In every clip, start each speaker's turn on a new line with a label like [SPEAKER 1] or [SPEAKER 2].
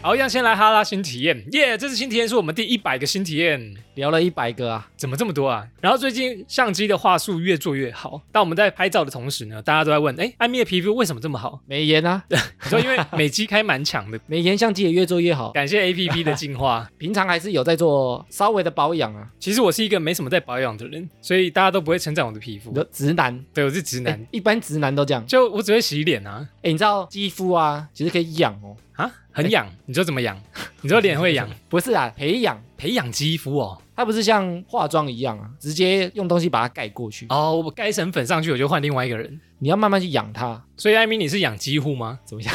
[SPEAKER 1] 好，一样先来哈拉新体验，耶、这次新体验是我们第一百个新体验，
[SPEAKER 2] 聊了一百个啊，
[SPEAKER 1] 怎么这么多啊？然后最近相机的画术越做越好，当我们在拍照的同时呢，大家都在问，哎，艾米的皮肤为什么这么好？
[SPEAKER 2] 美颜 啊，
[SPEAKER 1] 你说因为美肌开蛮强的，
[SPEAKER 2] 美颜相机也越做越好，
[SPEAKER 1] 感谢 A P P 的进化。
[SPEAKER 2] 平常还是有在做稍微的保养啊。
[SPEAKER 1] 其实我是一个没什么在保养的人，所以大家都不会称赞我的皮肤
[SPEAKER 2] 你。的直男，
[SPEAKER 1] 对，我是直男，
[SPEAKER 2] 哎一般直男都这样。
[SPEAKER 1] 就我只会洗脸啊，
[SPEAKER 2] 哎，你知道肌肤啊，其实可以养哦。
[SPEAKER 1] 啊，很痒。你说怎么痒？你说脸会痒？
[SPEAKER 2] 不是啊，培养
[SPEAKER 1] 培养肌肤哦。
[SPEAKER 2] 它不是像化妆一样啊，直接用东西把它盖过去。
[SPEAKER 1] 哦，我盖一层粉上去，我就换另外一个人。
[SPEAKER 2] 你要慢慢去养它，
[SPEAKER 1] 所以艾米，你是养肌户吗？
[SPEAKER 2] 怎么样？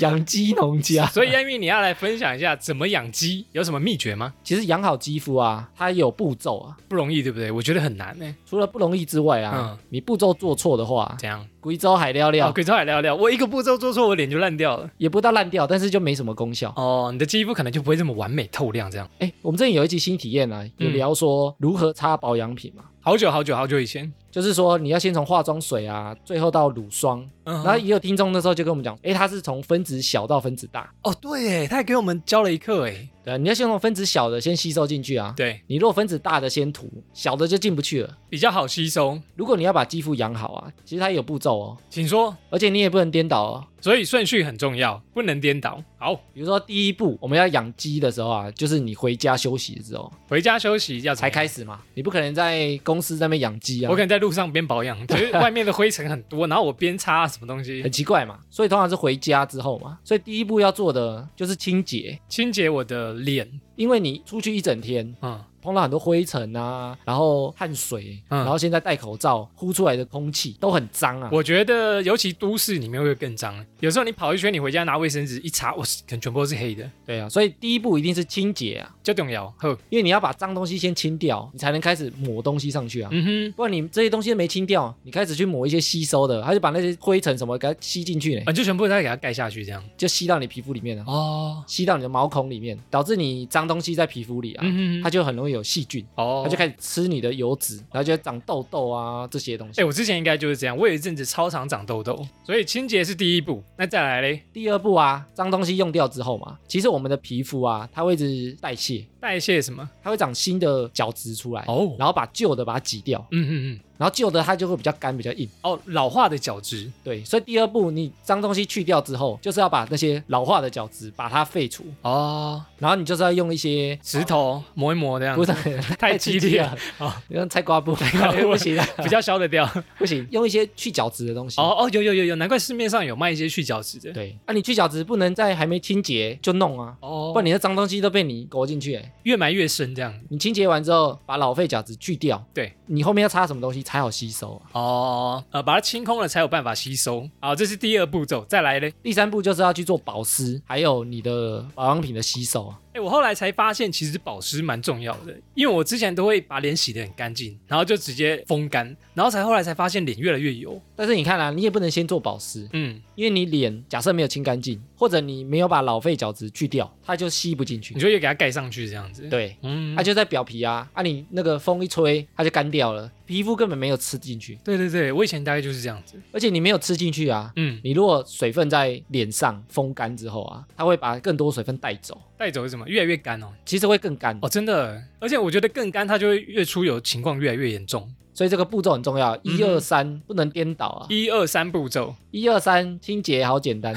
[SPEAKER 2] 养鸡农家，
[SPEAKER 1] 所以艾米，你要来分享一下怎么养鸡，有什么秘诀吗？
[SPEAKER 2] 其实养好肌肤啊，它有步骤啊。
[SPEAKER 1] 不容易，对不对？我觉得很难呢、欸
[SPEAKER 2] 除了不容易之外啊，
[SPEAKER 1] 嗯
[SPEAKER 2] 你步骤做错的话，
[SPEAKER 1] 怎样？
[SPEAKER 2] 贵州海料料、
[SPEAKER 1] 哦，鬼照来聊聊。我一个步骤做错，我脸就烂掉了。
[SPEAKER 2] 也不到烂掉，但是就没什么功效。
[SPEAKER 1] 哦，你的肌肤可能就不会这么完美透亮，这样。
[SPEAKER 2] 哎、我们之前有一期新体验啊，有
[SPEAKER 1] 嗯
[SPEAKER 2] 聊说如何擦保养品嘛，
[SPEAKER 1] 好久好久好久以前，
[SPEAKER 2] 就是说你要先从化妆水啊，最后到乳霜。
[SPEAKER 1] 嗯
[SPEAKER 2] 然后也有听众那时候就跟我们讲，哎、它是从分子小到分子大，
[SPEAKER 1] 哦，对耶，他还给我们教了一课，哎，
[SPEAKER 2] 对啊、你要先从分子小的先吸收进去啊。
[SPEAKER 1] 对，
[SPEAKER 2] 你若分子大的先涂，小的就进不去了。
[SPEAKER 1] 比较好吸收。
[SPEAKER 2] 如果你要把肌肤养好啊，其实它有步骤哦，
[SPEAKER 1] 请说，
[SPEAKER 2] 而且你也不能颠倒哦。
[SPEAKER 1] 所以顺序很重要，不能颠倒。好，
[SPEAKER 2] 比如说第一步，我们要养鸡的时候啊，就是你回家休息的时候
[SPEAKER 1] 回家休息要怎么
[SPEAKER 2] 才
[SPEAKER 1] 样
[SPEAKER 2] 开。始嘛，你不可能在公司在那边养鸡啊
[SPEAKER 1] 我可，能在路上边保养，可是外面的灰尘很多，然后我边擦什么东西
[SPEAKER 2] 很奇怪嘛。所以通常是回家之后嘛，所以第一步要做的就是清洁，
[SPEAKER 1] 清洁我的脸，
[SPEAKER 2] 因为你出去一整天。
[SPEAKER 1] 嗯，
[SPEAKER 2] 碰到很多灰尘啊，然后汗水，
[SPEAKER 1] 嗯
[SPEAKER 2] 然后现在戴口罩呼出来的空气都很脏啊。
[SPEAKER 1] 我觉得尤其都市里面会更脏。有时候你跑一圈，你回家拿卫生纸一擦，哇，可能全部都是黑的，
[SPEAKER 2] 对啊，所以第一步一定是清洁啊，
[SPEAKER 1] 就动摇。呵，
[SPEAKER 2] 因为你要把脏东西先清掉，你才能开始抹东西上去啊。
[SPEAKER 1] 嗯
[SPEAKER 2] 不然你这些东西没清掉，你开始去抹一些吸收的，它就把那些灰尘什么给它吸进去呢
[SPEAKER 1] 哼，，啊，就全部再给它盖下去这样。
[SPEAKER 2] 就吸到你皮肤里面了，
[SPEAKER 1] 哦，
[SPEAKER 2] 吸到你的毛孔里面，导致你脏东西在皮肤里啊，
[SPEAKER 1] 嗯
[SPEAKER 2] 它
[SPEAKER 1] 哼，
[SPEAKER 2] 就很容易有细菌，
[SPEAKER 1] 哦，
[SPEAKER 2] 它就开始吃你的油脂，然后就会长痘痘啊这些东
[SPEAKER 1] 哎、
[SPEAKER 2] 西。
[SPEAKER 1] 我之前应该就是这样，我有一阵子超常长痘痘，所以清洁是第一步。那再来嘞，
[SPEAKER 2] 第二步啊，脏东西用掉之后嘛，其实我们的皮肤啊，它会一直代谢，
[SPEAKER 1] 代谢什么？
[SPEAKER 2] 它会长新的角质出来，
[SPEAKER 1] 哦
[SPEAKER 2] 然后把旧的把它挤掉，
[SPEAKER 1] 嗯嗯嗯，
[SPEAKER 2] 然后旧的它就会比较干比较硬。
[SPEAKER 1] 哦，老化的角质，
[SPEAKER 2] 对，所以第二步你脏东西去掉之后，就是要把那些老化的角质把它废除，
[SPEAKER 1] 哦，
[SPEAKER 2] 然后你就是要用一些
[SPEAKER 1] 石头磨一磨这样
[SPEAKER 2] 不是
[SPEAKER 1] 子，
[SPEAKER 2] 太
[SPEAKER 1] 激
[SPEAKER 2] 烈
[SPEAKER 1] 烈
[SPEAKER 2] 了
[SPEAKER 1] 哦，
[SPEAKER 2] 你用菜 瓜布，菜
[SPEAKER 1] 瓜布
[SPEAKER 2] 不行啊，
[SPEAKER 1] 比较消得掉。
[SPEAKER 2] 不行，用一些去角质的东西。
[SPEAKER 1] 哦哦，有有有有，难怪市面上有卖一些去角质的。
[SPEAKER 2] 对，啊那、你去角质不能在还没清洁就弄啊，
[SPEAKER 1] 哦，
[SPEAKER 2] 不然你的脏东西都被你勾进去、欸。
[SPEAKER 1] 越埋越深这样。
[SPEAKER 2] 你清洁完之后，把老废角质去掉，
[SPEAKER 1] 对
[SPEAKER 2] 你后面要擦什么东西才好吸收啊？
[SPEAKER 1] 哦，呃，把它清空了才有办法吸收。好，这是第二步骤。再来嘞，
[SPEAKER 2] 第三步就是要去做保湿，还有你的保养品的吸收啊。
[SPEAKER 1] 哎，我后来才发现，其实保湿蛮重要的，因为我之前都会把脸洗得很干净，然后就直接风干，然后才后来才发现脸越来越油。
[SPEAKER 2] 但是你看啊，你也不能先做保湿，
[SPEAKER 1] 嗯，
[SPEAKER 2] 因为你脸假设没有清干净，或者你没有把老废角质去掉，它就吸不进去
[SPEAKER 1] 你。就又给它盖上去这样子。，
[SPEAKER 2] 对，
[SPEAKER 1] 嗯，
[SPEAKER 2] 它、就在表皮啊，啊你那个风一吹，它就干掉了，皮肤根本没有吃进去，
[SPEAKER 1] 对对对，我以前大概就是这样子。
[SPEAKER 2] 而且你没有吃进去啊，
[SPEAKER 1] 嗯，
[SPEAKER 2] 你如果水分在脸上风干之后啊，它会把更多水分带走，
[SPEAKER 1] 带走是什么？越来越干哦。
[SPEAKER 2] 其实会更干，
[SPEAKER 1] 哦，真的，而且我觉得更干，它就会越出油情况越来越严重。
[SPEAKER 2] 所以这个步骤很重要，
[SPEAKER 1] 嗯
[SPEAKER 2] 一二三不能颠倒啊，
[SPEAKER 1] 一二三步骤，
[SPEAKER 2] 一二三清洁好 简单，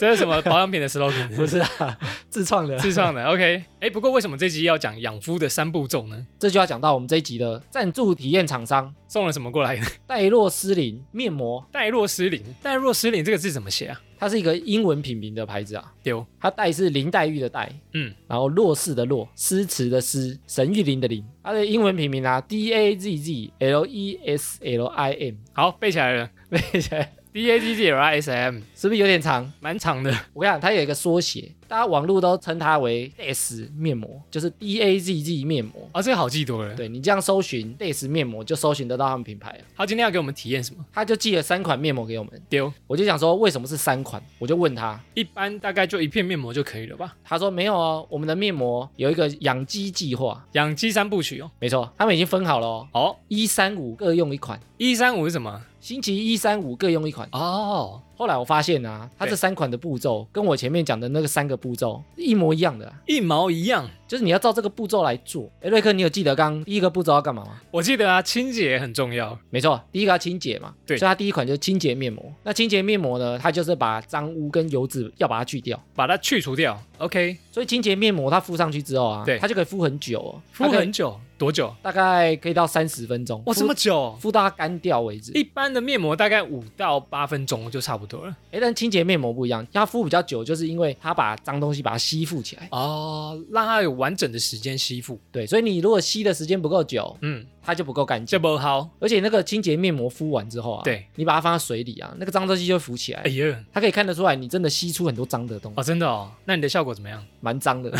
[SPEAKER 1] 这是什么保养品的 slogan？
[SPEAKER 2] 不是啊，自创的，
[SPEAKER 1] 自创的，OK。哎，不过为什么这集要讲养肤的三步骤呢？
[SPEAKER 2] 这就要讲到我们这一集的赞助体验厂商
[SPEAKER 1] 送了什么过来呢？
[SPEAKER 2] 黛洛诗林面膜，
[SPEAKER 1] 黛若诗林，黛若诗林这个字怎么写啊？
[SPEAKER 2] 它是一个英文品名的牌子啊，
[SPEAKER 1] 丢，
[SPEAKER 2] 它黛是林黛玉的黛，
[SPEAKER 1] 嗯，
[SPEAKER 2] 然后洛氏的洛，诗词的诗，沈玉琳的琳，它的英文品名啊，D A Z Z L E S L I M，
[SPEAKER 1] 好，背起来了
[SPEAKER 2] 背起来
[SPEAKER 1] ，D A T T L I S M，
[SPEAKER 2] 是不是有点长？
[SPEAKER 1] 蛮长的。
[SPEAKER 2] 我跟你讲，它有一个缩写，大家网络都称它为 DAS 面膜，就是 D A Z Z 面膜。
[SPEAKER 1] 哦，这个好记多了。
[SPEAKER 2] 对你这样搜寻 DAS 面膜，就搜寻得到他们品牌了。
[SPEAKER 1] 他今天要给我们体验什么？
[SPEAKER 2] 他就寄了三款面膜给我们，
[SPEAKER 1] 丢，
[SPEAKER 2] 我就想说为什么是三款，我就问他，
[SPEAKER 1] 一般大概就一片面膜就可以了吧？
[SPEAKER 2] 他说没有哦，我们的面膜有一个养鸡计划，
[SPEAKER 1] 养鸡三部曲哦。
[SPEAKER 2] 没错，他们已经分好了哦，
[SPEAKER 1] 好，
[SPEAKER 2] 一三五各用一款，
[SPEAKER 1] 一三五是什么？
[SPEAKER 2] 星期一、三、五各用一款。
[SPEAKER 1] 哦，
[SPEAKER 2] 后来我发现啊，它这
[SPEAKER 1] 对
[SPEAKER 2] 三款的步骤跟我前面讲的那个三个步骤一模一样的啊、
[SPEAKER 1] 一毛一样。
[SPEAKER 2] 就是你要照这个步骤来做。哎，瑞克，你有记得刚刚第一个步骤要干嘛吗？
[SPEAKER 1] 我记得啊，清洁很重要。
[SPEAKER 2] 没错，第一个要清洁嘛，
[SPEAKER 1] 对
[SPEAKER 2] 所以它第一款就是清洁面膜。那清洁面膜呢，它就是把脏污跟油脂要把它去掉。
[SPEAKER 1] 把它去除掉，OK，
[SPEAKER 2] 所以清洁面膜它敷上去之后啊，
[SPEAKER 1] 对
[SPEAKER 2] 它就可以敷很久哦，
[SPEAKER 1] 敷
[SPEAKER 2] 它可以
[SPEAKER 1] 很久，多久？
[SPEAKER 2] 大概可以到三十分钟，
[SPEAKER 1] 哇，这么久
[SPEAKER 2] 敷？敷到它干掉为止。
[SPEAKER 1] 一般的面膜大概五到八分钟就差不多了。
[SPEAKER 2] 哎，但清洁面膜不一样，它敷比较久，就是因为它把脏东西把它吸附起来。
[SPEAKER 1] 哦，让它有完整的时间吸附。
[SPEAKER 2] 对，所以你如果吸的时间不够久，
[SPEAKER 1] 嗯，
[SPEAKER 2] 它就不够干净。
[SPEAKER 1] 这不好。
[SPEAKER 2] 而且那个清洁面膜敷完之后啊，
[SPEAKER 1] 对，
[SPEAKER 2] 你把它放在水里啊，那个脏东西就会浮起来
[SPEAKER 1] 哎。呀，
[SPEAKER 2] 它可以看得出来，你真的吸出很多脏的东西，
[SPEAKER 1] 哦，真的哦。那你的效果怎么样？
[SPEAKER 2] 蛮脏的。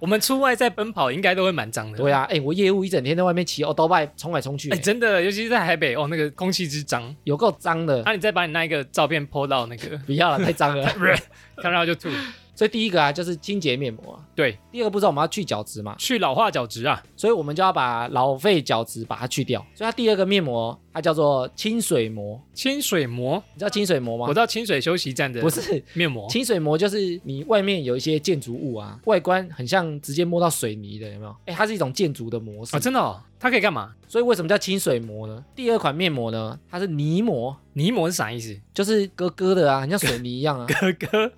[SPEAKER 1] 我们出外在奔跑，应该都会蛮脏的。
[SPEAKER 2] 对啊，哎、我业务一整天在外面骑哦，刀拜冲来冲去、
[SPEAKER 1] 哎、
[SPEAKER 2] 哎
[SPEAKER 1] 真的，尤其是在台北哦，那个空气之脏。
[SPEAKER 2] 有够脏的，，
[SPEAKER 1] 那、你再把你那一个照片 PO 到那个
[SPEAKER 2] 不要了，太脏 了。
[SPEAKER 1] 看到就吐。
[SPEAKER 2] 所以第一个啊，就是清洁面膜啊。
[SPEAKER 1] 对，
[SPEAKER 2] 第二个步骤我们要去角质嘛，
[SPEAKER 1] 去老化角质啊，
[SPEAKER 2] 所以我们就要把老废角质把它去掉。所以它第二个面膜，哦它叫做清水膜。
[SPEAKER 1] 清水膜。
[SPEAKER 2] 你知道清水膜
[SPEAKER 1] 我
[SPEAKER 2] 吗
[SPEAKER 1] 知？道哦清水休息站的
[SPEAKER 2] 不是，
[SPEAKER 1] 面膜，
[SPEAKER 2] 清水膜就是你外面有一些建筑物啊，外观很像直接摸到水泥的，有没有？哎、它是一种建筑的模式。
[SPEAKER 1] 啊，真的哦，它可以干嘛？
[SPEAKER 2] 所以为什么叫清水膜呢？第二款面膜呢，它是泥膜。
[SPEAKER 1] 泥膜是啥意思？
[SPEAKER 2] 就是咯咯的啊，很像水泥一样啊。
[SPEAKER 1] 哥哥，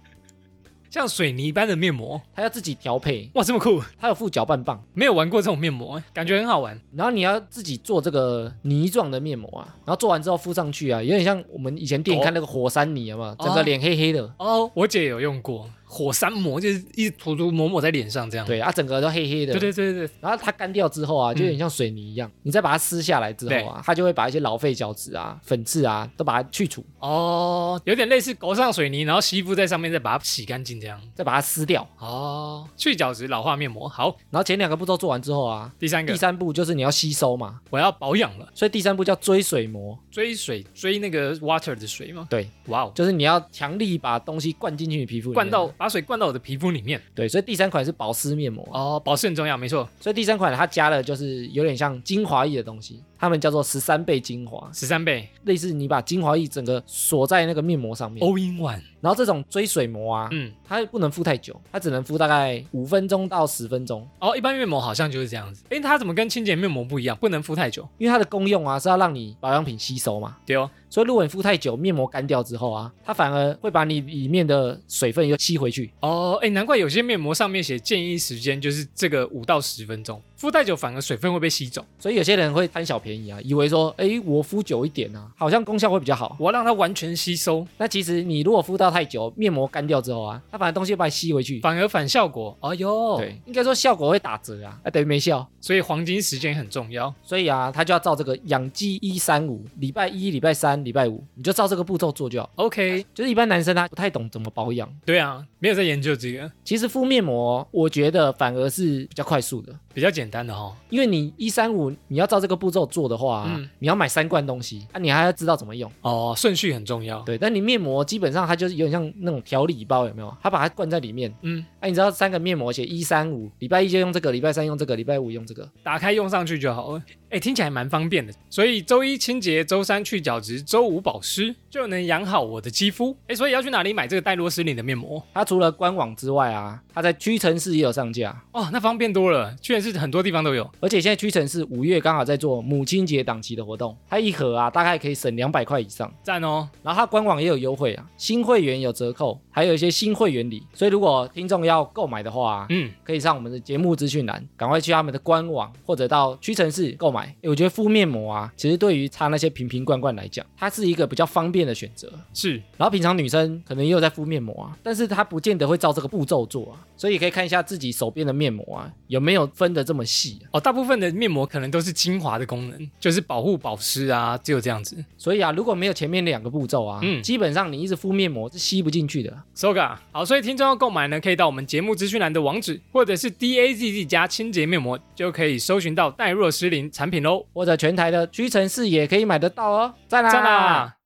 [SPEAKER 1] 像水泥般的面膜，
[SPEAKER 2] 它要自己调配，
[SPEAKER 1] 哇，这么酷，
[SPEAKER 2] 它有附搅拌棒，
[SPEAKER 1] 没有玩过这种面膜，感觉很好玩。
[SPEAKER 2] 然后你要自己做这个泥状的面膜啊，然后做完之后敷上去啊，有点像我们以前电影看那个火山泥，有没有？哦整个脸黑黑的，
[SPEAKER 1] 哦，我姐有用过火山膜，就是一直涂涂抹抹在脸上这样。
[SPEAKER 2] 对啊，整个都黑黑的。
[SPEAKER 1] 对对对对对，
[SPEAKER 2] 然后它干掉之后啊，就有点像水泥一样，你再把它撕下来之后啊，它就会把一些老废角质啊、粉刺啊都把它去除，
[SPEAKER 1] 哦，有点类似勾上水泥，然后吸附在上面，再把它洗干净这样。
[SPEAKER 2] 再把它撕掉。
[SPEAKER 1] 哦，去角质老化面膜，好，
[SPEAKER 2] 然后前两个步骤做完之后啊，
[SPEAKER 1] 第三个
[SPEAKER 2] 第三步就是你要吸收嘛，
[SPEAKER 1] 我要保养了，
[SPEAKER 2] 所以第三步叫追水膜，
[SPEAKER 1] 追水追那个 water 的水吗？
[SPEAKER 2] 对，
[SPEAKER 1] 哇哦，
[SPEAKER 2] 就是你要强力把东西灌进去你皮肤里面，
[SPEAKER 1] 灌到把水灌到我的皮肤里面。
[SPEAKER 2] 对，所以第三款是保湿面膜，啊
[SPEAKER 1] 哦，保湿很重要，没错，
[SPEAKER 2] 所以第三款它加了就是有点像精华液的东西，它们叫做十三倍精华，
[SPEAKER 1] 十三倍
[SPEAKER 2] 类似你把精华液整个锁在那个面膜上
[SPEAKER 1] 嗯
[SPEAKER 2] 面。
[SPEAKER 1] all in one。
[SPEAKER 2] 然后这种追水膜啊，
[SPEAKER 1] 哦嗯，
[SPEAKER 2] 它不能敷太久，它只能敷大概五分钟到十分钟，
[SPEAKER 1] 哦，一般面膜好像就是这样子。诶，它怎么跟清洁面膜不一样？不能敷太久。
[SPEAKER 2] 因为它的功用啊是要让你保养品吸收嘛。
[SPEAKER 1] 对哦，
[SPEAKER 2] 所以如果你敷太久，面膜干掉之后啊，它反而会把你里面的水分又吸回去。
[SPEAKER 1] 哦，哎，难怪有些面膜上面写建议时间就是这个五到十分钟，敷太久反而水分会被吸走。
[SPEAKER 2] 所以有些人会贪小便宜啊，以为说，哎，我敷久一点啊，好像功效会比较好。
[SPEAKER 1] 我要让它完全吸收，
[SPEAKER 2] 那其实你如果敷到太久，面膜干掉之后啊，它反而东西把你吸回去，
[SPEAKER 1] 反而反效果。哎呦，
[SPEAKER 2] 对，，哦应该说效果会打折啊，啊等于没效。
[SPEAKER 1] 所以黄金时间很重要。
[SPEAKER 2] 所以啊，它就要照这个养鸡一三五，礼拜一、礼拜三、礼拜五，你就照这个步骤做就好。
[SPEAKER 1] OK，
[SPEAKER 2] 就是一般男生他不太懂怎么保养，
[SPEAKER 1] 对啊，没有在研究这个，
[SPEAKER 2] 其实敷面膜，我觉得反而是比较快速的，
[SPEAKER 1] 比较简单的哈。
[SPEAKER 2] 因为你一三五你要照这个步骤做的话、啊，
[SPEAKER 1] 嗯
[SPEAKER 2] 你要买三罐东西啊，你还要知道怎么用。
[SPEAKER 1] 哦，顺序很重要。
[SPEAKER 2] 对，但你面膜基本上它就是有点像那种调理包，有没有？它把它灌在里面，
[SPEAKER 1] 嗯，
[SPEAKER 2] 哎、你知道三个面膜写一三五，礼拜一就用这个，礼拜三用这个，礼拜五用这个。
[SPEAKER 1] 打开用上去就好了。哎，听起来蛮方便的。所以周一清洁，周三去角质，周五保湿，就能养好我的肌肤。哎，所以要去哪里买这个黛洛斯林的面膜？
[SPEAKER 2] 它除了官网之外啊，它在屈臣氏也有上架，
[SPEAKER 1] 哦，那方便多了，居然是很多地方都有。
[SPEAKER 2] 而且现在屈臣氏五月刚好在做母亲节档期的活动，它一盒啊大概可以省两百块以上。
[SPEAKER 1] 赞哦，
[SPEAKER 2] 然后它官网也有优惠啊，新会员有折扣，还有一些新会员礼。所以如果听众要购买的话、啊，
[SPEAKER 1] 嗯，
[SPEAKER 2] 可以上我们的节目资讯栏，赶快去他们的官网或者到屈臣氏购买。诶我觉得敷面膜啊，其实对于擦那些瓶瓶罐罐来讲，它是一个比较方便的选择。
[SPEAKER 1] 是
[SPEAKER 2] 然后平常女生可能也有在敷面膜啊，但是她不见得会照这个步骤做啊，所以可以看一下自己手边的面膜啊有没有分得这么细、啊。
[SPEAKER 1] 哦，大部分的面膜可能都是精华的功能，就是保护保湿啊，只有这样子。
[SPEAKER 2] 所以啊，如果没有前面两个步骤啊，
[SPEAKER 1] 嗯
[SPEAKER 2] 基本上你一直敷面膜是吸不进去的。
[SPEAKER 1] Soga，好，所以听众要购买呢，可以到我们节目资讯栏的网址，或者是 D A Z Z 加清洁面膜，就可以搜寻到黛若诗林产品喽。
[SPEAKER 2] 或者全台的屈臣氏也可以买得到哦，赞啦！
[SPEAKER 1] 赞啊啦！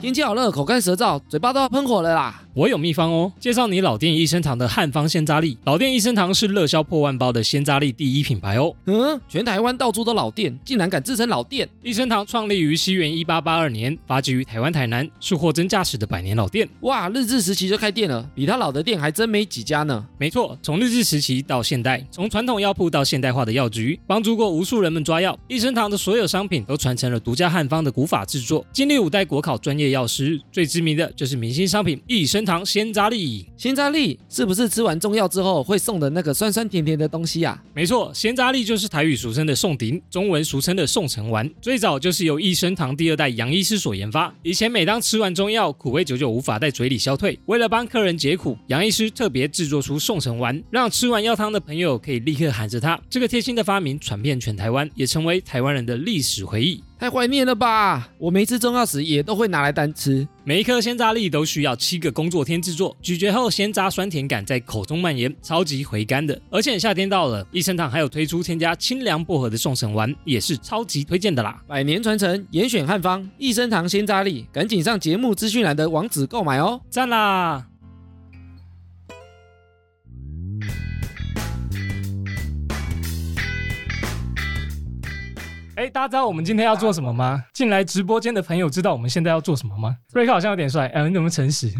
[SPEAKER 2] 天气好热，口干舌燥，嘴巴都要喷火了啦！
[SPEAKER 1] 我有秘方哦，介绍你老店益生堂的汉方鲜扎粒。老店益生堂是热销破万包的鲜扎粒第一品牌哦。
[SPEAKER 2] 嗯，全台湾到处都老店，竟然敢自称老店，
[SPEAKER 1] 益生堂创立于西元一八八二年，发迹于台湾台南，是货真价实的百年老店。
[SPEAKER 2] 哇，日治时期就开店了，比他老的店还真没几家呢。
[SPEAKER 1] 没错，从日治时期到现代，从传统药铺到现代化的药局，帮助过无数人们抓药。益生堂的所有商品都传承了独家汉方的古法制作，经历五代国考专业药师，最知名的就是明星商品益生堂鲜扎粒。
[SPEAKER 2] 鲜扎利是不是吃完中药之后会送的那个酸酸甜甜的东西啊？
[SPEAKER 1] 没错，鲜扎粒就是台语俗称的宋鼎，中文俗称的宋城丸，最早就是由益生堂第二代杨医师所研发。以前每当吃完中药，苦味久久无法在嘴里消退，为了帮客人解苦，杨医师特别制作出宋城丸，让吃完药汤的朋友可以立刻喊着它。这个贴心的发明传遍全台湾，也成为台湾人的历史回忆。
[SPEAKER 2] 太怀念了吧！我每次中药时也都会拿来单吃。
[SPEAKER 1] 每一颗鲜榨粒都需要七个工作天制作，咀嚼后鲜榨酸甜感在口中蔓延，超级回甘的。而且夏天到了，益生堂还有推出添加清凉薄荷的送神丸，也是超级推荐的啦。
[SPEAKER 2] 百年传承，严选汉方，益生堂鲜扎利，赶紧上节目资讯栏的网址购买哦。
[SPEAKER 1] 赞啦！哎，大家知道我们今天要做什么吗？进来直播间的朋友知道我们现在要做什么吗？瑞克好像有点帅，哎、你怎么诚实？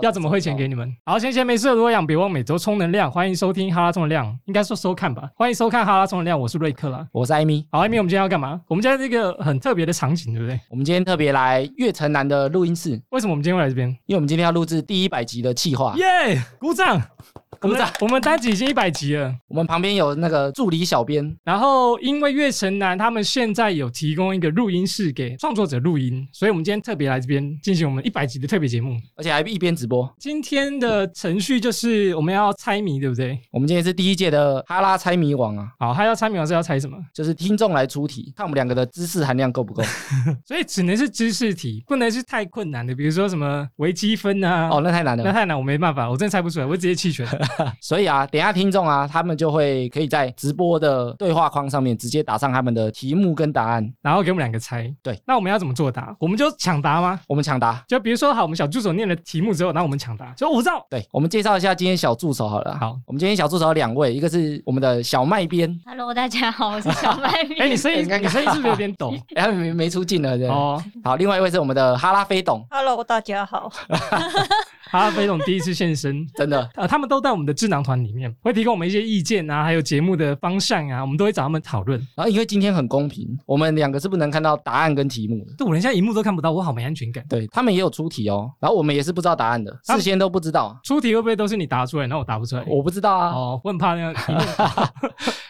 [SPEAKER 1] 要怎么汇钱给你们？好，闲闲没事的多养，别忘每周充能量。欢迎收听哈拉充能量，应该说收看吧。欢迎收看哈拉充能量，我是瑞克啦。
[SPEAKER 2] 我是艾米，
[SPEAKER 1] 好，艾米，我们今天要干嘛？我们今天这个很特别的场景，对不对？
[SPEAKER 2] 我们今天特别来越城南的录音室，
[SPEAKER 1] 为什么我们今天会来这边？
[SPEAKER 2] 因为我们今天要录制第一百集的企划。
[SPEAKER 1] 耶、鼓掌！
[SPEAKER 2] 鼓掌！
[SPEAKER 1] 我们单集已经一百集了。
[SPEAKER 2] 我们旁边有那个助理小编，
[SPEAKER 1] 然后，因为月城南他们现在有提供一个录音室给创作者录音，所以我们今天特别来这边进行我们一百集的特别节目。
[SPEAKER 2] 而且还一边直播。
[SPEAKER 1] 今天的程序就是我们要猜谜，对不对？
[SPEAKER 2] 我们今天是第一届的哈拉猜谜王啊，
[SPEAKER 1] 好，他要猜谜，老师要猜什么？
[SPEAKER 2] 就是听众来出题，看我们两个的知识含量够不 够。
[SPEAKER 1] 所以只能是知识题，不能是太困难的，比如说什么微积分啊。
[SPEAKER 2] 哦，那太难
[SPEAKER 1] 那
[SPEAKER 2] 了。
[SPEAKER 1] 太难，我没办法，我真的猜不出来，我直接弃 权。
[SPEAKER 2] 所以啊，等一下听众啊，他们就会可以在直播的对话框上面直接打上他们的题目跟答案，
[SPEAKER 1] 然后给我们两个猜。
[SPEAKER 2] 对，
[SPEAKER 1] 那我们要怎么作答？我们就抢答吗？
[SPEAKER 2] 我们抢答。
[SPEAKER 1] 就比如说，好，我们小助手念了题目之后，然后我们抢答，说我知道。
[SPEAKER 2] 对，我们介绍一下今天小助手好了。
[SPEAKER 1] 好，
[SPEAKER 2] 我们今天小助手有两位，一个是我们的小麦编，
[SPEAKER 3] Hello，大家好，我是 小麦面。
[SPEAKER 1] 哎、你声音，
[SPEAKER 2] 很尴尬
[SPEAKER 1] 你声音是不是有点抖？
[SPEAKER 2] 哎，他没没出镜了，对。
[SPEAKER 1] 哦，
[SPEAKER 2] 好，另外一位是我们的哈拉菲董，
[SPEAKER 3] Hello，大家好。
[SPEAKER 1] 哈飞总第一次现身。
[SPEAKER 2] 真的
[SPEAKER 1] 呃，他们都在我们的智囊团里面，会提供我们一些意见啊，还有节目的方向啊，我们都会找他们讨论。
[SPEAKER 2] 然后因为今天很公平，我们两个是不能看到答案跟题目的。
[SPEAKER 1] 对我连现在荧幕都看不到，我好没安全感。
[SPEAKER 2] 对他们也有出题哦，然后我们也是不知道答案的，
[SPEAKER 1] 他们
[SPEAKER 2] 事先都不知道，啊
[SPEAKER 1] 出题会不会都是你答出来，然后我答不出来？
[SPEAKER 2] 我不知道啊。
[SPEAKER 1] 哦，我很怕那 样，一幕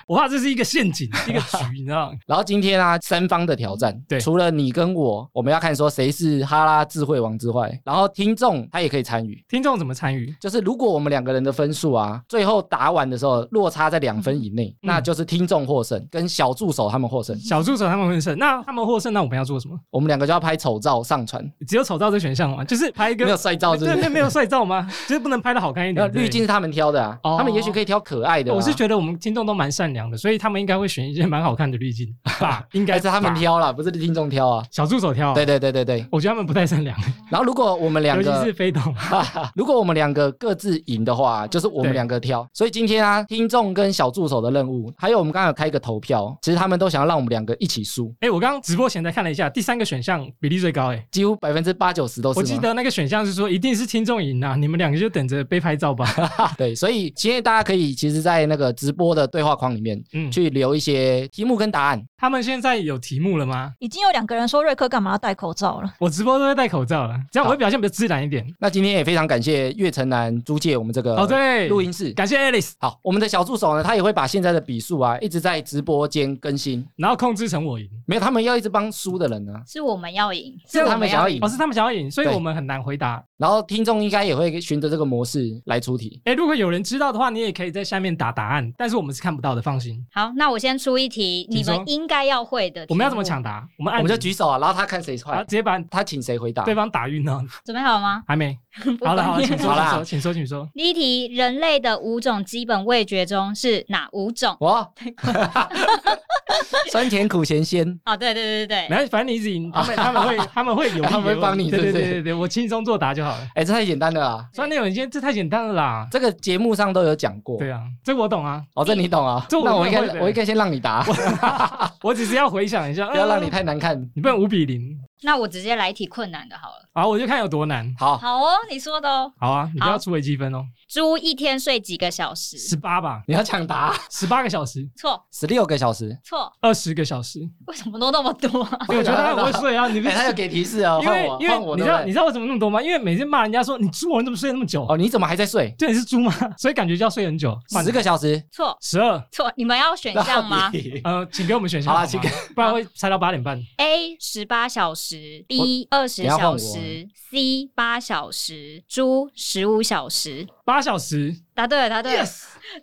[SPEAKER 1] 我怕这是一个陷阱，一个局，你知道吗？
[SPEAKER 2] 然后今天啊，三方的挑战，
[SPEAKER 1] 对
[SPEAKER 2] 除了你跟我，我们要看说谁是哈拉智慧王之外，然后听众他也可以参与。
[SPEAKER 1] 听众怎么参与？
[SPEAKER 2] 就是如果我们两个人的分数啊，最后答完的时候落差在两分以内，
[SPEAKER 1] 嗯
[SPEAKER 2] 那就是听众获胜，跟小助手他们获胜。
[SPEAKER 1] 小助手他们会胜，那他们获胜，那我们要做什么？
[SPEAKER 2] 我们两个就要拍丑照上 传，
[SPEAKER 1] 只有丑照这选项吗？就是拍一个
[SPEAKER 2] 没有帅照是不
[SPEAKER 1] 对对，
[SPEAKER 2] 是？
[SPEAKER 1] 没有帅照吗？就是不能拍的好看一
[SPEAKER 2] 那
[SPEAKER 1] 点。对
[SPEAKER 2] 滤镜是他们挑的啊，
[SPEAKER 1] 哦
[SPEAKER 2] 他们也许可以挑可爱的、啊。
[SPEAKER 1] 我是觉得我们听众都蛮善良的，所以他们应该会选一些蛮好看的滤 镜吧？应该
[SPEAKER 2] 还是他们
[SPEAKER 1] 吧
[SPEAKER 2] 挑啦，不是听众挑啊。
[SPEAKER 1] 小助手挑。
[SPEAKER 2] 对，对对对对。
[SPEAKER 1] 我觉得他们不太善良，
[SPEAKER 2] 然后如果我们两
[SPEAKER 1] 尤
[SPEAKER 2] 个
[SPEAKER 1] 其是飞董。
[SPEAKER 2] 如果我们两个各自赢的话，就是我
[SPEAKER 1] 对
[SPEAKER 2] 们两个挑。所以今天啊，听众跟小助手的任务，还有我们刚刚有开一个投票，其实他们都想要让我们两个一起输，
[SPEAKER 1] 哎、我刚刚直播前才看了一下，第三个选项比例最高、欸，哎，
[SPEAKER 2] 几乎百分之八九十都是
[SPEAKER 1] 我
[SPEAKER 2] 吗。
[SPEAKER 1] 记得那个选项是说一定是听众赢啊，你们两个就等着被拍照吧。
[SPEAKER 2] 对，所以今天大家可以其实，在那个直播的对话框里面
[SPEAKER 1] 嗯，
[SPEAKER 2] 去留一些题目跟答案。
[SPEAKER 1] 他们现在有题目了吗？
[SPEAKER 3] 已经有两个人说瑞克干嘛要戴口罩了？
[SPEAKER 1] 我直播都会戴口罩了，这样我会表现比较自然一点。
[SPEAKER 2] 那今天也非常感谢岳城南租借我们这个
[SPEAKER 1] 哦，对，
[SPEAKER 2] 录音室。
[SPEAKER 1] 感谢 Alice，
[SPEAKER 2] 好，我们的小助手呢，他也会把现在的笔数啊，一直在直播间更新。
[SPEAKER 1] 然后控制成我赢，
[SPEAKER 2] 没有，他们要一直帮输的人呢、
[SPEAKER 3] 是我们要赢，
[SPEAKER 2] 是他们想要赢
[SPEAKER 1] 哦，是他们想要赢，所以
[SPEAKER 2] 嗯对
[SPEAKER 1] 我们很难回答。
[SPEAKER 2] 然后听众应该也会循着这个模式来出题。
[SPEAKER 1] 哎，如果有人知道的话，你也可以在下面打答案，但是我们是看不到的，放心。
[SPEAKER 3] 好，那我先出一题，
[SPEAKER 1] 请
[SPEAKER 3] 你
[SPEAKER 1] 说
[SPEAKER 3] 们应该要会的。
[SPEAKER 1] 我们要怎么？抢答？我们按
[SPEAKER 2] 我们就
[SPEAKER 1] 铃
[SPEAKER 2] 举手啊，然后他看谁
[SPEAKER 1] 然后
[SPEAKER 2] 快
[SPEAKER 1] 直，接把
[SPEAKER 2] 他请谁回答
[SPEAKER 1] 对。方打晕呢？
[SPEAKER 3] 准备好了吗？
[SPEAKER 1] 还没，
[SPEAKER 3] 不
[SPEAKER 1] 好了好
[SPEAKER 3] 管
[SPEAKER 1] 了，
[SPEAKER 3] 你
[SPEAKER 1] 请
[SPEAKER 2] 好
[SPEAKER 1] 说
[SPEAKER 2] 啦
[SPEAKER 1] 请说请说请说。
[SPEAKER 3] 第一题，人类的五种基本味觉中是哪五种？
[SPEAKER 2] 我 酸甜苦咸鲜，
[SPEAKER 3] 哦，对对对对
[SPEAKER 1] 没
[SPEAKER 3] 对，
[SPEAKER 1] 关系，反正你一直赢，他们他们会他们会有意
[SPEAKER 2] 他们会帮你
[SPEAKER 1] 对对
[SPEAKER 2] 是不
[SPEAKER 1] 对
[SPEAKER 2] 是
[SPEAKER 1] 对对，我轻松作答就好了。
[SPEAKER 2] 哎、这太简单了啦。
[SPEAKER 1] 酸内容，你今天这太简单了啦。
[SPEAKER 2] 这个节目上都有讲过，
[SPEAKER 1] 对啊，这我懂啊，
[SPEAKER 2] 哦，这你懂啊？
[SPEAKER 1] 这我
[SPEAKER 2] 那我应该
[SPEAKER 1] 会的
[SPEAKER 2] 我应该先让你 答，
[SPEAKER 1] 我只是要回想一下，
[SPEAKER 2] 不要
[SPEAKER 1] 呃
[SPEAKER 2] 让你太难看。
[SPEAKER 1] 你不能五比零。
[SPEAKER 3] 那我直接来一题困难的好了。
[SPEAKER 1] 好，我就看有多难。
[SPEAKER 2] 好，
[SPEAKER 3] 好哦，你说的哦。
[SPEAKER 1] 好啊，你不
[SPEAKER 3] 好
[SPEAKER 1] 要出微积分哦，
[SPEAKER 3] 猪一天睡几个小时？
[SPEAKER 1] 十八吧，
[SPEAKER 2] 你要抢答，
[SPEAKER 1] 十八个小时，
[SPEAKER 3] 错
[SPEAKER 2] 十六个小时。
[SPEAKER 3] 错，
[SPEAKER 1] 二十个小时。
[SPEAKER 3] 为什么都那么多啊？
[SPEAKER 1] 我觉 得他很会睡啊，你不
[SPEAKER 2] 哎、
[SPEAKER 1] 是
[SPEAKER 2] 他有给提示哦，
[SPEAKER 1] 因
[SPEAKER 2] 换
[SPEAKER 1] 为
[SPEAKER 2] 我，
[SPEAKER 1] 因
[SPEAKER 2] 换我，
[SPEAKER 1] 为你
[SPEAKER 2] 对
[SPEAKER 1] 知
[SPEAKER 2] 不
[SPEAKER 1] 道你
[SPEAKER 2] 对？
[SPEAKER 1] 知道为什么那么多吗？因为每次骂人家说你猪，你怎么睡那么久？
[SPEAKER 2] 哦，你怎么还在睡？
[SPEAKER 1] 对，你是猪吗？ 所以感觉就要睡很久。
[SPEAKER 2] 十个小时，
[SPEAKER 3] 错
[SPEAKER 1] 十二，
[SPEAKER 3] 错，你们要选项吗
[SPEAKER 2] 到底
[SPEAKER 1] 呃，请给我们选项吗。
[SPEAKER 2] 好啦请给
[SPEAKER 1] 不然会猜到八点半。
[SPEAKER 3] ？A 十八小时，B 二十
[SPEAKER 2] 等一下换
[SPEAKER 3] 小
[SPEAKER 2] 我啊
[SPEAKER 3] 时，C 八小时，猪十五小时。
[SPEAKER 1] 八小时，
[SPEAKER 3] 答对了，答对了。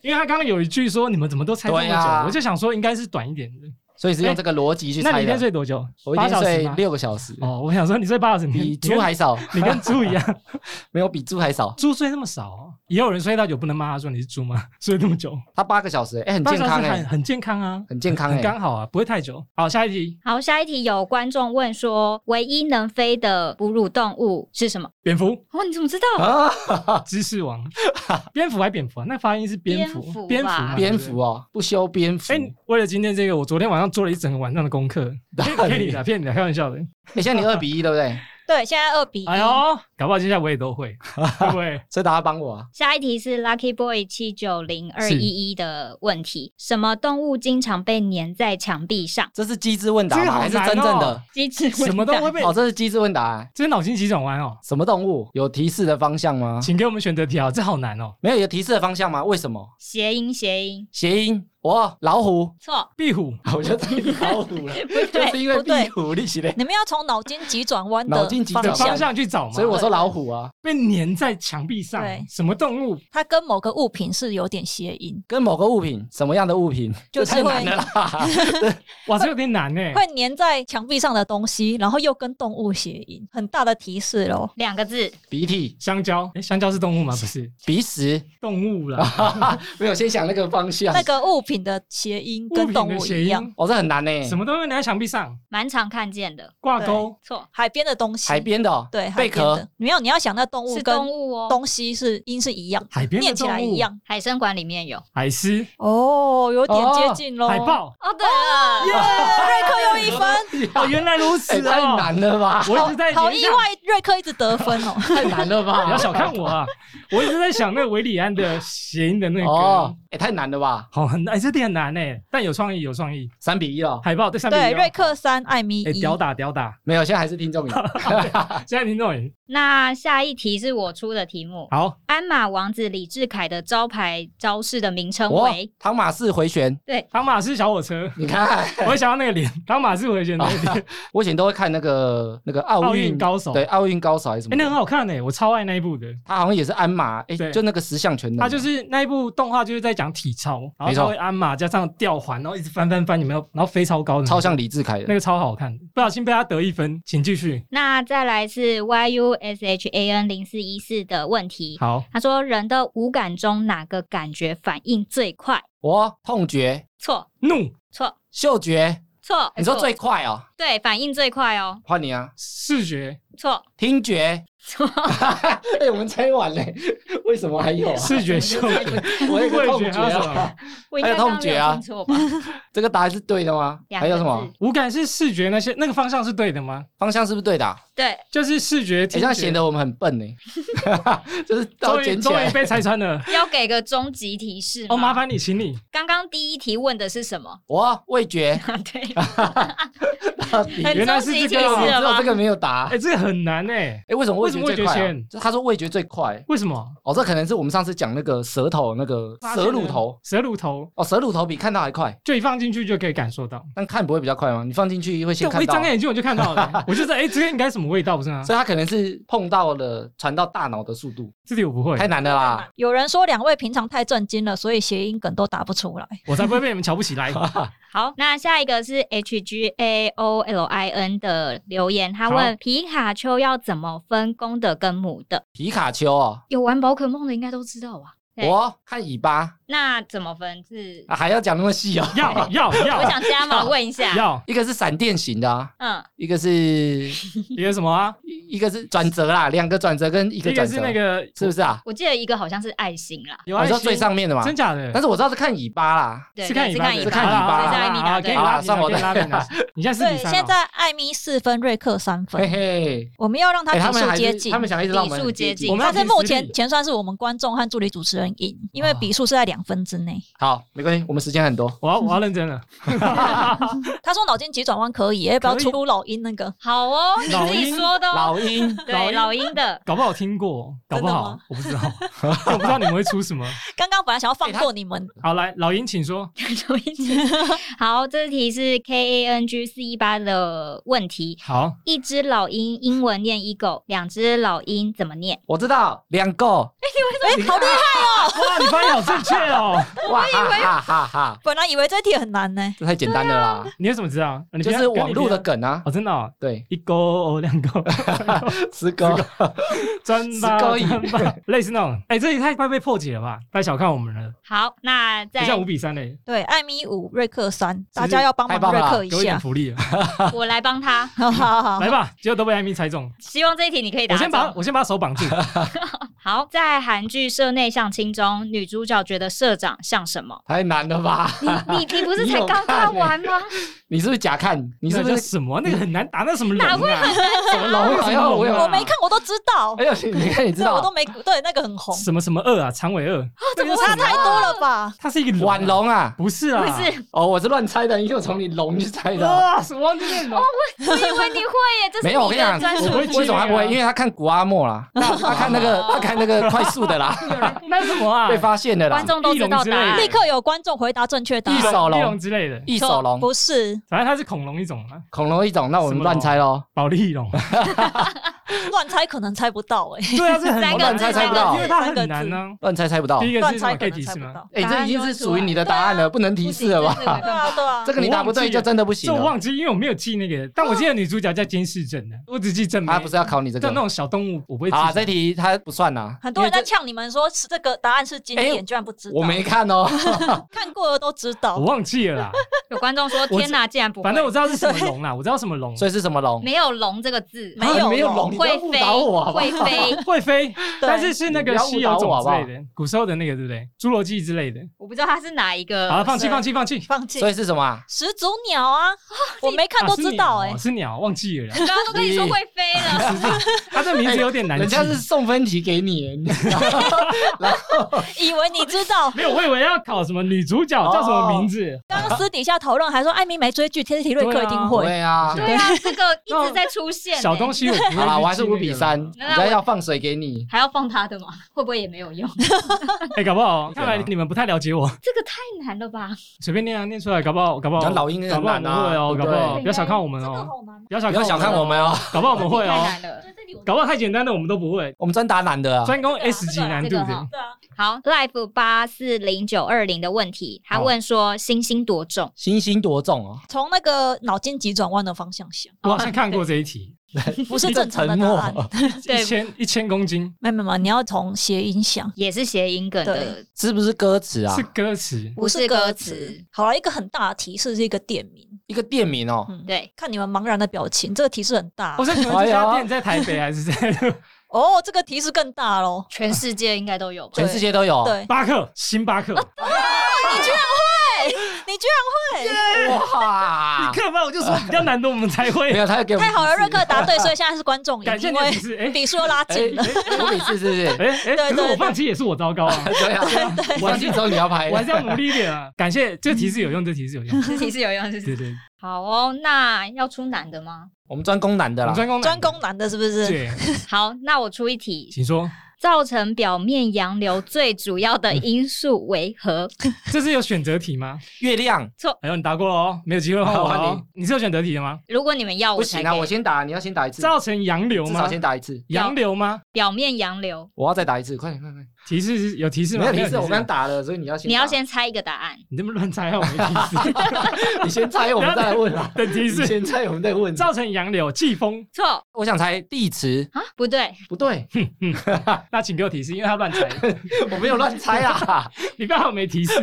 [SPEAKER 1] 因为他刚刚有一句说你们怎么都猜这么久，
[SPEAKER 2] 对啊
[SPEAKER 1] 我就想说应该是短一点的。
[SPEAKER 2] 所以是用这个逻辑去
[SPEAKER 1] 那你
[SPEAKER 2] 猜
[SPEAKER 1] 一天
[SPEAKER 2] 的。
[SPEAKER 1] 睡多久？
[SPEAKER 2] 我一
[SPEAKER 1] 八
[SPEAKER 2] 天
[SPEAKER 1] 小时
[SPEAKER 2] 睡
[SPEAKER 1] 吗？
[SPEAKER 2] 六个小时，
[SPEAKER 1] 哦，我想说你睡八小时，你
[SPEAKER 2] 比
[SPEAKER 1] 你跟
[SPEAKER 2] 猪还少，
[SPEAKER 1] 你跟猪一样，
[SPEAKER 2] 没有比猪还少。
[SPEAKER 1] 猪睡那么少哦，也有人睡到久不能骂他说你是猪吗？ 睡那么久，
[SPEAKER 2] 他八个小时，哎，很
[SPEAKER 1] 八
[SPEAKER 2] 健
[SPEAKER 1] 小
[SPEAKER 2] 康
[SPEAKER 1] 时
[SPEAKER 2] 哎
[SPEAKER 1] 很，很健康啊，
[SPEAKER 2] 很健康
[SPEAKER 1] 很
[SPEAKER 2] 哎。
[SPEAKER 1] 刚好啊，不会太久。好，下一题，
[SPEAKER 3] 好，下一题有观众问说，唯一能飞的哺乳动物是什么？
[SPEAKER 1] 蝙蝠
[SPEAKER 3] 哦，你怎么知道？
[SPEAKER 2] 啊，
[SPEAKER 1] 知识王，蝙蝠还蝙蝠啊？那发音是蝙
[SPEAKER 3] 蝙
[SPEAKER 1] 蝠，
[SPEAKER 3] 蝠
[SPEAKER 1] 蝙蝠
[SPEAKER 3] 吧
[SPEAKER 1] 嘛，
[SPEAKER 2] 蝙蝠哦，不修边幅
[SPEAKER 1] 对。不对。哎，为了今天这个，我昨天晚上做了一整个晚上的功课，骗你的，骗你的，开玩 笑的。
[SPEAKER 2] 哎，现在你二比一，对不对？
[SPEAKER 3] 对，现在二比一。
[SPEAKER 1] 哎呦，搞不好接下来我也都 会，会不会？
[SPEAKER 2] 所以大家帮我啊。
[SPEAKER 3] 下一题是 Lucky Boy 七九零二一一的问题：什么动物经常被粘在墙壁上？
[SPEAKER 2] 这是机智问答
[SPEAKER 1] 这个好
[SPEAKER 2] 吗？还是真正
[SPEAKER 1] 难
[SPEAKER 2] 的
[SPEAKER 1] 哦？
[SPEAKER 3] 机智
[SPEAKER 1] 什么都会
[SPEAKER 3] 问答
[SPEAKER 1] 被，
[SPEAKER 2] 哦，这是机智问答哎。
[SPEAKER 1] 这是脑筋急转弯哦。
[SPEAKER 2] 什么动物有提示的方向吗？
[SPEAKER 1] 请给我们选择题啊，这好难哦。
[SPEAKER 2] 没有有提示的方向吗？为什么？
[SPEAKER 3] 谐音谐音
[SPEAKER 2] 谐音，哦，老虎，
[SPEAKER 3] 错，
[SPEAKER 1] 壁虎，
[SPEAKER 2] 我就对你老虎了，
[SPEAKER 3] 不对
[SPEAKER 2] 就是因为
[SPEAKER 4] 不对
[SPEAKER 2] 壁虎力气嘞，
[SPEAKER 4] 你们要从脑筋急转弯
[SPEAKER 2] 脑
[SPEAKER 4] 的
[SPEAKER 2] 筋急转
[SPEAKER 1] 的
[SPEAKER 2] 弯
[SPEAKER 1] 方
[SPEAKER 4] 方向，
[SPEAKER 1] 向去找嘛。
[SPEAKER 2] 所以我说老虎啊，
[SPEAKER 1] 被粘在墙壁上
[SPEAKER 4] 对，
[SPEAKER 1] 什么动物？
[SPEAKER 4] 它跟某个物品是有点谐音，
[SPEAKER 2] 跟某个物品什么样的物品，这
[SPEAKER 4] 就
[SPEAKER 2] 太
[SPEAKER 4] 是
[SPEAKER 2] 难
[SPEAKER 4] 会
[SPEAKER 2] 了啦。
[SPEAKER 1] 哇，这有点难哎。
[SPEAKER 4] 会粘在墙壁上的东西，然后又跟动物谐音，很大的提示喽。
[SPEAKER 3] 两个字，
[SPEAKER 2] 鼻涕、
[SPEAKER 1] 香蕉，哎，香蕉是动物吗？不是
[SPEAKER 2] 鼻屎，
[SPEAKER 1] 动物啦，
[SPEAKER 2] 没有先想那个方向
[SPEAKER 4] 那。个物品的谐音
[SPEAKER 1] 物
[SPEAKER 4] 跟
[SPEAKER 1] 品
[SPEAKER 4] 动
[SPEAKER 1] 的
[SPEAKER 4] 物
[SPEAKER 1] 谐
[SPEAKER 4] 一样，
[SPEAKER 1] 音，
[SPEAKER 2] 哦，这很难呢。
[SPEAKER 1] 什么都会粘在墙壁上，
[SPEAKER 3] 蛮常看见的，
[SPEAKER 1] 挂钩。
[SPEAKER 3] 错，
[SPEAKER 4] 海边的东西，
[SPEAKER 2] 海边的哦，
[SPEAKER 4] 对海
[SPEAKER 2] 贝
[SPEAKER 4] 边
[SPEAKER 2] 壳
[SPEAKER 4] 的，没有，你要想那动物
[SPEAKER 3] 是
[SPEAKER 4] 跟
[SPEAKER 3] 动物哦。
[SPEAKER 4] 东西是音是一样，
[SPEAKER 1] 海边的
[SPEAKER 4] 念起来
[SPEAKER 1] 动物
[SPEAKER 4] 一样。
[SPEAKER 3] 海参馆里面有
[SPEAKER 1] 海狮、
[SPEAKER 4] 哦，有点接近喽。
[SPEAKER 1] 海，豹。
[SPEAKER 3] 哦，对
[SPEAKER 2] 啊
[SPEAKER 3] 了，
[SPEAKER 4] 瑞克又一 分，
[SPEAKER 1] 哦，原来如
[SPEAKER 2] 哎
[SPEAKER 1] 此
[SPEAKER 2] 太
[SPEAKER 1] 哦。
[SPEAKER 2] 难了吧，
[SPEAKER 1] 我一直在
[SPEAKER 4] 好
[SPEAKER 1] 联
[SPEAKER 4] 意
[SPEAKER 1] 想，
[SPEAKER 4] 外，瑞克一直得分哦。
[SPEAKER 2] 太难了
[SPEAKER 1] 不要
[SPEAKER 2] 吧。
[SPEAKER 1] 小看我啊！我一直在想那个维里安的谐音的那个
[SPEAKER 2] 哦。，哎，太难了吧，
[SPEAKER 1] 好很难，哎，这题很难哎，但有创意，有创意。
[SPEAKER 2] 三比一了，
[SPEAKER 1] 海报对上面
[SPEAKER 4] 对，
[SPEAKER 1] 有
[SPEAKER 4] 瑞，克三，艾米
[SPEAKER 1] 哎，
[SPEAKER 4] 一。
[SPEAKER 1] 屌打屌打，
[SPEAKER 2] 没有，现在还是 听众赢。
[SPEAKER 1] 现在听众也
[SPEAKER 3] 那下一题是我出的题目，
[SPEAKER 1] 好，
[SPEAKER 3] 鞍马王子李志凯的招牌招式的名称
[SPEAKER 2] 哇
[SPEAKER 3] 为，
[SPEAKER 2] 汤马士回旋，
[SPEAKER 1] 汤马斯小火车，
[SPEAKER 2] 你看，
[SPEAKER 1] 我想到那个脸，汤马斯回旋那个脸，
[SPEAKER 2] 我以前都会看那个那个奥
[SPEAKER 1] 奥
[SPEAKER 2] 运
[SPEAKER 1] 运高手。
[SPEAKER 2] 对，
[SPEAKER 1] 哎，
[SPEAKER 2] 奥运高手还是什么
[SPEAKER 1] 那
[SPEAKER 2] 的？
[SPEAKER 1] 很好看哎，我超爱那一部的。
[SPEAKER 2] 他好像也是鞍马，哎
[SPEAKER 1] 对，
[SPEAKER 2] 就那个十项全能，
[SPEAKER 1] 它就是那一部动画，就是在讲体操，然后
[SPEAKER 2] 没错
[SPEAKER 1] 他会鞍马加上吊环，然后一直翻翻翻，有没有？然后飞超高的那个，
[SPEAKER 2] 超像李志凯
[SPEAKER 1] 那
[SPEAKER 2] 的。
[SPEAKER 1] 个超好看的，不小心被他得一分，请继续。
[SPEAKER 3] 那再来是 YUSHAN 零四一四的问题，
[SPEAKER 1] 好，
[SPEAKER 3] 他说人的五感中哪个感觉反应最快？
[SPEAKER 2] 我痛觉、
[SPEAKER 3] 错
[SPEAKER 1] 怒
[SPEAKER 3] 错
[SPEAKER 2] 嗅觉，
[SPEAKER 3] 错，
[SPEAKER 2] 你说
[SPEAKER 3] 错
[SPEAKER 2] 最快哦，
[SPEAKER 3] 对反应最快哦，
[SPEAKER 2] 换你啊。
[SPEAKER 1] 视觉，
[SPEAKER 3] 错
[SPEAKER 2] 听觉，哎，我们猜完嘞，为什么还有啊？
[SPEAKER 1] 视觉嗅觉，
[SPEAKER 2] 我有个
[SPEAKER 1] 味
[SPEAKER 2] 痛
[SPEAKER 1] 觉
[SPEAKER 2] 觉
[SPEAKER 1] 还有什
[SPEAKER 2] 啊
[SPEAKER 1] 么？
[SPEAKER 3] 我应
[SPEAKER 2] 还有
[SPEAKER 3] 该刚
[SPEAKER 2] 痛
[SPEAKER 3] 刚没
[SPEAKER 2] 觉
[SPEAKER 3] 有
[SPEAKER 2] 啊
[SPEAKER 3] 听 错吧？
[SPEAKER 2] 这个答案是对的吗？
[SPEAKER 3] 两
[SPEAKER 2] 还有什
[SPEAKER 3] 个
[SPEAKER 2] 么
[SPEAKER 3] 字
[SPEAKER 1] 五感是视觉那些那个方向是对的吗？
[SPEAKER 2] 方向是不是对的啊？
[SPEAKER 3] 对，
[SPEAKER 1] 就是视觉，
[SPEAKER 2] 哎这
[SPEAKER 1] 听
[SPEAKER 2] 样
[SPEAKER 1] 觉，
[SPEAKER 2] 显得我们很笨呢， 就是都
[SPEAKER 1] 终于
[SPEAKER 2] 捡起
[SPEAKER 1] 终于
[SPEAKER 2] 来。
[SPEAKER 1] 被拆穿 了。
[SPEAKER 3] 要给个终极提示
[SPEAKER 1] 哦，
[SPEAKER 3] 吗
[SPEAKER 1] 麻。烦你，请你
[SPEAKER 3] 刚刚第一题问的是什么？
[SPEAKER 2] 我味觉
[SPEAKER 3] 对，
[SPEAKER 2] 到底，
[SPEAKER 3] 很
[SPEAKER 1] 原来
[SPEAKER 3] 终
[SPEAKER 1] 是
[SPEAKER 3] 极提
[SPEAKER 1] 这
[SPEAKER 3] 示
[SPEAKER 1] 个哦
[SPEAKER 2] 只
[SPEAKER 3] 了
[SPEAKER 2] 有这
[SPEAKER 3] 吗？
[SPEAKER 2] 个没有答
[SPEAKER 1] 哎、。这个很难哎，
[SPEAKER 2] 哎，为什么味
[SPEAKER 1] 为什
[SPEAKER 2] 觉
[SPEAKER 1] 么味
[SPEAKER 2] 最
[SPEAKER 1] 觉
[SPEAKER 2] 快啊
[SPEAKER 1] 先？
[SPEAKER 2] 就他说味觉最快，
[SPEAKER 1] 为什么？
[SPEAKER 2] 哦，这可能是我们上次讲那个舌头那个舌乳头，
[SPEAKER 1] 蛇乳头，
[SPEAKER 2] 哦，舌乳头比看到还快，
[SPEAKER 1] 就一放进去就可以感受到。
[SPEAKER 2] 但看不会比较快吗？你放进去会先
[SPEAKER 1] 就我
[SPEAKER 2] 看
[SPEAKER 1] 一
[SPEAKER 2] 到啊
[SPEAKER 1] 张，眼睛我就看到 了，我就在哎、这个应该什么味道不是吗？
[SPEAKER 2] 所以它可能是碰到了传到大脑的速度，
[SPEAKER 1] 这里我不会，
[SPEAKER 2] 太难了啦。
[SPEAKER 4] 有人说两位平常太震惊了，所以谐音梗都答不出来。
[SPEAKER 1] 我才不会被你们瞧不起来。
[SPEAKER 3] 好，那下一个是 H G A O O L I N 的留言，他问皮卡丘要怎么分公的跟母的？
[SPEAKER 2] 皮卡丘哦，
[SPEAKER 3] 有玩宝可梦的应该都知道吧？对
[SPEAKER 2] 我看尾巴、
[SPEAKER 3] 那怎么分是？
[SPEAKER 2] 啊还要讲那么细哦。
[SPEAKER 1] 要要
[SPEAKER 3] 我
[SPEAKER 1] 要啊
[SPEAKER 3] 想加码问一下，
[SPEAKER 1] 要，
[SPEAKER 2] 一个是闪电型的、啊，
[SPEAKER 3] 嗯，
[SPEAKER 2] 一个是
[SPEAKER 1] 一个什么啊？
[SPEAKER 2] 一个是转折啦，两个转折跟一个
[SPEAKER 1] 一
[SPEAKER 2] 转
[SPEAKER 1] 个
[SPEAKER 2] 折，
[SPEAKER 1] 是那个
[SPEAKER 2] 是不是啊？
[SPEAKER 3] 我记得一个好像是爱心啦，
[SPEAKER 1] 有啊
[SPEAKER 2] 我
[SPEAKER 1] 爱
[SPEAKER 2] 说
[SPEAKER 1] 心
[SPEAKER 2] 最上面的嘛，
[SPEAKER 1] 真假的？
[SPEAKER 2] 但是我知道是看尾巴啦，
[SPEAKER 3] 对，
[SPEAKER 1] 是看尾
[SPEAKER 3] 对是
[SPEAKER 1] 巴
[SPEAKER 3] 看
[SPEAKER 1] 的，
[SPEAKER 3] 尾
[SPEAKER 2] 是看尾巴
[SPEAKER 1] 好
[SPEAKER 2] 的
[SPEAKER 1] 啦
[SPEAKER 3] 最上一
[SPEAKER 1] 好啦
[SPEAKER 3] 名
[SPEAKER 1] 可以
[SPEAKER 2] 好啦
[SPEAKER 1] 拉平
[SPEAKER 2] 啊算我
[SPEAKER 1] 了，
[SPEAKER 2] 的
[SPEAKER 1] 可以拉平 了。你现在是
[SPEAKER 4] 对，
[SPEAKER 1] 第三
[SPEAKER 4] 现
[SPEAKER 1] 了。
[SPEAKER 4] 在艾米四分，瑞克三
[SPEAKER 2] 嘿
[SPEAKER 4] 分。
[SPEAKER 2] 嘿。
[SPEAKER 4] 我们要让他
[SPEAKER 2] 哎哎他
[SPEAKER 4] 比
[SPEAKER 2] 们
[SPEAKER 4] 数
[SPEAKER 2] 还
[SPEAKER 4] 接
[SPEAKER 2] 是
[SPEAKER 4] 近
[SPEAKER 2] 他，们想一直让我们
[SPEAKER 3] 比数
[SPEAKER 2] 很
[SPEAKER 3] 接近
[SPEAKER 1] 我们要
[SPEAKER 4] 但是
[SPEAKER 1] 比
[SPEAKER 4] 目
[SPEAKER 1] 实
[SPEAKER 4] 前
[SPEAKER 1] 力
[SPEAKER 4] 前算是我们观众和助理主持人赢，因
[SPEAKER 2] 哦
[SPEAKER 4] 为比数是在两分之内。
[SPEAKER 2] 好，没关系，我们时间很多。
[SPEAKER 1] 我要我要认真了，
[SPEAKER 4] 他说脑筋急转弯可以，要不要
[SPEAKER 1] 可以
[SPEAKER 4] 出老鹰那个？
[SPEAKER 3] 好哦，你
[SPEAKER 1] 老
[SPEAKER 3] 自己
[SPEAKER 1] 鹰
[SPEAKER 3] 说的哦，
[SPEAKER 2] 老鹰，
[SPEAKER 1] 老
[SPEAKER 3] 对，
[SPEAKER 1] 鹰
[SPEAKER 3] 老鹰的，
[SPEAKER 1] 搞不好听过，搞
[SPEAKER 4] 真
[SPEAKER 1] 不
[SPEAKER 4] 的吗
[SPEAKER 1] 好我不知道， 我不知道你们会出什么。
[SPEAKER 4] 刚刚本来想要放
[SPEAKER 2] 哎他
[SPEAKER 4] 过你们，
[SPEAKER 1] 好，来老鹰，请说。
[SPEAKER 3] 老 鹰的好，这题是 K A N G 四一八的问题。
[SPEAKER 1] 好，
[SPEAKER 3] 一只老鹰英文念 eagle，两只老鹰怎么念？
[SPEAKER 2] 我知道两个。哎，你为什么？好厉
[SPEAKER 1] 哇，你发音好正确哦！
[SPEAKER 2] 害！哇哈哈哈哈！
[SPEAKER 4] 本来以为这题很难呢。
[SPEAKER 2] 这太简单了啦，
[SPEAKER 1] 你怎么知道？你
[SPEAKER 2] 就
[SPEAKER 1] 平常
[SPEAKER 2] 是网络的
[SPEAKER 1] 跟你平
[SPEAKER 2] 梗啊
[SPEAKER 1] 常。哦，真的哦，
[SPEAKER 2] 对，
[SPEAKER 1] 一勾两勾，
[SPEAKER 2] 十哥，
[SPEAKER 1] 真吧
[SPEAKER 2] 十勾一
[SPEAKER 1] 真吧，类似那种。哎，这也太快被破解了吧？太小看我们了，
[SPEAKER 3] 好，那
[SPEAKER 1] 不
[SPEAKER 3] 在
[SPEAKER 1] 像五比三嘞，
[SPEAKER 4] 对，艾米五，瑞克三，大
[SPEAKER 1] 是
[SPEAKER 4] 家要帮
[SPEAKER 2] 太棒
[SPEAKER 4] 忙瑞
[SPEAKER 2] 了
[SPEAKER 4] 克一
[SPEAKER 1] 给我一点
[SPEAKER 4] 下。，
[SPEAKER 1] 福利了。
[SPEAKER 3] 我来帮他
[SPEAKER 4] 好好好，
[SPEAKER 1] 来吧，结果都被艾米猜中。
[SPEAKER 3] 希望这一题你可以答
[SPEAKER 1] 我先把
[SPEAKER 3] 中。
[SPEAKER 1] 我先把手绑住。
[SPEAKER 3] 好，在韩剧《社内相亲》中，女主角觉得社长像什 么？
[SPEAKER 2] 太难了吧？
[SPEAKER 3] 你你你不是
[SPEAKER 2] 你
[SPEAKER 3] 才
[SPEAKER 2] 有
[SPEAKER 3] 刚
[SPEAKER 2] 看
[SPEAKER 3] 看
[SPEAKER 2] 欸
[SPEAKER 3] 完吗？
[SPEAKER 2] 你是不是假看？你
[SPEAKER 1] 你
[SPEAKER 2] 是不是
[SPEAKER 1] 什么啊？那个很难打，那什么龙啊？
[SPEAKER 3] 哪会
[SPEAKER 2] 什么龙啊？哎呦，我
[SPEAKER 1] 啊
[SPEAKER 2] 有，
[SPEAKER 4] 我没看，我都知道。
[SPEAKER 2] 哎呦，你看，你知
[SPEAKER 4] 对，我都
[SPEAKER 2] 道啊
[SPEAKER 4] 没对那个很红，
[SPEAKER 1] 什么什么二啊？长尾二啊？这个是
[SPEAKER 4] 差
[SPEAKER 1] 什么
[SPEAKER 4] 太多了吧？
[SPEAKER 1] 它是一个啊
[SPEAKER 2] 晚？龙啊？
[SPEAKER 1] 不是
[SPEAKER 3] 不
[SPEAKER 1] 啊，
[SPEAKER 3] 是，
[SPEAKER 2] 哦，我是乱猜的，因为我从你龙去猜的。哦
[SPEAKER 1] 啊，什么忘记念龙？
[SPEAKER 3] 我以为你会耶，这是
[SPEAKER 2] 没有，我
[SPEAKER 3] 你
[SPEAKER 2] 跟你讲，
[SPEAKER 3] 的专
[SPEAKER 1] 我
[SPEAKER 3] 属
[SPEAKER 1] 不会
[SPEAKER 2] 我为什么他不会？
[SPEAKER 1] 接啊
[SPEAKER 2] 因为他看古阿莫啦，他看那个，他看那个快速的啦，
[SPEAKER 1] 那是什么啊？
[SPEAKER 2] 被发现的啦
[SPEAKER 3] 观，众都知道
[SPEAKER 1] 翼龙
[SPEAKER 3] 答
[SPEAKER 1] 之类
[SPEAKER 3] 案
[SPEAKER 1] 的
[SPEAKER 4] 立。刻有观众回答正确答
[SPEAKER 2] 哎一
[SPEAKER 4] 案。
[SPEAKER 2] 手龙
[SPEAKER 1] 翼龙之类的，
[SPEAKER 2] 一手龙，
[SPEAKER 4] 不是
[SPEAKER 1] 反正它是恐龙一种啊，
[SPEAKER 2] 恐龙一种，那我们乱猜喽。
[SPEAKER 1] 保利龙。
[SPEAKER 4] 乱猜，可能猜不到哎。
[SPEAKER 1] 对啊，这很
[SPEAKER 3] 三
[SPEAKER 2] 个
[SPEAKER 1] 难
[SPEAKER 2] 字猜不到
[SPEAKER 1] 因为它很难呢。
[SPEAKER 2] 乱猜猜不到
[SPEAKER 1] 第。一个
[SPEAKER 4] 乱
[SPEAKER 1] 是什
[SPEAKER 4] 猜
[SPEAKER 1] 么？可
[SPEAKER 4] 可
[SPEAKER 1] 以
[SPEAKER 4] 能
[SPEAKER 1] 提
[SPEAKER 4] 猜
[SPEAKER 1] 示
[SPEAKER 4] 不
[SPEAKER 1] 吗？
[SPEAKER 4] 到。
[SPEAKER 2] 哎，这已经是属于你的答案了，不能提示了
[SPEAKER 3] 不行这
[SPEAKER 2] 吧
[SPEAKER 3] 个？
[SPEAKER 4] 对啊，对啊
[SPEAKER 2] 这。个你答不对就真的不行
[SPEAKER 1] 这我哦
[SPEAKER 2] 了。
[SPEAKER 1] 忘记，因为我没有记那个，但我记得女主角叫监视症的，我只记正妹。
[SPEAKER 2] 啊他不是要考你这
[SPEAKER 1] 像那
[SPEAKER 2] 个
[SPEAKER 1] 种小动物，我不会记
[SPEAKER 2] 啊？这题他不算啊啦，
[SPEAKER 4] 很多人在呛你们说这个答案是经
[SPEAKER 2] 哎
[SPEAKER 4] 典，居然不知道。
[SPEAKER 2] 我没看 哦。
[SPEAKER 4] 看过的都知道
[SPEAKER 1] 我。忘记了 啦。
[SPEAKER 3] 有观众说：“天哪，竟然不会！”
[SPEAKER 1] 反正我知道是什么龙啦，我知道什么龙，
[SPEAKER 2] 所以是什么龙？
[SPEAKER 3] 没有“龙”这个字，
[SPEAKER 4] 没有
[SPEAKER 2] 啊你没有龙，你不要
[SPEAKER 3] 会
[SPEAKER 2] 误
[SPEAKER 3] 飞，
[SPEAKER 2] 导我好不好
[SPEAKER 3] 会飞。
[SPEAKER 1] 会飞，
[SPEAKER 4] 对
[SPEAKER 1] 但是是那个
[SPEAKER 2] 你不要误
[SPEAKER 1] 稀有
[SPEAKER 2] 导我
[SPEAKER 1] 种
[SPEAKER 2] 好不
[SPEAKER 1] 之
[SPEAKER 2] 好
[SPEAKER 1] 类的，古时候的那个对不对？侏罗纪之类的。
[SPEAKER 3] 我不知道它是哪一个。
[SPEAKER 2] 呃
[SPEAKER 1] 好了，放弃，
[SPEAKER 4] 是
[SPEAKER 1] 放弃，放弃。
[SPEAKER 4] 放弃
[SPEAKER 2] 所。以是什么啊？
[SPEAKER 4] 始祖鸟啊，我没看
[SPEAKER 1] 啊
[SPEAKER 4] 都
[SPEAKER 1] 是
[SPEAKER 4] 知道
[SPEAKER 1] 鸟
[SPEAKER 4] 哎
[SPEAKER 2] 欸
[SPEAKER 1] 哦。是鸟，忘记了啦。
[SPEAKER 3] 我刚刚都跟你说会飞 了，
[SPEAKER 1] 它这名字有点难
[SPEAKER 2] 哎人
[SPEAKER 1] 记
[SPEAKER 2] 家。是送分题给你， 你
[SPEAKER 4] 哎以为你知 道。
[SPEAKER 1] 没有，我以为要考什么女主角叫什么名字，
[SPEAKER 4] 刚刚私底下讨论还说艾米没追剧，天体瑞克一定会。
[SPEAKER 2] 对啊。
[SPEAKER 1] 是
[SPEAKER 3] 对啊，这个一直在出现欸。
[SPEAKER 1] 小东西我不会去记那
[SPEAKER 2] 好
[SPEAKER 1] 个啦。
[SPEAKER 2] 啦，我还是五比三，人
[SPEAKER 3] 那我
[SPEAKER 2] 家要放水给你。
[SPEAKER 3] 还要放它的吗？ 会不会也没有用？
[SPEAKER 1] 哎，搞不好，
[SPEAKER 2] 你
[SPEAKER 1] 看
[SPEAKER 2] 选啊
[SPEAKER 1] 来你们不太了解我，
[SPEAKER 3] 这个太难了吧？
[SPEAKER 1] 随便念啊，念出来，搞不好，搞不好，
[SPEAKER 2] 讲老鹰
[SPEAKER 1] 搞
[SPEAKER 2] 很
[SPEAKER 1] 不好我
[SPEAKER 2] 难
[SPEAKER 1] 们会
[SPEAKER 2] 啊，
[SPEAKER 1] 哦，搞
[SPEAKER 2] 对不
[SPEAKER 1] 不好，
[SPEAKER 2] 对？
[SPEAKER 1] 不要小看我们
[SPEAKER 4] 真的
[SPEAKER 1] 哦，
[SPEAKER 4] 好难。啊
[SPEAKER 1] 不要小
[SPEAKER 2] 不要小看我
[SPEAKER 1] 哦，
[SPEAKER 2] 们 哦，
[SPEAKER 1] 搞不好我们会
[SPEAKER 3] 太
[SPEAKER 1] 哦，
[SPEAKER 3] 难了。
[SPEAKER 1] 搞不好太简单的我们都不会，
[SPEAKER 2] 我们专打懒的啊。
[SPEAKER 1] 专攻
[SPEAKER 4] 这个啊
[SPEAKER 1] S 级难度
[SPEAKER 3] 这个好
[SPEAKER 1] 的，
[SPEAKER 4] 对啊，
[SPEAKER 3] 好，Life 八四零九二零的问题，他
[SPEAKER 1] 好
[SPEAKER 3] 问说星星多重？
[SPEAKER 2] 星星多重哦？
[SPEAKER 4] 从那个脑筋急转弯的方向想，
[SPEAKER 1] 我好像看过这一 题，
[SPEAKER 4] 不是正常的
[SPEAKER 2] 沉
[SPEAKER 4] 答
[SPEAKER 2] 默
[SPEAKER 4] 案。
[SPEAKER 1] 一千一千公斤
[SPEAKER 4] 没有没有没有，你要从谐音想，
[SPEAKER 3] 也是谐音梗的
[SPEAKER 4] 对，
[SPEAKER 2] 是不是歌词啊
[SPEAKER 1] 是？歌 词，
[SPEAKER 3] 不是歌词。。
[SPEAKER 4] 好了，一个很大的提示是一个店名，
[SPEAKER 2] 一个店名哦。
[SPEAKER 4] 嗯，
[SPEAKER 3] 对，
[SPEAKER 4] 看你们茫然的表情，这个提示很大
[SPEAKER 1] 我。是可能
[SPEAKER 2] 哎
[SPEAKER 1] 这
[SPEAKER 2] 呀
[SPEAKER 1] 家店在台
[SPEAKER 2] 哎
[SPEAKER 1] 北还是 在
[SPEAKER 4] 哦，这个提示更大喽。
[SPEAKER 3] 全世界应该都有吧
[SPEAKER 2] 全？世界都有。，
[SPEAKER 4] 对，
[SPEAKER 1] 巴克星巴克？
[SPEAKER 2] 啊
[SPEAKER 4] 你居然会，
[SPEAKER 2] 哇
[SPEAKER 1] 你！看吧，我就说比较难的我们才
[SPEAKER 2] 没
[SPEAKER 1] 会，
[SPEAKER 2] 有，他又给我们
[SPEAKER 4] 太好了，
[SPEAKER 2] 提示
[SPEAKER 4] 瑞克答对，所以现在是观众赢，
[SPEAKER 1] 感谢
[SPEAKER 4] 因
[SPEAKER 1] 你的提
[SPEAKER 4] 为
[SPEAKER 1] 示，哎
[SPEAKER 4] 比数又拉近了。
[SPEAKER 2] 哎，五比四是不是？
[SPEAKER 1] 哎哎，
[SPEAKER 4] 对
[SPEAKER 1] 可是我
[SPEAKER 4] 对
[SPEAKER 1] 放
[SPEAKER 4] 对
[SPEAKER 1] 弃也是我糟糕啊，
[SPEAKER 2] 对啊，
[SPEAKER 1] 我还
[SPEAKER 2] 放
[SPEAKER 1] 是
[SPEAKER 2] 弃之后你要拍
[SPEAKER 1] 我，还是要努力一点 啊，感谢这提示有用，这提示有用，
[SPEAKER 3] 这题是有用，是不是
[SPEAKER 1] 对对，
[SPEAKER 3] 好哦。那要出难的吗？
[SPEAKER 2] 我们专攻男的
[SPEAKER 1] 我
[SPEAKER 2] 啦
[SPEAKER 1] 们。专攻
[SPEAKER 4] 专
[SPEAKER 1] 男的
[SPEAKER 4] 攻男的是不是？
[SPEAKER 1] 对，
[SPEAKER 3] 好，那我出一题。
[SPEAKER 1] 请说。
[SPEAKER 3] 造成表面洋流最主要
[SPEAKER 2] 嗯
[SPEAKER 3] 的因素为何？
[SPEAKER 1] 这是有选择题吗？
[SPEAKER 2] 月亮
[SPEAKER 1] 哎呦，你答过了哦，没有机会换
[SPEAKER 2] 好
[SPEAKER 1] 我了
[SPEAKER 2] 换你
[SPEAKER 1] 哦。你是有选择题的吗？
[SPEAKER 3] 如果你们要
[SPEAKER 1] 哦
[SPEAKER 2] 不
[SPEAKER 3] 我才
[SPEAKER 2] 行
[SPEAKER 3] 给
[SPEAKER 2] 啊，我先打，你要先打一次，
[SPEAKER 1] 造成洋流
[SPEAKER 2] 至
[SPEAKER 1] 吗
[SPEAKER 2] 少？先打一次，
[SPEAKER 1] 洋流吗？
[SPEAKER 3] 表面洋流，
[SPEAKER 2] 我要再打一次，快点快点，
[SPEAKER 1] 提示是有提示
[SPEAKER 2] 没
[SPEAKER 1] 吗？
[SPEAKER 2] 有提示，我刚打了，所以你要先打
[SPEAKER 3] 你要先猜一个答案。
[SPEAKER 1] 你这么乱猜啊，我没提示。，
[SPEAKER 2] 你先猜，我们再来问啊
[SPEAKER 1] 等提
[SPEAKER 2] 你
[SPEAKER 1] 示，
[SPEAKER 2] 先猜，我们再问。
[SPEAKER 1] 造成洋流、季风。
[SPEAKER 3] 错
[SPEAKER 2] 我想猜地磁，
[SPEAKER 3] 啊，不对，
[SPEAKER 2] 不对，
[SPEAKER 1] 那请给我提示，因为他乱猜。
[SPEAKER 2] 我没有乱猜 啊，
[SPEAKER 1] 你不要我没提示，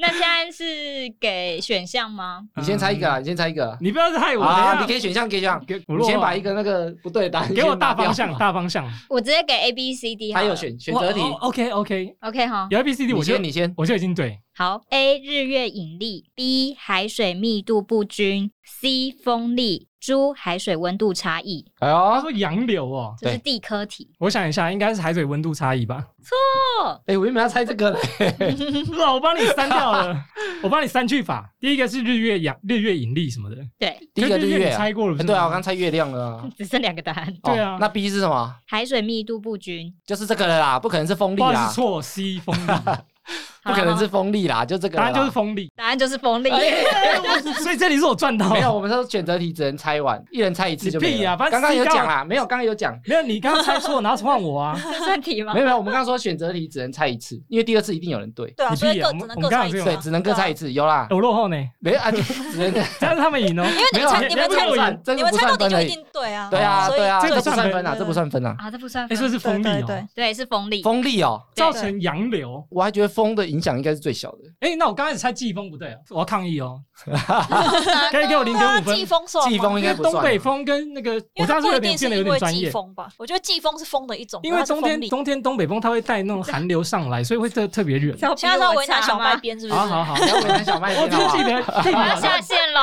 [SPEAKER 3] 那现在是给选项吗？
[SPEAKER 2] 你先猜一个啊，你先猜一个啊，
[SPEAKER 1] 你不要嗯害我。
[SPEAKER 2] 啊，你
[SPEAKER 1] 等
[SPEAKER 2] 给
[SPEAKER 1] 一下
[SPEAKER 2] 选项，给选项，
[SPEAKER 1] 给我
[SPEAKER 2] 你先把一
[SPEAKER 1] 个
[SPEAKER 2] 个那个不对的答案
[SPEAKER 1] 给我
[SPEAKER 2] 先拿
[SPEAKER 1] 大
[SPEAKER 2] 掉
[SPEAKER 1] 方向，大哦方向。
[SPEAKER 3] 我直接给 A B C D 好
[SPEAKER 2] 还
[SPEAKER 3] 了。
[SPEAKER 2] 有选选择题，
[SPEAKER 1] OK OK，
[SPEAKER 3] OK 哈，
[SPEAKER 1] 有 A B C D
[SPEAKER 2] 你
[SPEAKER 1] 我就
[SPEAKER 2] 先你先，
[SPEAKER 1] 我就已经对。
[SPEAKER 3] 好，A 日月引力，B 海水密度不均，C 风力，D 海水温度差异。
[SPEAKER 2] 哎
[SPEAKER 1] 他
[SPEAKER 2] 呦，
[SPEAKER 1] 说洋流哦，
[SPEAKER 3] 这是
[SPEAKER 2] 对
[SPEAKER 3] 地科题，
[SPEAKER 1] 我想一下，应该是海水温度差异吧。
[SPEAKER 3] 哦
[SPEAKER 2] 哎，我原本要猜这个嘞，
[SPEAKER 4] 啊
[SPEAKER 1] 我帮你删掉了， 我帮你删去法。第一个是日月洋日月引力什么的，
[SPEAKER 3] 对，
[SPEAKER 2] 第一个
[SPEAKER 1] 可是
[SPEAKER 2] 日月
[SPEAKER 1] 你
[SPEAKER 2] 啊，
[SPEAKER 1] 猜过了不
[SPEAKER 2] 哎
[SPEAKER 1] 是？
[SPEAKER 2] 对啊，我刚猜月亮了啊，
[SPEAKER 3] 只剩两个答案。
[SPEAKER 2] 哦
[SPEAKER 1] 对啊
[SPEAKER 2] 那 B 是什么？
[SPEAKER 3] 海水密度不均，
[SPEAKER 2] 就是这个了啦，不可能是风力
[SPEAKER 1] 不好意思
[SPEAKER 2] 啦，
[SPEAKER 1] 错，C 风 力，
[SPEAKER 4] 啊
[SPEAKER 1] 答
[SPEAKER 2] 不可能是哎风力啦，就这个了啦，
[SPEAKER 1] 案就是风力。
[SPEAKER 3] 答案就是风力。
[SPEAKER 4] 哎
[SPEAKER 1] 所以这里是我赚到，
[SPEAKER 2] 没有，我们说选择题只能猜完，一人猜一次就没
[SPEAKER 1] 你屁
[SPEAKER 2] 了
[SPEAKER 1] 啊反正
[SPEAKER 2] 刚刚有
[SPEAKER 1] 谁告
[SPEAKER 2] 讲啦，没有，刚刚有讲，
[SPEAKER 1] 没有，你刚刚猜错，然后换我啊。
[SPEAKER 3] 这算题吗
[SPEAKER 2] 没？有没有，我们刚刚说选择题只能猜一次，因为第二次一定有人对，
[SPEAKER 4] 对啊，
[SPEAKER 1] 你
[SPEAKER 4] 所以
[SPEAKER 1] 屁
[SPEAKER 4] 各
[SPEAKER 1] 啊
[SPEAKER 4] 只
[SPEAKER 1] 我们
[SPEAKER 4] 能各
[SPEAKER 1] 我们刚
[SPEAKER 4] 猜
[SPEAKER 1] 好
[SPEAKER 4] 一
[SPEAKER 1] 是
[SPEAKER 4] 次
[SPEAKER 1] 有
[SPEAKER 4] 啊，
[SPEAKER 2] 对，只能各猜一
[SPEAKER 4] 次。
[SPEAKER 2] 次，有啦，
[SPEAKER 1] 我落后呢，
[SPEAKER 2] 没啊，就只能
[SPEAKER 1] 这样他们赢哦。
[SPEAKER 4] 因为 你
[SPEAKER 2] 没有
[SPEAKER 4] 们
[SPEAKER 2] 你
[SPEAKER 4] 猜，你
[SPEAKER 1] 要
[SPEAKER 4] 们
[SPEAKER 1] 不
[SPEAKER 4] 猜
[SPEAKER 1] 要
[SPEAKER 2] 不
[SPEAKER 1] 我
[SPEAKER 2] 算，这
[SPEAKER 4] 你
[SPEAKER 2] 个
[SPEAKER 4] 们
[SPEAKER 2] 不
[SPEAKER 4] 猜到
[SPEAKER 2] 算分
[SPEAKER 4] 底就
[SPEAKER 2] 而
[SPEAKER 4] 一
[SPEAKER 2] 已。
[SPEAKER 4] 定对啊，
[SPEAKER 2] 对啊
[SPEAKER 4] 所以
[SPEAKER 2] 对啊，
[SPEAKER 1] 这
[SPEAKER 2] 这
[SPEAKER 1] 个
[SPEAKER 2] 不
[SPEAKER 1] 算
[SPEAKER 2] 算
[SPEAKER 1] 分
[SPEAKER 2] 分啊，这不算分啊。
[SPEAKER 3] 啊，这不算
[SPEAKER 1] 哎，
[SPEAKER 3] 分。
[SPEAKER 1] 所以是风力
[SPEAKER 4] 对对
[SPEAKER 1] 哦
[SPEAKER 4] 对，
[SPEAKER 3] 对，是风力。
[SPEAKER 2] 风力哦，
[SPEAKER 1] 造
[SPEAKER 3] 对
[SPEAKER 1] 成洋流。
[SPEAKER 2] 我还觉得风的影响应该是最小的。
[SPEAKER 1] 哎，那我刚开始猜季风不对哦，我要抗议 哦。可以给我零
[SPEAKER 4] 对
[SPEAKER 1] 点
[SPEAKER 4] 啊，
[SPEAKER 1] 五分
[SPEAKER 4] 季。风算吗
[SPEAKER 2] 季风应
[SPEAKER 1] 因
[SPEAKER 2] 该
[SPEAKER 1] 为
[SPEAKER 2] 不算啊
[SPEAKER 1] 东北风跟那个，
[SPEAKER 4] 因
[SPEAKER 1] 我这
[SPEAKER 4] 为它
[SPEAKER 1] 样
[SPEAKER 4] 不
[SPEAKER 1] 有
[SPEAKER 4] 一
[SPEAKER 1] 点
[SPEAKER 4] 定是
[SPEAKER 1] 变得有
[SPEAKER 4] 因
[SPEAKER 1] 点
[SPEAKER 4] 为
[SPEAKER 1] 专
[SPEAKER 4] 季
[SPEAKER 1] 业。
[SPEAKER 4] 风吧？我觉得季风是风的一种，
[SPEAKER 1] 因为
[SPEAKER 4] 它是
[SPEAKER 1] 冬
[SPEAKER 4] 风
[SPEAKER 1] 天
[SPEAKER 4] 力。
[SPEAKER 1] 冬天东北风它会带那种寒流上来，所以会特特别热。
[SPEAKER 4] 现在是要为难小
[SPEAKER 3] 白
[SPEAKER 4] 麦，边是不是？
[SPEAKER 1] 好好好，
[SPEAKER 2] 不要为难小麦啊
[SPEAKER 1] 我
[SPEAKER 2] 先
[SPEAKER 1] 只
[SPEAKER 2] 好不
[SPEAKER 1] 是记
[SPEAKER 2] 好？
[SPEAKER 1] 得记得
[SPEAKER 3] 我要下线了。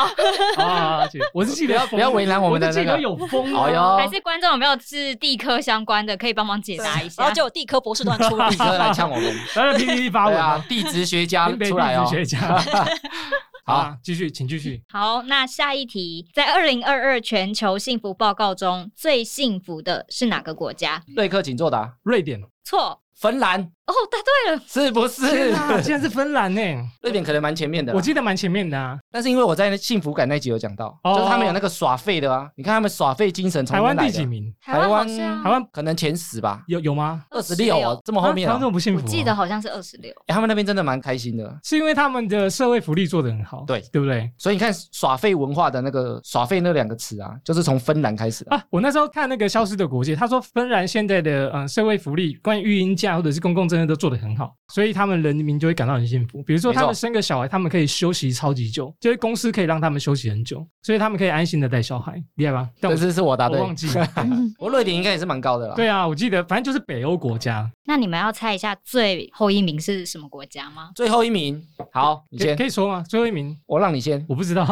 [SPEAKER 1] 啊，我是记得
[SPEAKER 2] 不要为难我们的
[SPEAKER 1] 记
[SPEAKER 2] 那
[SPEAKER 1] 得
[SPEAKER 2] 个。
[SPEAKER 1] 有风
[SPEAKER 2] 哎
[SPEAKER 1] 啊。
[SPEAKER 3] 还
[SPEAKER 2] 呦，
[SPEAKER 3] 是观众有没有是地科相关的，可以帮忙解答一下？
[SPEAKER 4] 然后就有地科博士段出来
[SPEAKER 2] 地，哥来呛我们。
[SPEAKER 1] 然后 PPT 发
[SPEAKER 2] 对
[SPEAKER 1] 文
[SPEAKER 2] 啊
[SPEAKER 1] 啊，，
[SPEAKER 2] 地质学 家
[SPEAKER 1] 林北
[SPEAKER 2] 出来
[SPEAKER 1] 地
[SPEAKER 2] 哦
[SPEAKER 1] 质。学家。
[SPEAKER 2] 好，
[SPEAKER 1] 好，继续，请继续。
[SPEAKER 3] 好，那下一题，在二零二二全球幸福报告中，最幸福的是哪个国家？
[SPEAKER 2] 瑞克，请作答。
[SPEAKER 1] 瑞典，
[SPEAKER 3] 错
[SPEAKER 2] 芬兰
[SPEAKER 3] 哦，答对了，
[SPEAKER 2] 是不是？
[SPEAKER 1] 啊竟然是芬兰呢，
[SPEAKER 2] 瑞典可能蛮前面的啦
[SPEAKER 1] 我，记得蛮前面的啊。
[SPEAKER 2] 但是因为我在幸福感那集有讲到，
[SPEAKER 1] 哦
[SPEAKER 2] 就是他们有那个耍废的啊。你看他们耍废精神从
[SPEAKER 1] 台
[SPEAKER 2] 哪来
[SPEAKER 1] 湾
[SPEAKER 2] 的？
[SPEAKER 1] 第几名？
[SPEAKER 2] 台湾
[SPEAKER 3] 好像
[SPEAKER 1] 台湾
[SPEAKER 2] 可能前十吧，
[SPEAKER 1] 有有吗？
[SPEAKER 2] 二十六哦，这么后面
[SPEAKER 1] 啊台
[SPEAKER 2] 哦
[SPEAKER 1] 湾这么不幸
[SPEAKER 3] 我
[SPEAKER 1] 福哦？
[SPEAKER 3] 记得好像是二十六，
[SPEAKER 2] 欸他们那边真的蛮开心的。
[SPEAKER 1] 是因为他们的社会福利做得很好，
[SPEAKER 2] 对
[SPEAKER 1] 对不对？
[SPEAKER 2] 所以你看耍废文化的那个耍废那两个词啊，就是从芬兰开始的。
[SPEAKER 1] 啊，我那时候看那个《消失的国界》，他说芬兰现在的嗯、呃社会福利，关于育婴假或者是公共政策都做得很好，所以他们人民就会感到很幸福。比如说他
[SPEAKER 2] 没
[SPEAKER 1] 们
[SPEAKER 2] 错
[SPEAKER 1] 生个小孩，他们可以休息超级久，就是公司可以让他们休息很久，所以他们可以安心的带小孩，厉害吧？但
[SPEAKER 2] 这
[SPEAKER 1] 我
[SPEAKER 2] 次是我答对
[SPEAKER 1] 我，忘记
[SPEAKER 2] 不过瑞典应该也是蛮高的啦。，
[SPEAKER 1] 对啊，我记得，反正就是北欧国家，
[SPEAKER 3] 那你们要猜一下最后一名是什么国家吗？
[SPEAKER 2] 最后一名，好，你
[SPEAKER 1] 可以
[SPEAKER 2] 先
[SPEAKER 1] 可，以说吗？最后一名
[SPEAKER 2] 我让你先，
[SPEAKER 1] 我不知道，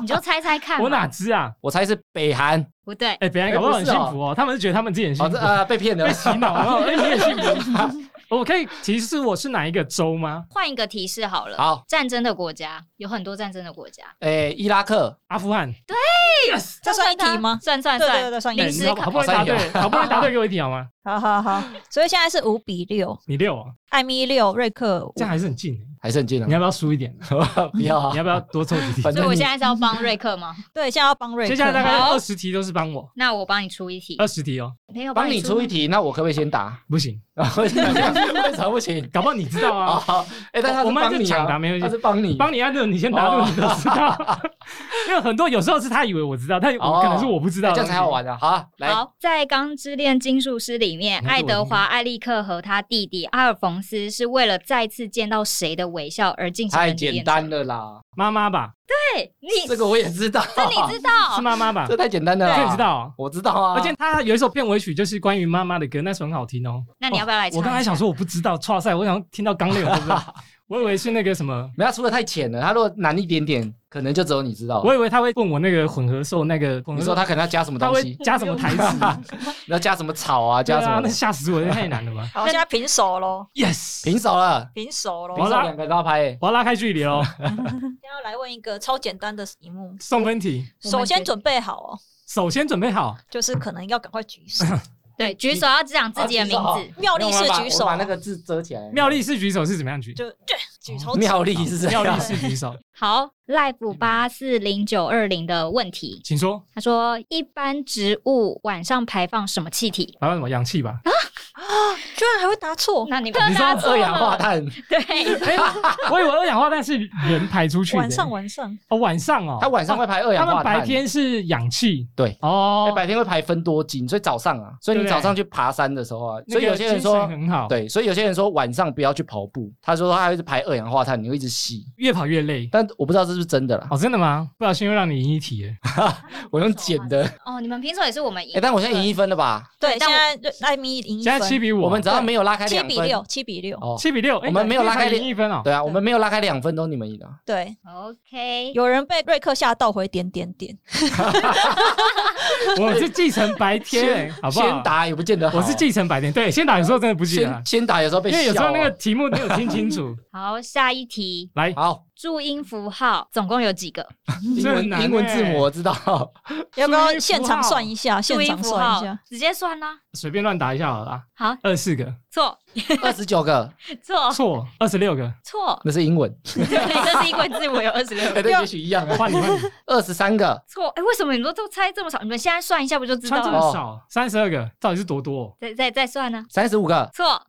[SPEAKER 3] 你就猜猜看嘛。
[SPEAKER 1] 我哪知啊？
[SPEAKER 2] 我猜是 北韩。
[SPEAKER 3] 不对？
[SPEAKER 1] 哎、北韩
[SPEAKER 2] 哎
[SPEAKER 1] 搞不好
[SPEAKER 2] 不
[SPEAKER 1] 很
[SPEAKER 2] 是
[SPEAKER 1] 幸
[SPEAKER 2] 哦
[SPEAKER 1] 福哦，他们是觉得他们自己很幸
[SPEAKER 2] 哦，
[SPEAKER 1] 福，
[SPEAKER 2] 这呃被骗了
[SPEAKER 1] 被。洗脑了，哎、你很幸 福。我可以提示我是哪一个州吗？
[SPEAKER 3] 换一个提示好了。
[SPEAKER 2] 好，
[SPEAKER 3] 战争的国家有很多战争的国家，
[SPEAKER 2] 哎，伊拉克，
[SPEAKER 1] 阿富汗。
[SPEAKER 4] 这算一题吗？
[SPEAKER 3] 算算
[SPEAKER 4] 对
[SPEAKER 3] 算，
[SPEAKER 4] 对对算一题
[SPEAKER 3] 临时
[SPEAKER 1] 好
[SPEAKER 3] 考
[SPEAKER 1] 好不容易答对，好不容易答对，给我一题好吗？
[SPEAKER 4] 好好好，所以现在是五比六，
[SPEAKER 1] 你六啊，
[SPEAKER 4] 艾米六，瑞克五
[SPEAKER 1] 这。样还是很近欸。
[SPEAKER 2] 还是很近
[SPEAKER 1] 你
[SPEAKER 2] 了。
[SPEAKER 1] 要不要输一点？
[SPEAKER 2] 不要啊
[SPEAKER 1] 你要，不要多凑几题？
[SPEAKER 2] 反
[SPEAKER 3] 所以
[SPEAKER 2] 正
[SPEAKER 3] 我
[SPEAKER 2] 你
[SPEAKER 3] 现在是要帮瑞克吗？
[SPEAKER 4] 对，现在要帮瑞克。
[SPEAKER 1] 接下来大概
[SPEAKER 3] 好
[SPEAKER 1] 二十题都是帮我，
[SPEAKER 3] 那我帮你出一题，
[SPEAKER 1] 二十题哦，
[SPEAKER 3] 没有
[SPEAKER 2] 帮你出一
[SPEAKER 3] 题。
[SPEAKER 2] 题，那我可不可以先答？
[SPEAKER 1] 不行，
[SPEAKER 2] 为什么不行？
[SPEAKER 1] 搞不好你知道
[SPEAKER 2] 哦，
[SPEAKER 1] 啊。
[SPEAKER 2] 好，哎，但他
[SPEAKER 1] 我
[SPEAKER 2] 是
[SPEAKER 1] 们还
[SPEAKER 2] 帮
[SPEAKER 1] 是
[SPEAKER 2] 你
[SPEAKER 1] 抢答
[SPEAKER 2] 啊，
[SPEAKER 1] 没关系
[SPEAKER 2] 他是帮你，
[SPEAKER 1] 帮你按着你先答对，你都知道。 因为很多有时候是他以为我知道，但我
[SPEAKER 2] 哦
[SPEAKER 1] 可能是我不知道
[SPEAKER 2] 哎
[SPEAKER 1] 的
[SPEAKER 2] 这
[SPEAKER 1] 东西，
[SPEAKER 2] 样才好玩啊。好啊，来，
[SPEAKER 3] 好，在《钢之炼金术师》里面，
[SPEAKER 1] 那是我
[SPEAKER 3] 爱德华·艾利克和他弟弟阿尔冯斯是为了再次见到谁的微笑而进行了
[SPEAKER 2] 太
[SPEAKER 3] 历
[SPEAKER 2] 简
[SPEAKER 3] 练。
[SPEAKER 2] 单了啦，
[SPEAKER 1] 妈妈吧，
[SPEAKER 3] 对，你
[SPEAKER 2] 这个我也知道，
[SPEAKER 3] 你知
[SPEAKER 1] 是
[SPEAKER 3] 道，
[SPEAKER 1] 妈 妈吧？
[SPEAKER 2] 这太简单了
[SPEAKER 1] 这
[SPEAKER 2] 啦，
[SPEAKER 1] 你知道哦。
[SPEAKER 2] 我知道啊，
[SPEAKER 1] 而且他有一首片尾曲，就是关于妈妈的歌，那首很好听哦。
[SPEAKER 3] 那你要不要来唱一下
[SPEAKER 1] 我刚才想说我不知道，哇塞，我想听到刚那个，对不 对我以为是那个什么，
[SPEAKER 2] 没有他出的太浅了，他如果难一点点，可能就只有你知道。
[SPEAKER 1] 我以为他会问我那个混合兽那个混
[SPEAKER 2] 你
[SPEAKER 1] 合兽，
[SPEAKER 2] 说他可能要加什么
[SPEAKER 1] 他
[SPEAKER 2] 东
[SPEAKER 1] 会
[SPEAKER 2] 西，
[SPEAKER 1] 加什么台 词？
[SPEAKER 2] 你要加什么草啊，
[SPEAKER 1] 对
[SPEAKER 2] 加什
[SPEAKER 1] 啊，
[SPEAKER 2] 么
[SPEAKER 1] 那？吓死我，那太 难了吧
[SPEAKER 4] 好，现在平手喽，
[SPEAKER 1] ？Yes，
[SPEAKER 2] 平手了，
[SPEAKER 4] 平手
[SPEAKER 1] 好
[SPEAKER 4] 喽。
[SPEAKER 2] 平
[SPEAKER 1] 啦
[SPEAKER 2] 手两个都要拍欸。
[SPEAKER 1] 我要拉开距离喽。
[SPEAKER 4] 现在要来问一个超简单的题目，
[SPEAKER 1] 送分题，
[SPEAKER 4] 首先准备好哦，
[SPEAKER 1] 首先准备好，
[SPEAKER 4] 就是可能要赶快举手。
[SPEAKER 3] 对，举手要讲自己的名
[SPEAKER 2] 啊举
[SPEAKER 3] 字。
[SPEAKER 4] 妙
[SPEAKER 2] 那
[SPEAKER 4] 力
[SPEAKER 2] 我
[SPEAKER 4] 士
[SPEAKER 2] 们把
[SPEAKER 4] 举手啊
[SPEAKER 2] 我，把那个字遮起来。
[SPEAKER 1] 妙力士举手是怎么样举？
[SPEAKER 4] 就对举手指
[SPEAKER 2] 妙力是这
[SPEAKER 1] 哦妙
[SPEAKER 2] 样
[SPEAKER 1] 力士举 手，
[SPEAKER 3] 好，Life 八四零九二零的问题，
[SPEAKER 1] 请说。
[SPEAKER 3] 他说：一般植物晚上排放什么气体？哦
[SPEAKER 1] 麻烦什么氧气 吧？
[SPEAKER 4] 居然还会答错，
[SPEAKER 3] 那你
[SPEAKER 1] 你说
[SPEAKER 2] 二氧化碳，
[SPEAKER 3] 对，
[SPEAKER 1] 哎，我以为二氧化碳是人排出去的。
[SPEAKER 4] 晚上晚上
[SPEAKER 1] 哦，晚上哦，
[SPEAKER 2] 它晚上会排二氧
[SPEAKER 1] 他
[SPEAKER 2] 化
[SPEAKER 1] 们
[SPEAKER 2] 碳。
[SPEAKER 1] 白天是氧气，
[SPEAKER 2] 对哎
[SPEAKER 1] 哦，
[SPEAKER 2] 白天会排分多精，所以早上啊，所以你
[SPEAKER 1] 对
[SPEAKER 2] 早上去爬山的时候啊，
[SPEAKER 1] 那
[SPEAKER 2] 所以
[SPEAKER 1] 个
[SPEAKER 2] 有些人
[SPEAKER 1] 精神
[SPEAKER 2] 说。
[SPEAKER 1] 很好，，
[SPEAKER 2] 对，所以有些人说晚上不要去跑步，他说他会一直排二氧化碳，你会一直吸，
[SPEAKER 1] 越跑越累。
[SPEAKER 2] 但我不知道这是不是真的啦。
[SPEAKER 1] 哦，真的吗？不小心又让你赢一题了。
[SPEAKER 2] 我用剪的，哎、
[SPEAKER 3] 哦，你们平手也是我们赢，
[SPEAKER 2] 但我现在赢一分了吧？
[SPEAKER 4] 对，
[SPEAKER 3] 但
[SPEAKER 4] 现
[SPEAKER 3] 我
[SPEAKER 4] 在就艾米赢一
[SPEAKER 1] 现在七
[SPEAKER 4] 分，
[SPEAKER 1] 比五啊，
[SPEAKER 2] 我们只要没有拉开
[SPEAKER 4] 七
[SPEAKER 2] 两分，
[SPEAKER 4] 比六，七比六，
[SPEAKER 2] 哦，
[SPEAKER 1] 七比六，哎
[SPEAKER 2] 我们没有拉开
[SPEAKER 1] 你才赢一分哦。
[SPEAKER 2] 对啊，我们没有拉开两分都你们赢了。
[SPEAKER 4] 对，
[SPEAKER 3] OK，
[SPEAKER 4] 有人被瑞克吓到回点点点，
[SPEAKER 1] 我是继承白天，好不好？
[SPEAKER 2] 先打也不见得好，
[SPEAKER 1] 我是继承白天，对，先打有时候真的不记得啊
[SPEAKER 2] 先，先打有时候被
[SPEAKER 1] 因为有时
[SPEAKER 2] 笑
[SPEAKER 1] 候
[SPEAKER 2] 啊
[SPEAKER 1] 那个题目没有听清 楚。
[SPEAKER 3] 好，下一题，
[SPEAKER 1] 来，
[SPEAKER 2] 好
[SPEAKER 3] 注音符号总共有几个？
[SPEAKER 2] 英
[SPEAKER 1] 这很
[SPEAKER 2] 文
[SPEAKER 1] 难
[SPEAKER 2] 英文字
[SPEAKER 1] 欸
[SPEAKER 2] 母我知道，
[SPEAKER 4] 要不要
[SPEAKER 1] 注意符号
[SPEAKER 4] 现场算一下？现
[SPEAKER 3] 注音
[SPEAKER 4] 场
[SPEAKER 3] 符
[SPEAKER 4] 算
[SPEAKER 3] 号
[SPEAKER 4] 一下，
[SPEAKER 3] 直接算啦。
[SPEAKER 1] 随便乱打一下好了啊，
[SPEAKER 3] 好，
[SPEAKER 1] 二四个
[SPEAKER 3] 错
[SPEAKER 2] 二十九个，哦
[SPEAKER 3] 错
[SPEAKER 1] 错，二十六个
[SPEAKER 3] 错，
[SPEAKER 2] 那是 英文，
[SPEAKER 3] 对，这是英文字母有二十六
[SPEAKER 2] 哎，
[SPEAKER 3] 个。
[SPEAKER 2] 对，也许一样啊。
[SPEAKER 1] 换你 换你，
[SPEAKER 2] 二十三个，
[SPEAKER 3] 错，哎，为什么你们都猜这么少？你们现在算一下不就知
[SPEAKER 1] 穿
[SPEAKER 3] 道
[SPEAKER 1] 这
[SPEAKER 3] 了？
[SPEAKER 1] 么
[SPEAKER 2] 哦
[SPEAKER 1] 少，三十二个，到底是多多哦？
[SPEAKER 3] 再再再算呢？
[SPEAKER 2] 三十五 个，
[SPEAKER 3] 错，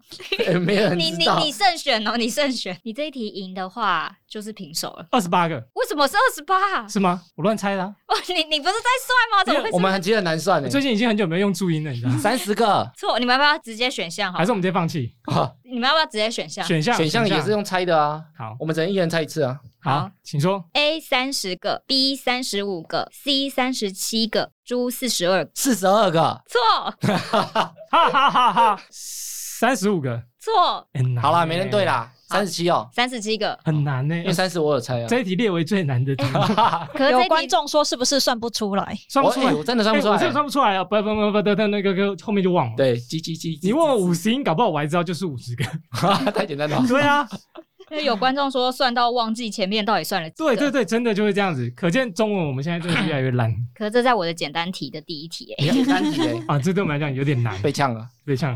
[SPEAKER 2] 哎没有人
[SPEAKER 3] 你
[SPEAKER 2] 知
[SPEAKER 3] 你
[SPEAKER 2] 道。
[SPEAKER 3] 你慎选哦，你慎选。你这一题赢的话就是平手了。
[SPEAKER 1] 二十八个
[SPEAKER 3] 为什么是二十 八？
[SPEAKER 1] 是吗？我乱猜的啊。
[SPEAKER 3] 哦，你你不是在算吗？怎么会
[SPEAKER 2] 我
[SPEAKER 3] 是？
[SPEAKER 2] 们很其实很难算
[SPEAKER 1] 我
[SPEAKER 2] 的，
[SPEAKER 1] 最啊近已经很久没用注音了，你知道吗？
[SPEAKER 2] 三十个，
[SPEAKER 3] 错，你们要不要直接选项？好
[SPEAKER 1] 还，是我们直接放弃？
[SPEAKER 2] 啊
[SPEAKER 3] 你们要不要直接选项
[SPEAKER 1] 选项
[SPEAKER 2] 选项也是用猜的啊。
[SPEAKER 1] 好
[SPEAKER 2] 我们只能一人猜一次啊。
[SPEAKER 1] 好
[SPEAKER 3] 好，
[SPEAKER 1] 请说。
[SPEAKER 3] ？A 三十个，B 三十五个，C 三十七个猪四十二个。
[SPEAKER 2] 四十二个，
[SPEAKER 3] 错
[SPEAKER 1] 哈哈哈哈，三十五个，
[SPEAKER 3] 错，
[SPEAKER 1] 很难
[SPEAKER 2] 好啦，
[SPEAKER 1] 欸
[SPEAKER 2] 没人对，啦，三十七哦，
[SPEAKER 3] 三十七个。
[SPEAKER 1] 很难呢
[SPEAKER 2] 因为。三十我有猜啊。
[SPEAKER 1] 这一题列为最难的题，
[SPEAKER 3] 可是这
[SPEAKER 4] 有
[SPEAKER 3] 题
[SPEAKER 4] 观众说是不是算不出来？
[SPEAKER 1] 算
[SPEAKER 2] 我
[SPEAKER 1] 不出来
[SPEAKER 2] 哎，我真的算不出
[SPEAKER 1] 哎我真的
[SPEAKER 2] 来。
[SPEAKER 1] 算不出来啊！不不不不，等等那个个后面就忘了。
[SPEAKER 2] 对，叽叽叽，
[SPEAKER 1] 你问我五十音，搞不好我还知道就是五十个。
[SPEAKER 2] 我 太简单了。
[SPEAKER 1] 对啊，
[SPEAKER 3] 因为有观众说算到忘记前面到底算了几个。
[SPEAKER 1] 对啊对对，真的就会这样子。可见中文我们现在真的是越来越烂
[SPEAKER 3] 可是这在我的简单题的第一题、欸，
[SPEAKER 2] 你看三题嘞，
[SPEAKER 1] 啊，这对我们来讲有点难。
[SPEAKER 2] 被呛了。
[SPEAKER 1] 对， 像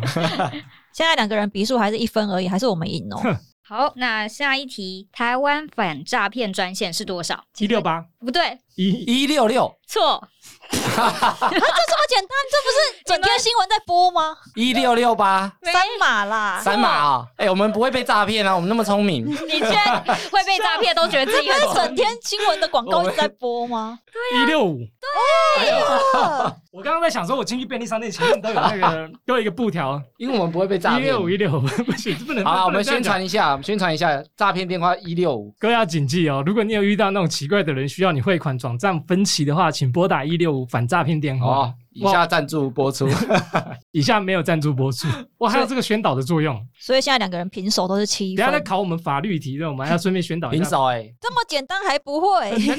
[SPEAKER 4] 现在两个人比数还是一分而已，还是我们赢哦？
[SPEAKER 3] 好，那下一题，台湾反诈骗专线是多少？
[SPEAKER 1] 一六八
[SPEAKER 3] 不对，
[SPEAKER 1] 一
[SPEAKER 2] 一六六，
[SPEAKER 3] 错，
[SPEAKER 4] 这这么简单，这 不是整天新闻在播吗？
[SPEAKER 2] 一六六八，
[SPEAKER 3] 没
[SPEAKER 4] 三码啦，
[SPEAKER 2] 三码啊！哎，我们不会被诈骗啊，我们那么聪明。
[SPEAKER 3] 你居然会被诈骗，都觉得自己
[SPEAKER 4] 不
[SPEAKER 3] 很
[SPEAKER 4] 是整天新闻的广告一直在播吗？
[SPEAKER 1] 一六五。
[SPEAKER 3] 哎
[SPEAKER 4] 啊
[SPEAKER 1] 我刚刚在想说，我进去便利商店前面都有那个 都有一个布条，
[SPEAKER 2] 因为我们不会被诈
[SPEAKER 1] 一
[SPEAKER 2] 骗
[SPEAKER 1] 六。五一六五， 不行，不能。
[SPEAKER 2] 好了，
[SPEAKER 1] 不
[SPEAKER 2] 我
[SPEAKER 1] 能
[SPEAKER 2] 们
[SPEAKER 1] 这样
[SPEAKER 2] 宣
[SPEAKER 1] 讲。
[SPEAKER 2] 传一下，我们宣传一下诈骗电话一六五。
[SPEAKER 1] 各位要谨记哦，如果你有遇到那种奇怪的人需要你汇款转账分期的话，请拨打一六五反诈骗电话。
[SPEAKER 2] 哦，以下赞助播出。
[SPEAKER 1] 以下没有赞助播 出，哇，还有这个宣导的作用。
[SPEAKER 4] 所以现在两个人平手都是七
[SPEAKER 1] 等一下再
[SPEAKER 4] 分，
[SPEAKER 1] 考我们法律题，那我们还要顺便宣导一
[SPEAKER 2] 平
[SPEAKER 1] 下。
[SPEAKER 2] 手哎，
[SPEAKER 4] 这么简单还不会？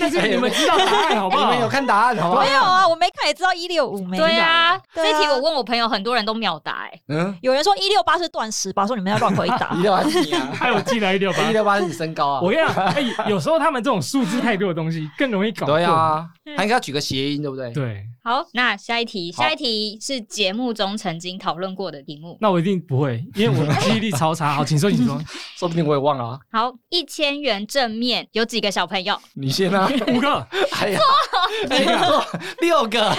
[SPEAKER 1] 但是哎你们知道答案好不
[SPEAKER 2] 你
[SPEAKER 1] 好？
[SPEAKER 2] 们有看答案好不好
[SPEAKER 4] 没？有啊，我没看也知道一六五没。
[SPEAKER 3] 对啊，
[SPEAKER 4] 对
[SPEAKER 3] 这
[SPEAKER 4] 啊
[SPEAKER 3] 题我问我朋友，很多人都秒答、欸，
[SPEAKER 1] 啊
[SPEAKER 2] 嗯，
[SPEAKER 4] 有人说一六八是断食吧，说你们要乱回答
[SPEAKER 2] 一。六八是你啊，
[SPEAKER 1] 还有记得一六八
[SPEAKER 2] 一。六八是你身高啊。
[SPEAKER 1] 我跟你讲，哎、有时候他们这种数字太多的东西更容易搞混。
[SPEAKER 2] 对啊，他应该要取个谐音，对不对？
[SPEAKER 1] 对，
[SPEAKER 3] 好，那下一题，
[SPEAKER 2] 好
[SPEAKER 3] 下一题是节目中曾经讨论过的题目。
[SPEAKER 1] 那我一定不会，因为我的记忆力超差。好，请说， 请说。
[SPEAKER 2] 说不定我也忘了啊。
[SPEAKER 3] 好，一千元正面有几个小朋友？
[SPEAKER 2] 你先 啊，
[SPEAKER 1] 五个，
[SPEAKER 2] 哎呀，哎呀六个，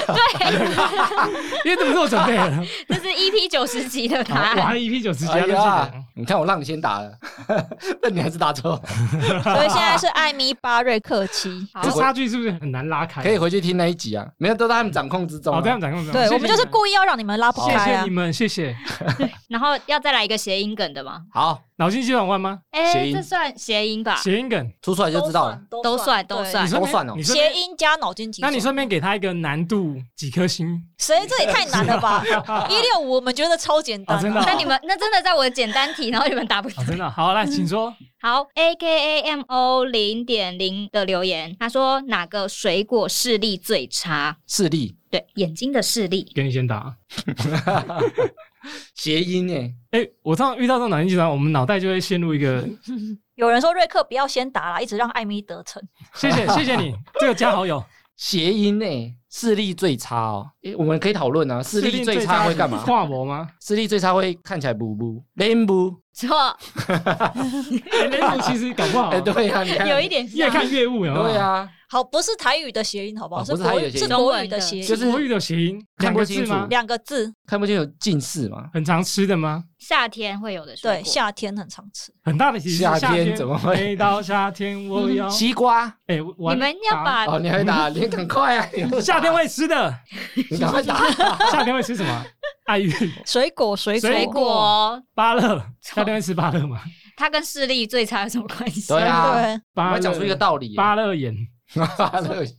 [SPEAKER 1] 因为这么做准备 了。
[SPEAKER 3] 这是 EP 九十集的答
[SPEAKER 1] 好我还
[SPEAKER 3] 案。
[SPEAKER 1] 一批九十加
[SPEAKER 2] 哎
[SPEAKER 1] 都记
[SPEAKER 2] 呀
[SPEAKER 1] 得。，
[SPEAKER 2] 你看我让你先打了， 但你还是打错，
[SPEAKER 4] 所以现在是艾米巴瑞克七。
[SPEAKER 3] 好
[SPEAKER 1] 这，差距是不是很难拉开？
[SPEAKER 2] 可以回去听那一集啊，没有都在他们掌控之中
[SPEAKER 1] 哎
[SPEAKER 2] 啊。
[SPEAKER 1] 好，这样讲，这样讲
[SPEAKER 4] 对
[SPEAKER 1] 嗯谢谢
[SPEAKER 4] 我们就是
[SPEAKER 1] 你
[SPEAKER 4] 故意要让你们拉不
[SPEAKER 1] 谢
[SPEAKER 4] 开
[SPEAKER 1] 谢
[SPEAKER 4] 啊
[SPEAKER 1] 你。们，谢谢。
[SPEAKER 3] 然后要再来一个谐音梗的吗？
[SPEAKER 2] 好，
[SPEAKER 1] 脑筋急转弯吗？
[SPEAKER 3] 哎、
[SPEAKER 2] 谐音
[SPEAKER 3] 这算谐音
[SPEAKER 4] 啊
[SPEAKER 3] 吧？
[SPEAKER 1] 谐音梗，
[SPEAKER 2] 出出来就知道了。
[SPEAKER 3] 都算都
[SPEAKER 4] 对
[SPEAKER 3] 算
[SPEAKER 1] 你顺
[SPEAKER 2] 都
[SPEAKER 1] 便
[SPEAKER 2] 算哦
[SPEAKER 1] 哎你顺便
[SPEAKER 4] 谐音加脑筋急
[SPEAKER 1] 那
[SPEAKER 4] 转。
[SPEAKER 1] 你顺便给他一个难度几颗星？
[SPEAKER 4] 谁？这也太难 了吧！一六五我们觉得超简单
[SPEAKER 1] 哦，真的
[SPEAKER 4] 啊
[SPEAKER 1] 哦
[SPEAKER 3] 那你们那真的在我的简单题，然后你们答不
[SPEAKER 1] 哦
[SPEAKER 3] 对，。
[SPEAKER 1] 真的好，来，请说。
[SPEAKER 3] 好，A K A M O 零点零的留言，他说哪个水果视力最差？
[SPEAKER 2] 视力
[SPEAKER 3] 对，眼睛的视力。
[SPEAKER 1] 给你先打。
[SPEAKER 2] 谐音哎，
[SPEAKER 1] 哎，我常常遇到这种脑筋急转弯，我们脑袋就会陷入一个
[SPEAKER 4] 有人说瑞克不要先打啦，一直让艾米得逞。
[SPEAKER 1] 谢谢谢谢你，这个加好友。
[SPEAKER 2] 谐音哎，视力最差哦，诶我们可以讨论啊，视力最差会干嘛？
[SPEAKER 1] 跨模 吗？
[SPEAKER 2] 视力最差会看起来不不连不，
[SPEAKER 3] 错，
[SPEAKER 1] 哎，那部其实搞不好
[SPEAKER 2] 哎，对啊，你看
[SPEAKER 3] 有一点像
[SPEAKER 1] 越看越雾，有没有
[SPEAKER 2] 对，啊，
[SPEAKER 4] 好，不是台语的谐音，好不好？
[SPEAKER 2] 哦
[SPEAKER 4] 是
[SPEAKER 2] 不是台
[SPEAKER 4] 国
[SPEAKER 2] 语的谐音
[SPEAKER 4] 是国语的谐音，
[SPEAKER 2] 就
[SPEAKER 1] 就是是国语的谐音，
[SPEAKER 2] 看
[SPEAKER 1] 两
[SPEAKER 2] 不
[SPEAKER 1] 个
[SPEAKER 2] 清
[SPEAKER 1] 字
[SPEAKER 2] 楚
[SPEAKER 1] 吗？
[SPEAKER 4] 两个字。
[SPEAKER 2] 看不清有近视嘛？
[SPEAKER 1] 很常吃的吗？
[SPEAKER 3] 夏天会有的水
[SPEAKER 4] 对，
[SPEAKER 3] 果，
[SPEAKER 4] 夏天很常吃。
[SPEAKER 1] 很大的其实是
[SPEAKER 2] 夏天
[SPEAKER 1] 天
[SPEAKER 2] 怎么会
[SPEAKER 1] 每到夏天我要
[SPEAKER 2] 西瓜
[SPEAKER 1] 哎，我
[SPEAKER 3] 你们要把
[SPEAKER 2] 哦，你还打， 你很快啊，你会打
[SPEAKER 1] 夏天会吃的，
[SPEAKER 2] 你赶快打，
[SPEAKER 1] 夏天会吃什 么？爱玉、
[SPEAKER 4] 水果，
[SPEAKER 1] 水
[SPEAKER 4] 水果，
[SPEAKER 3] 水果，
[SPEAKER 1] 芭乐，夏天会吃芭乐吗？
[SPEAKER 3] 它跟视力最差有什么关系？
[SPEAKER 2] 对啊，
[SPEAKER 4] 对，
[SPEAKER 1] 芭
[SPEAKER 2] 我
[SPEAKER 1] 乐
[SPEAKER 2] 讲出一个道理，
[SPEAKER 1] 芭乐眼，
[SPEAKER 2] 芭乐眼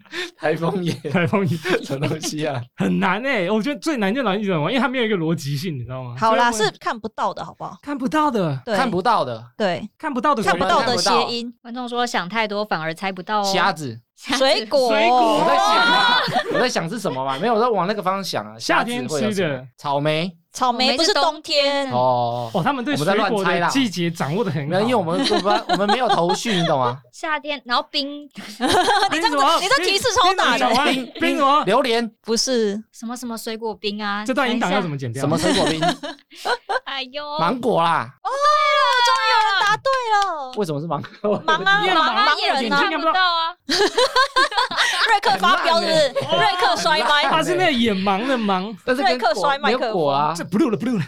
[SPEAKER 2] 台风眼
[SPEAKER 1] 台风眼
[SPEAKER 2] 什么东西啊？
[SPEAKER 1] 很难哎，我觉得最难就难一种，因为它没有一个逻辑性，你知道吗？
[SPEAKER 4] 好啦，
[SPEAKER 1] 所以
[SPEAKER 4] 是
[SPEAKER 1] 我
[SPEAKER 4] 看不到的，好不好？
[SPEAKER 1] 看不到的，
[SPEAKER 4] 对，
[SPEAKER 2] 看不到的
[SPEAKER 4] 对，
[SPEAKER 1] 看不到的，
[SPEAKER 4] 看不到的
[SPEAKER 2] 看不
[SPEAKER 4] 谐
[SPEAKER 2] 到
[SPEAKER 4] 音，
[SPEAKER 3] 观众说想太多反而猜不到哦。
[SPEAKER 2] 瞎子，
[SPEAKER 3] 瞎子
[SPEAKER 4] 水果，
[SPEAKER 1] 水
[SPEAKER 2] 我
[SPEAKER 1] 果
[SPEAKER 2] 在想啊，我在想是什么嘛？没有，我在往那个方向想啊。
[SPEAKER 1] 夏天
[SPEAKER 2] 会有
[SPEAKER 1] 吃
[SPEAKER 2] 什么
[SPEAKER 1] 的
[SPEAKER 2] 草莓
[SPEAKER 4] 草莓不是冬天，
[SPEAKER 2] 哦，
[SPEAKER 1] 哦，他们对
[SPEAKER 2] 我
[SPEAKER 1] 水
[SPEAKER 2] 们在乱
[SPEAKER 1] 果
[SPEAKER 2] 猜啦
[SPEAKER 1] 的季节掌握的很
[SPEAKER 2] 没
[SPEAKER 1] 好，
[SPEAKER 2] 有，因为我们我们我们没有头绪，你懂吗？
[SPEAKER 3] 夏天，然后冰
[SPEAKER 1] 你
[SPEAKER 4] 这样子你这提示超大的
[SPEAKER 1] 啊 冰冰什么？
[SPEAKER 2] 榴莲
[SPEAKER 4] 不是
[SPEAKER 3] 什么什么水果冰啊，
[SPEAKER 1] 这段音档要怎
[SPEAKER 3] 么？
[SPEAKER 1] 么剪掉？
[SPEAKER 2] 什么水果冰？
[SPEAKER 3] 哎呦，
[SPEAKER 2] 芒果啊啦？
[SPEAKER 4] 啊答对了。
[SPEAKER 2] 为什么是芒果？
[SPEAKER 4] 忙 啊，
[SPEAKER 1] 因为
[SPEAKER 4] 忙
[SPEAKER 1] 忙
[SPEAKER 4] 啊
[SPEAKER 1] 啊
[SPEAKER 4] 盲人
[SPEAKER 1] 眼
[SPEAKER 4] 呢、
[SPEAKER 1] 睛
[SPEAKER 3] 看
[SPEAKER 1] 看不
[SPEAKER 3] 不到啊，
[SPEAKER 4] 瑞克发飙是不是？
[SPEAKER 1] 烂欸
[SPEAKER 4] 瑞克摔
[SPEAKER 1] 他
[SPEAKER 4] 麦，
[SPEAKER 1] 是那个眼盲的盲，
[SPEAKER 2] 但是跟
[SPEAKER 4] 瑞克
[SPEAKER 2] 果
[SPEAKER 4] 摔麦
[SPEAKER 2] 没有
[SPEAKER 4] 克
[SPEAKER 2] 果啊
[SPEAKER 1] 这，不录了不录了，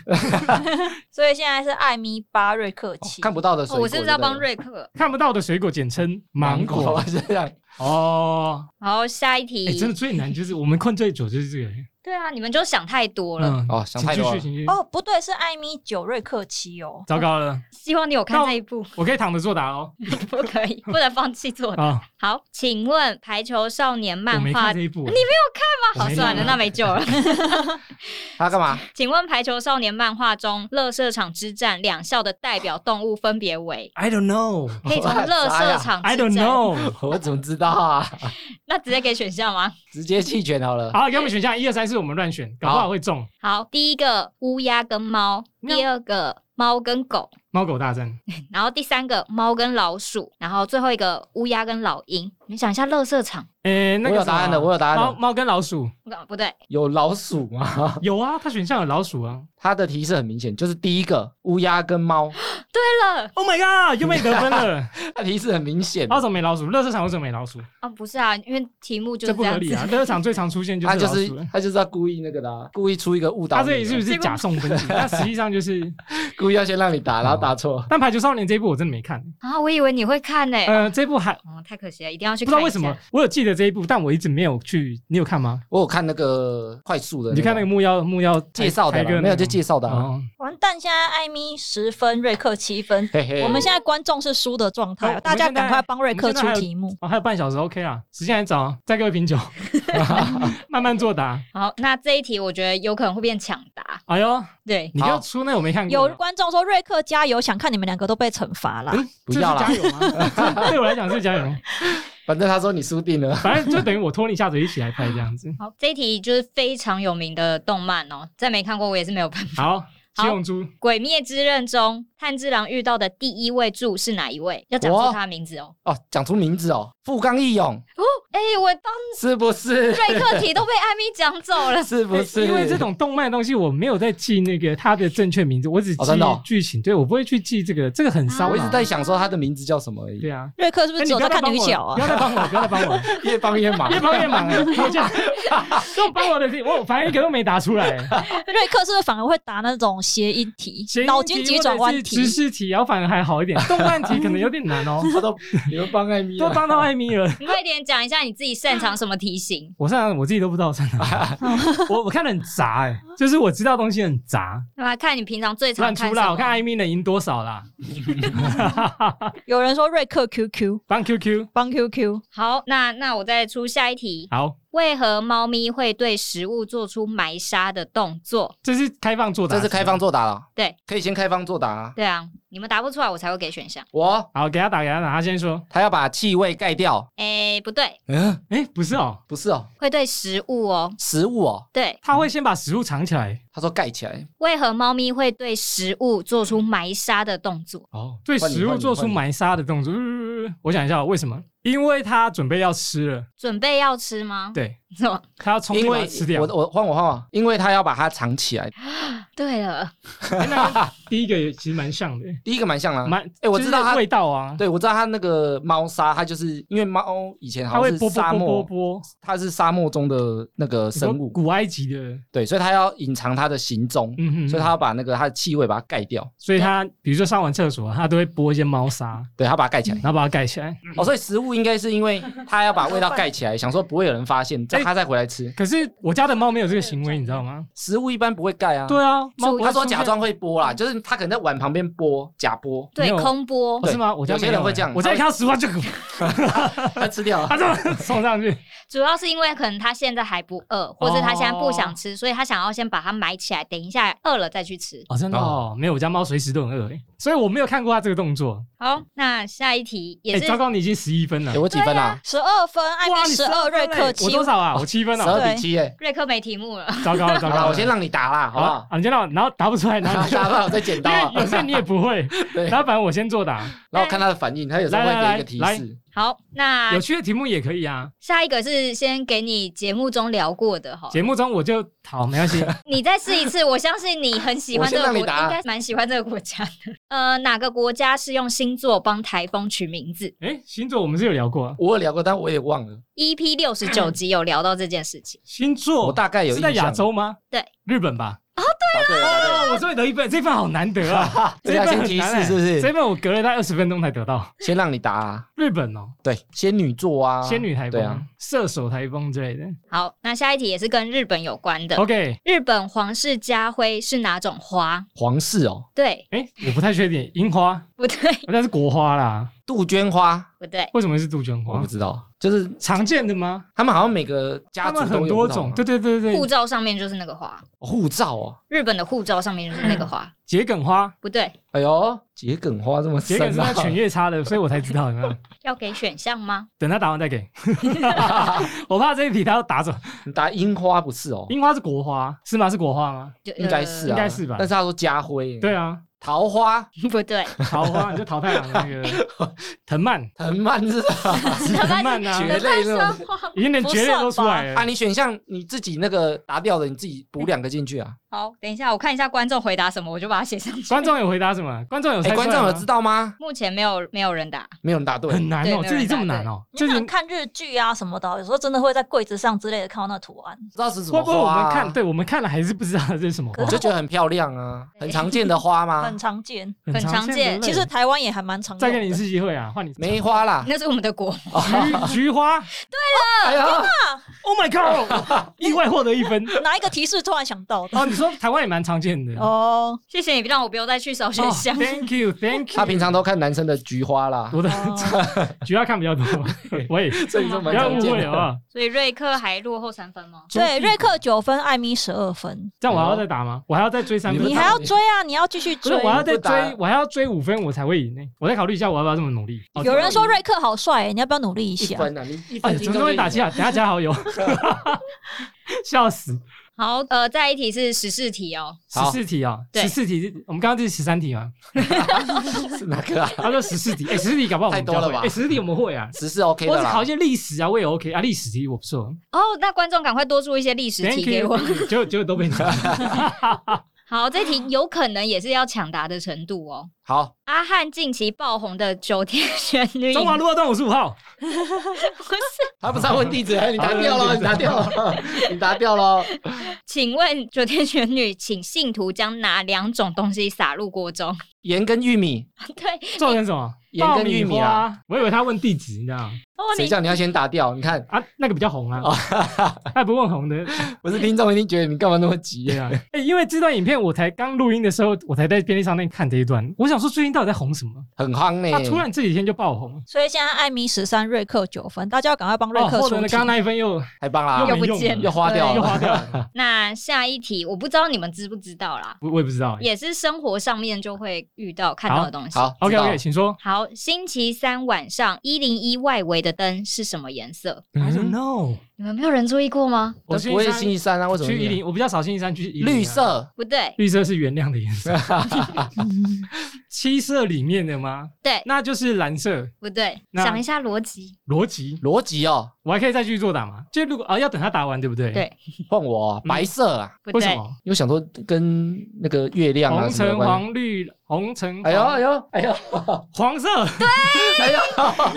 [SPEAKER 4] 所以现在是艾米巴瑞克七。
[SPEAKER 2] 看不到的水
[SPEAKER 3] 哦
[SPEAKER 2] 果。
[SPEAKER 3] 我是不是要帮？瑞克？
[SPEAKER 1] 看不到的水果简称芒
[SPEAKER 2] 芒
[SPEAKER 1] 果
[SPEAKER 2] 果这样，
[SPEAKER 1] 哦。
[SPEAKER 3] 好，下一题
[SPEAKER 1] 哎，，真的最难就是我们困最久就是这个，
[SPEAKER 3] 对啊，你们就想太多了。
[SPEAKER 1] 嗯
[SPEAKER 2] 嗯哦想太多了
[SPEAKER 1] 请继续请继续
[SPEAKER 4] 哦，不对，是艾米九瑞克七哦。
[SPEAKER 1] 糟糕了，
[SPEAKER 3] 希望你有看那一部，
[SPEAKER 1] 我可以躺着作答哦。
[SPEAKER 3] 不可以，不能放弃做的。
[SPEAKER 1] 啊，
[SPEAKER 3] 好，请问《排球少年》
[SPEAKER 1] 我
[SPEAKER 3] 漫
[SPEAKER 1] 没
[SPEAKER 3] 画
[SPEAKER 1] 看这一部，啊你
[SPEAKER 3] 那好，
[SPEAKER 1] 我没
[SPEAKER 3] 算了，
[SPEAKER 1] 看
[SPEAKER 3] 那没救了。
[SPEAKER 2] 他干嘛？
[SPEAKER 3] 请问《排球少年》漫画中，乐色场之战两校的代表动物分别为？
[SPEAKER 1] I don't know，I
[SPEAKER 3] 可以从乐色场
[SPEAKER 1] 哎 don't
[SPEAKER 3] 之战，
[SPEAKER 1] know。
[SPEAKER 2] 我怎么知道啊？
[SPEAKER 3] 那直接给选项吗？
[SPEAKER 2] 直接弃权好了。
[SPEAKER 1] 好，给我们选项，一二三四，我们乱选，搞不好会中。
[SPEAKER 3] 好，第一个乌鸦跟猫，
[SPEAKER 1] 喵
[SPEAKER 3] 第二个猫跟狗，
[SPEAKER 1] 猫狗大战，
[SPEAKER 3] 然后第三个猫跟老鼠，然后最后一个乌鸦跟老鹰。你想一下，乐色场，
[SPEAKER 1] 诶，那
[SPEAKER 2] 我
[SPEAKER 1] 个
[SPEAKER 2] 有答案
[SPEAKER 1] 什么
[SPEAKER 2] 了，我有答案
[SPEAKER 1] 猫
[SPEAKER 2] 了。
[SPEAKER 1] 猫跟老鼠
[SPEAKER 3] 不搞不对，
[SPEAKER 2] 有老鼠吗？
[SPEAKER 1] 有啊，它选项有老鼠啊。
[SPEAKER 2] 它的提示很明显，就是第一个乌鸦跟猫，
[SPEAKER 3] 对了，
[SPEAKER 1] Oh my god，又没得分了。
[SPEAKER 2] 它提示很明显。
[SPEAKER 1] 啊，怎么 没老鼠？乐色场为什么没老鼠？
[SPEAKER 3] 哦，不是啊，因为题目就是
[SPEAKER 1] 这不
[SPEAKER 3] 这
[SPEAKER 1] 合
[SPEAKER 3] 样
[SPEAKER 1] 理
[SPEAKER 3] 子。
[SPEAKER 1] 啊！乐色场最常出现就
[SPEAKER 2] 他
[SPEAKER 1] 是
[SPEAKER 2] 就
[SPEAKER 1] 老
[SPEAKER 2] 是啊
[SPEAKER 1] 鼠。
[SPEAKER 2] 他就是要故意那个的啊、故意出一个误导你
[SPEAKER 1] 他
[SPEAKER 2] 啊。
[SPEAKER 1] 这里是不是假送分题？但实际上就是……
[SPEAKER 2] 故意要先让你打，然后打错？
[SPEAKER 1] 但《排球少年》这一部我真的没看，
[SPEAKER 3] 啊，我以为你会看呢、
[SPEAKER 1] 呃，这部还
[SPEAKER 3] 哦，太可惜了，一定要去
[SPEAKER 1] 不知
[SPEAKER 3] 看一
[SPEAKER 1] 道
[SPEAKER 3] 下。
[SPEAKER 1] 为什么我有记得这一部，但我一直没有去。你有看吗？
[SPEAKER 2] 我有看那个快速的、
[SPEAKER 1] 你就看那个木曜木曜
[SPEAKER 2] 介绍的
[SPEAKER 1] 台
[SPEAKER 2] 啦
[SPEAKER 1] 哥那个
[SPEAKER 2] 没有就介绍的啊
[SPEAKER 1] 哦，
[SPEAKER 4] 完蛋，现在艾米十分，瑞克七分。
[SPEAKER 2] 嘿嘿，
[SPEAKER 4] 我们现在观众是输的状态
[SPEAKER 1] 好
[SPEAKER 4] 哦，大家
[SPEAKER 1] 我们现在
[SPEAKER 4] 赶快帮瑞克出题目。
[SPEAKER 1] 哦，还有半小时，OK 啦，时间还早，再给我一 瓶酒，慢慢作答。
[SPEAKER 3] 好，那这一题我觉得有可能会变抢答。
[SPEAKER 1] 哎呦，
[SPEAKER 3] 对，
[SPEAKER 1] 你要出那我没看过
[SPEAKER 4] 有
[SPEAKER 1] 的，
[SPEAKER 4] 观众说瑞克加油，想看你们两个都被惩罚啦。
[SPEAKER 1] 这
[SPEAKER 2] 不
[SPEAKER 1] 是
[SPEAKER 2] 要啦
[SPEAKER 1] 加油吗？这对我来讲是加油，
[SPEAKER 2] 反正他说你输定了，
[SPEAKER 1] 反正就等于我拖你下水一起来拍这样子。
[SPEAKER 3] 好，这一题就是非常有名的动漫哦，再没看过我也是没有办法。
[SPEAKER 1] 好，七
[SPEAKER 3] 好
[SPEAKER 1] 龙珠
[SPEAKER 3] 《鬼灭之刃》中，炭治郎遇到的第一位柱是哪一位？要讲出
[SPEAKER 2] 我
[SPEAKER 3] 他的名字哦。
[SPEAKER 2] 哦，讲出名字哦，富冈义勇
[SPEAKER 3] 哦，哎、我帮
[SPEAKER 2] 是不是？。
[SPEAKER 3] 瑞克题都被艾米讲走 了
[SPEAKER 2] 是不是？
[SPEAKER 1] 哎因为这种动漫的东西，我没有在记那个它的正确名字，我只记
[SPEAKER 2] 哦真的哦
[SPEAKER 1] 剧情。对，我不会去记这个，这个很骚
[SPEAKER 2] 我
[SPEAKER 1] 扰。
[SPEAKER 2] 一直在想说他的名字叫什么而已，
[SPEAKER 1] 嗯对啊，
[SPEAKER 4] 瑞克是不
[SPEAKER 1] 哎
[SPEAKER 4] 是
[SPEAKER 1] 你
[SPEAKER 4] 只有
[SPEAKER 1] 不要
[SPEAKER 4] 在
[SPEAKER 1] 再
[SPEAKER 4] 看
[SPEAKER 1] 帮
[SPEAKER 4] 女
[SPEAKER 1] 我
[SPEAKER 4] 角
[SPEAKER 1] 了不
[SPEAKER 4] 啊？
[SPEAKER 1] 要再帮我，不要再帮我了，
[SPEAKER 2] 越帮越 忙
[SPEAKER 1] 越。帮越忙了。我 这样，这种帮我的，我反正一个都没答出 来。
[SPEAKER 4] 瑞克是不是反而会答那种谐音题
[SPEAKER 1] 谐音、题
[SPEAKER 4] 脑筋急转弯
[SPEAKER 1] 或者是？
[SPEAKER 4] 题
[SPEAKER 1] 知识题，然后反而还好一 点，动漫题可能有点难哦。
[SPEAKER 2] 他都你们帮艾米
[SPEAKER 1] 都
[SPEAKER 2] 啊，
[SPEAKER 1] 帮到艾米了。
[SPEAKER 3] 你快点讲一下你自己擅长什么题型。
[SPEAKER 1] 我上我自己都不知道我在 哪，我我看的很杂哎、就是我知道东西很杂，
[SPEAKER 3] 我来看你平常最常
[SPEAKER 1] 乱
[SPEAKER 3] 看
[SPEAKER 1] 出
[SPEAKER 3] 什
[SPEAKER 1] 啦。
[SPEAKER 3] 么？
[SPEAKER 1] 我看艾米能赢多少啦？
[SPEAKER 4] 有人说瑞克 QQ
[SPEAKER 1] 帮 QQ
[SPEAKER 4] 帮 QQ，
[SPEAKER 3] 好，那那我再出下一题。
[SPEAKER 1] 好，
[SPEAKER 3] 为何猫咪会对食物做出埋沙的动作？
[SPEAKER 1] 这是开放作答，
[SPEAKER 2] 这是开放。作答了，
[SPEAKER 3] 对，
[SPEAKER 2] 可以先开放作答啊。
[SPEAKER 3] 对啊，你们答不出来，我才会给选项。
[SPEAKER 2] 我
[SPEAKER 1] 好，给他打，给他打。他先说，
[SPEAKER 2] 他要把气味盖掉，
[SPEAKER 3] 哎、不对，
[SPEAKER 2] 嗯，
[SPEAKER 1] 哎、不是哦，
[SPEAKER 2] 不是哦，
[SPEAKER 3] 会对食物哦。
[SPEAKER 2] 食物哦，
[SPEAKER 3] 对，
[SPEAKER 1] 他会先把食物藏起来。
[SPEAKER 2] 他说盖起来，
[SPEAKER 3] 为何猫咪会对食物做出埋沙的动作？
[SPEAKER 1] 哦，对
[SPEAKER 2] 换你
[SPEAKER 1] 食
[SPEAKER 2] 换
[SPEAKER 1] 物
[SPEAKER 2] 你
[SPEAKER 1] 做出
[SPEAKER 2] 换你
[SPEAKER 1] 埋沙的哦动作。呃我想一下，为什么？因为他准备要吃了。
[SPEAKER 3] 准备要吃吗？
[SPEAKER 1] 对，
[SPEAKER 3] 是吗？
[SPEAKER 1] 他要冲
[SPEAKER 2] 因
[SPEAKER 1] 力把它
[SPEAKER 2] 为
[SPEAKER 1] 吃掉
[SPEAKER 2] 我。我换我换我，因为他要把它藏起来。
[SPEAKER 3] 对了，，
[SPEAKER 1] 哎 那跟第一个也其实蛮 像的，
[SPEAKER 2] 第一个蛮像啦，
[SPEAKER 1] 蛮
[SPEAKER 2] 哎我
[SPEAKER 1] 就是
[SPEAKER 2] 知道它
[SPEAKER 1] 味道啊，
[SPEAKER 2] 对我知道他那个猫砂，它就是因为猫以前
[SPEAKER 1] 它
[SPEAKER 2] 好
[SPEAKER 1] 会
[SPEAKER 2] 像是
[SPEAKER 1] 啵啵
[SPEAKER 2] 沙
[SPEAKER 1] 啵啵
[SPEAKER 2] 漠，
[SPEAKER 1] 啵，
[SPEAKER 2] 它是沙漠中的那个
[SPEAKER 1] 你说
[SPEAKER 2] 生物，
[SPEAKER 1] 古埃及的，
[SPEAKER 2] 对，所以它要隐藏它的行踪，
[SPEAKER 1] 嗯哼，
[SPEAKER 2] 所以它要把那个它的气味把它盖掉，
[SPEAKER 1] 所以它比如说上完厕所，它都会拨一些猫砂，
[SPEAKER 2] 对，它把它盖起来。
[SPEAKER 1] 然后把它盖起来。
[SPEAKER 2] 哦，所以食物应该是因为它要把味道盖起来，想说不会有人发现，
[SPEAKER 1] 哎
[SPEAKER 2] 它再回来吃。
[SPEAKER 1] 可是我家的猫没有这个行为，你知道吗？
[SPEAKER 2] 食物一般不会盖啊，
[SPEAKER 1] 对啊，猫不会
[SPEAKER 2] 他说
[SPEAKER 1] 出现嗯
[SPEAKER 2] 假装会剥啦，就是他可能在碗旁边剥，假剥
[SPEAKER 3] 对
[SPEAKER 1] 没有
[SPEAKER 3] 空播
[SPEAKER 1] 哦，是吗？我家
[SPEAKER 2] 有些
[SPEAKER 1] 没
[SPEAKER 2] 人会
[SPEAKER 1] 欸
[SPEAKER 2] 这样
[SPEAKER 1] 我家一看到十万就
[SPEAKER 2] 他吃 掉
[SPEAKER 1] 它
[SPEAKER 2] 了。
[SPEAKER 1] 这么冲上去，
[SPEAKER 3] 主要是因为可能他现在还不饿，或是他现在不
[SPEAKER 1] 哦
[SPEAKER 3] 想吃，所以他想要先把它埋起来，等一下饿了再去吃。
[SPEAKER 1] 哦，真的哦，没有，我家猫随时都很饿欸，所以我没有看过它这个动作。
[SPEAKER 3] 好，那下一题也
[SPEAKER 1] 哎，
[SPEAKER 3] 是
[SPEAKER 1] 糟糕，你已经十一分了
[SPEAKER 2] 给，我几分啊啦？
[SPEAKER 4] 十二分，艾
[SPEAKER 1] 哇，
[SPEAKER 4] 米
[SPEAKER 1] 你
[SPEAKER 4] 十
[SPEAKER 1] 12
[SPEAKER 4] 二瑞
[SPEAKER 1] 分欸
[SPEAKER 4] 克七
[SPEAKER 1] 我，多少啊？我七分
[SPEAKER 2] 十
[SPEAKER 1] 了，
[SPEAKER 2] 二比七耶！
[SPEAKER 3] 瑞克没题目了，
[SPEAKER 1] 糟糕了，糟
[SPEAKER 2] 好
[SPEAKER 1] 糕
[SPEAKER 2] 了，
[SPEAKER 1] 了，
[SPEAKER 2] 我先让你打啦，
[SPEAKER 1] 好
[SPEAKER 2] 好不
[SPEAKER 1] 了
[SPEAKER 2] 好？
[SPEAKER 1] 啊，你先让我，然后答不 出来，然
[SPEAKER 2] 然
[SPEAKER 1] 后
[SPEAKER 2] 后
[SPEAKER 1] 你就
[SPEAKER 2] 打不好再剪刀啊
[SPEAKER 1] 因为，有些你也不会，
[SPEAKER 2] 对，
[SPEAKER 1] 然后反正我先作答。
[SPEAKER 2] 然后我看他的反应，他有时候会给一个提
[SPEAKER 1] 来来来
[SPEAKER 2] 示。
[SPEAKER 3] 好，那
[SPEAKER 1] 有趣的题目也可以啊，
[SPEAKER 3] 下一个是先给你节目中聊过的哈，
[SPEAKER 1] 节目中我就好，没关系。
[SPEAKER 3] 你再 试一次，我相信你很喜欢这个
[SPEAKER 2] 我先
[SPEAKER 3] 国，
[SPEAKER 2] 让
[SPEAKER 3] 应
[SPEAKER 2] 你答
[SPEAKER 3] 该蛮喜欢这个国家的。 呃，哪个国家是用星座帮台风取名字
[SPEAKER 1] 哎，星座我们是有聊过啊，
[SPEAKER 2] 我有聊过，但我也忘了，
[SPEAKER 3] ？EP 六十九集有聊到这件 事情，
[SPEAKER 1] 星座
[SPEAKER 2] 我大概有
[SPEAKER 1] 哦是在
[SPEAKER 2] 印象
[SPEAKER 1] 亚洲吗？
[SPEAKER 3] 对，
[SPEAKER 1] 日本吧。
[SPEAKER 2] 答对了，答对
[SPEAKER 1] 哦，
[SPEAKER 2] 了
[SPEAKER 1] 我终于得一分，这份好难得 啊！
[SPEAKER 2] 这
[SPEAKER 1] 这
[SPEAKER 2] 要
[SPEAKER 1] 份
[SPEAKER 2] 先
[SPEAKER 1] 很
[SPEAKER 2] 提
[SPEAKER 1] 难
[SPEAKER 2] 示
[SPEAKER 1] 欸
[SPEAKER 2] 是不
[SPEAKER 1] 这
[SPEAKER 2] 是？
[SPEAKER 1] 份我隔了大概二十分钟才得到。
[SPEAKER 2] 先让你答啊，
[SPEAKER 1] 日本哦，
[SPEAKER 2] 对，仙女座啊，
[SPEAKER 1] 仙女台
[SPEAKER 2] 对啊
[SPEAKER 1] 风、，射手台风之类的。
[SPEAKER 3] 好，那下一题也是跟日本有关的。
[SPEAKER 1] OK，
[SPEAKER 3] 日本皇室家徽是哪种花？
[SPEAKER 2] 皇室哦，
[SPEAKER 3] 对，
[SPEAKER 1] 哎，我不太确定，樱花，
[SPEAKER 3] 不对，
[SPEAKER 1] 那是国花啦，
[SPEAKER 2] 杜鹃花，
[SPEAKER 3] 不对，
[SPEAKER 1] 为什么是杜鹃
[SPEAKER 2] 我
[SPEAKER 1] 花
[SPEAKER 2] 不？知道，就是
[SPEAKER 1] 常见的吗？
[SPEAKER 2] 他们好像每个
[SPEAKER 1] 他
[SPEAKER 2] 家族
[SPEAKER 1] 们
[SPEAKER 2] 都
[SPEAKER 1] 很
[SPEAKER 2] 有
[SPEAKER 1] 多
[SPEAKER 2] 不同
[SPEAKER 1] 种，
[SPEAKER 2] 啊
[SPEAKER 1] 对对对
[SPEAKER 3] 护
[SPEAKER 1] 对，
[SPEAKER 3] 照上面就是那个花，
[SPEAKER 2] 护照哦，
[SPEAKER 3] 日本的护照上面就是那个花，
[SPEAKER 1] 桔梗花，
[SPEAKER 3] 不对，
[SPEAKER 2] 哎呦，桔梗花这么
[SPEAKER 1] 桔梗
[SPEAKER 2] 深
[SPEAKER 1] 是
[SPEAKER 2] 啊
[SPEAKER 1] 那！犬夜 叉的，所以我才知道有没有。
[SPEAKER 3] 要给选项吗？
[SPEAKER 1] 等他答完再 给，我怕这一题他要打走。
[SPEAKER 2] 你答樱花不是哦，
[SPEAKER 1] 樱花是国花是吗？是国花吗？
[SPEAKER 3] 就呃
[SPEAKER 2] 应该是啊，
[SPEAKER 1] 应该是吧
[SPEAKER 2] 但是他说家徽，
[SPEAKER 1] 对，啊，
[SPEAKER 2] 桃花
[SPEAKER 3] 呃 不对，
[SPEAKER 1] 桃花你就桃太郎的那个 藤蔓，
[SPEAKER 2] 藤蔓是吧？
[SPEAKER 1] 藤蔓啊
[SPEAKER 2] 绝，类那种。
[SPEAKER 3] 花。
[SPEAKER 1] 已经连绝恋都出来
[SPEAKER 2] 啊，
[SPEAKER 1] 了。
[SPEAKER 2] 你选项你自己那个答掉的，你自己补两个进去啊。
[SPEAKER 3] 好，等一下我看一下观众回答什么，我就把它写上去。
[SPEAKER 1] 观众有回答什么？观众有
[SPEAKER 2] 哎，
[SPEAKER 1] 猜出来
[SPEAKER 2] 观
[SPEAKER 1] 吗
[SPEAKER 2] 众有知道吗？
[SPEAKER 3] 目前没有没有人答，
[SPEAKER 2] 没有人答对，
[SPEAKER 1] 很难哦，
[SPEAKER 3] 对
[SPEAKER 1] 这题这么难哦，
[SPEAKER 4] 你
[SPEAKER 1] 这
[SPEAKER 4] 可
[SPEAKER 1] 题
[SPEAKER 4] 能看日剧啊什么的，有时候真的会在柜子上之类的看到那图案。
[SPEAKER 2] 不知道是什
[SPEAKER 1] 会
[SPEAKER 2] 么
[SPEAKER 1] 不会我
[SPEAKER 2] 花
[SPEAKER 1] 们
[SPEAKER 2] 啊。
[SPEAKER 1] 看，对我们看了还是不知道这是什么花
[SPEAKER 2] 我？就觉得很漂亮啊，很常见的花
[SPEAKER 1] 啊
[SPEAKER 2] 吗
[SPEAKER 4] 很？常见。
[SPEAKER 3] 很常见
[SPEAKER 1] 的
[SPEAKER 4] 其实台湾也还蛮常
[SPEAKER 1] 再
[SPEAKER 4] 见
[SPEAKER 1] 给你一
[SPEAKER 4] 的。
[SPEAKER 1] 次机会啊，换你
[SPEAKER 2] 梅花啦，
[SPEAKER 3] 那是我们的国花。
[SPEAKER 1] 菊 菊花。
[SPEAKER 2] 哎呀，
[SPEAKER 1] Oh my god！意外获得一分。
[SPEAKER 4] 哪一个提示突然想到的？
[SPEAKER 1] 哦，你说台湾也蛮常见的哦。
[SPEAKER 4] 哦，
[SPEAKER 3] 谢谢你让我不用再去扫选项。
[SPEAKER 1] Thank you，Thank you。
[SPEAKER 2] 他平常都看男生的菊花啦，
[SPEAKER 1] 我的
[SPEAKER 4] 哦
[SPEAKER 1] 菊花看比较 多，喂，
[SPEAKER 2] 所以说
[SPEAKER 1] 不
[SPEAKER 2] 蛮
[SPEAKER 1] 要
[SPEAKER 2] 常
[SPEAKER 1] 误
[SPEAKER 2] 见
[SPEAKER 1] 会哦
[SPEAKER 2] 的
[SPEAKER 1] 好不。好？
[SPEAKER 3] 所以瑞克还落后三分吗？
[SPEAKER 4] 对，瑞克九分，艾米十二分，
[SPEAKER 1] 这样我还要再打吗？我还要再追三分
[SPEAKER 2] 哦你不
[SPEAKER 4] 你
[SPEAKER 2] 打
[SPEAKER 4] 还要追啊！你要继续
[SPEAKER 1] 不是，
[SPEAKER 4] 追。
[SPEAKER 1] 我要再
[SPEAKER 2] 不打
[SPEAKER 1] 追，我还要追五分，我才会赢呢。我再考虑一下，我要不要这么努力？哦
[SPEAKER 4] 有人说瑞克好帅欸，你要不要努力一
[SPEAKER 2] 一
[SPEAKER 4] 下？
[SPEAKER 2] 分啊，你一
[SPEAKER 1] 哎，
[SPEAKER 2] 分
[SPEAKER 1] 怎
[SPEAKER 2] 进
[SPEAKER 1] 么这
[SPEAKER 2] 中
[SPEAKER 1] 么
[SPEAKER 2] 就
[SPEAKER 1] 会
[SPEAKER 2] 赢
[SPEAKER 1] 打架？
[SPEAKER 2] 了
[SPEAKER 1] 等下加好 友， 笑死！
[SPEAKER 3] 好，呃，再一题是十四题哦。
[SPEAKER 1] 十
[SPEAKER 2] 好
[SPEAKER 1] 四题啊，
[SPEAKER 3] 对
[SPEAKER 1] 十四题，我们刚刚这是十三题 嘛？
[SPEAKER 2] 是哪个 啊？
[SPEAKER 1] 他说十四题，哎，十四题搞不好我们
[SPEAKER 2] 太多了
[SPEAKER 1] 比较
[SPEAKER 2] 吧
[SPEAKER 1] 会哎，十四题我们会 啊，
[SPEAKER 2] 十是 OK
[SPEAKER 1] 我
[SPEAKER 2] 的
[SPEAKER 1] 只考
[SPEAKER 2] 啦
[SPEAKER 1] 一。些历史啊，我也 OK 啊，历史题我不错。
[SPEAKER 3] 哦，那观众赶快多出一些历史
[SPEAKER 1] Thank
[SPEAKER 3] 题给我。
[SPEAKER 1] you，结果 结果都被你 答。
[SPEAKER 3] 好，这题有可能也是要抢答的程度哦。
[SPEAKER 2] 好，
[SPEAKER 3] 阿汉近期爆红的九天旋律，
[SPEAKER 1] 中华路二段五十五号，
[SPEAKER 2] 他不是要问地址， 哎你答掉
[SPEAKER 1] 好
[SPEAKER 2] 了，你答掉了，你答掉了。
[SPEAKER 3] 请问九天玄女，请信徒将哪两种东西撒入锅中？
[SPEAKER 2] 盐跟玉米，
[SPEAKER 3] 对，
[SPEAKER 1] 做成什么？
[SPEAKER 2] 盐跟玉米啊
[SPEAKER 1] 爆花。我以为他问地址，啊你知道吗？
[SPEAKER 3] 哦，
[SPEAKER 2] 谁
[SPEAKER 3] 你
[SPEAKER 2] 叫你要先答掉？你看，
[SPEAKER 1] 啊，那个比较红
[SPEAKER 2] 哦
[SPEAKER 1] 啊， 他不问红的，
[SPEAKER 2] 不是听众一定觉得你干嘛那么急
[SPEAKER 1] 对啊。哎，因为这段影片我才刚录音的时候，我才在便利商店看这一段，我想说最近到底在红什么？
[SPEAKER 2] 很夯
[SPEAKER 1] 他啊突
[SPEAKER 2] 呢，
[SPEAKER 1] 然这几天就爆红，
[SPEAKER 4] 所以现在艾米十三，瑞克九分，大家要赶快帮瑞
[SPEAKER 1] 哦，
[SPEAKER 4] 克
[SPEAKER 1] 获
[SPEAKER 4] 出
[SPEAKER 1] 得了
[SPEAKER 4] 题。
[SPEAKER 1] 刚刚那一分又
[SPEAKER 2] 太棒啦
[SPEAKER 1] 又，
[SPEAKER 3] 不
[SPEAKER 1] 没用
[SPEAKER 3] 见
[SPEAKER 1] 了
[SPEAKER 2] 又花掉了，
[SPEAKER 1] 又花掉了，
[SPEAKER 3] 那下一题，我不知道你们知不知道啦，
[SPEAKER 1] 我我也不知道。
[SPEAKER 3] 也是生活上面就会遇到看到的东西。
[SPEAKER 2] 好
[SPEAKER 1] OK
[SPEAKER 2] 知道
[SPEAKER 1] OK，请说。
[SPEAKER 3] 好，星期三晚上一零一外围的灯是什么颜色？
[SPEAKER 1] I don't know，
[SPEAKER 3] 你们没有人注意过吗？
[SPEAKER 1] 我
[SPEAKER 2] 嗯我也是星期三啊，为什么
[SPEAKER 1] 去一
[SPEAKER 2] 你
[SPEAKER 1] 啊零，我比较少星期三去一零啊
[SPEAKER 2] 绿，色？
[SPEAKER 3] 不对，
[SPEAKER 2] 啊
[SPEAKER 1] 绿色是原谅的颜色。
[SPEAKER 4] 嗯
[SPEAKER 1] 七色里面的吗？
[SPEAKER 3] 对，
[SPEAKER 1] 那就是蓝色
[SPEAKER 3] 不对？
[SPEAKER 1] 那
[SPEAKER 3] 想一下逻辑，
[SPEAKER 1] 逻辑。
[SPEAKER 2] 逻辑哦，
[SPEAKER 1] 我还可以再继续作答吗？就如果啊，要等他答完，对不对？
[SPEAKER 3] 对，
[SPEAKER 2] 换我
[SPEAKER 1] 嗯
[SPEAKER 2] 哦、白色啊，
[SPEAKER 3] 不
[SPEAKER 1] 为什
[SPEAKER 3] 对，
[SPEAKER 1] 么？
[SPEAKER 2] 因为想说跟那个月亮啊
[SPEAKER 1] 红
[SPEAKER 2] 什么有
[SPEAKER 1] 橙
[SPEAKER 2] 关系。
[SPEAKER 1] 黄绿，红橙
[SPEAKER 2] 哎呦
[SPEAKER 1] 黄
[SPEAKER 2] 哎呦哎呦
[SPEAKER 1] 黄色，
[SPEAKER 2] 哎呦！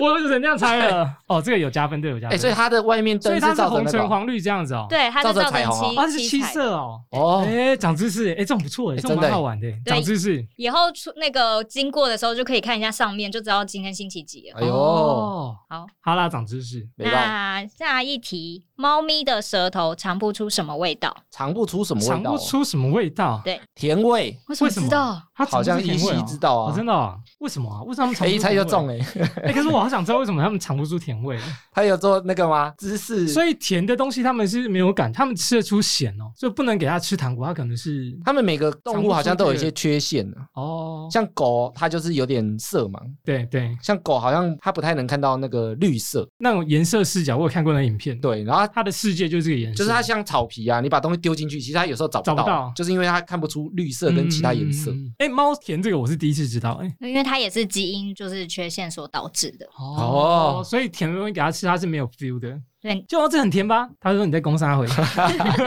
[SPEAKER 1] 我只能这样猜了。哦，这个有加分，对，有加
[SPEAKER 2] 哎、
[SPEAKER 1] 分。
[SPEAKER 2] 所以它的外面
[SPEAKER 1] 所
[SPEAKER 2] 灯
[SPEAKER 1] 以
[SPEAKER 2] 是
[SPEAKER 1] 它是
[SPEAKER 2] 照着
[SPEAKER 1] 红
[SPEAKER 2] 那
[SPEAKER 1] 橙
[SPEAKER 2] 个
[SPEAKER 1] 黄绿这样子哦。，
[SPEAKER 3] 对，它
[SPEAKER 2] 照
[SPEAKER 3] 是
[SPEAKER 2] 着
[SPEAKER 3] 造
[SPEAKER 2] 彩
[SPEAKER 3] 成
[SPEAKER 2] 虹
[SPEAKER 3] 七
[SPEAKER 1] 啊，这是七
[SPEAKER 3] 彩
[SPEAKER 1] 色哦。
[SPEAKER 2] 哦，
[SPEAKER 1] 哎，长知识，哎，这种不错，哎，这种
[SPEAKER 2] 真的
[SPEAKER 1] 蛮好玩的，哎
[SPEAKER 3] 对
[SPEAKER 1] 长知识。
[SPEAKER 3] 以后出那个经过的时候，就可以看一下上面，就知道今天星期几了。
[SPEAKER 2] 哎呦，
[SPEAKER 1] 哦，
[SPEAKER 3] 好，
[SPEAKER 1] 好啦，长知识。
[SPEAKER 2] 没办法，
[SPEAKER 3] 那下一题，猫咪的舌头尝不出什么味道？
[SPEAKER 2] 尝不出什么
[SPEAKER 1] 尝
[SPEAKER 2] 味道
[SPEAKER 1] 不
[SPEAKER 2] 哦，
[SPEAKER 1] 出什么味道。
[SPEAKER 3] 对
[SPEAKER 2] 甜味，
[SPEAKER 3] 为
[SPEAKER 1] 为什么
[SPEAKER 3] 知道？
[SPEAKER 1] 它
[SPEAKER 2] 好像依稀知
[SPEAKER 1] 道
[SPEAKER 2] 道
[SPEAKER 1] 哦，
[SPEAKER 2] 啊，
[SPEAKER 1] 真的哦？为什么啊？为什么他 们尝不
[SPEAKER 2] 哎
[SPEAKER 1] 出
[SPEAKER 2] 一猜就
[SPEAKER 1] 甜味
[SPEAKER 2] 中哎、
[SPEAKER 1] 哎，可是我好想知道为什么他们尝不出甜味。
[SPEAKER 2] 他有做那个吗？芝士，
[SPEAKER 1] 所以甜的东西他们是没有感，他们吃得出咸哦，所以不能给它吃糖果，它可能是
[SPEAKER 2] 他们每个动物好像都有一些缺陷啊，
[SPEAKER 1] 哦，
[SPEAKER 2] 像狗它就是有点色盲，
[SPEAKER 1] 对对，
[SPEAKER 2] 像狗好像它不太能看到那个绿色，
[SPEAKER 1] 那种颜色视角我有看过那影片，
[SPEAKER 2] 对，然后它
[SPEAKER 1] 它的世界就是这个颜色，
[SPEAKER 2] 就是它像草皮啊，你把东西丢进去，其实它有时候找不
[SPEAKER 1] 找不到
[SPEAKER 2] 就是因为它看不出绿色跟其他颜色。
[SPEAKER 1] 嗯。嗯嗯嗯哎、猫甜这个我是第一次知道，哎、
[SPEAKER 3] 因为它也是基因就是缺陷所导致的。
[SPEAKER 2] 哦
[SPEAKER 1] 所以甜的东西给它吃，它是没有 feel 的。
[SPEAKER 3] 对，
[SPEAKER 1] 就哦，这很甜吧？他说你在攻杀 回，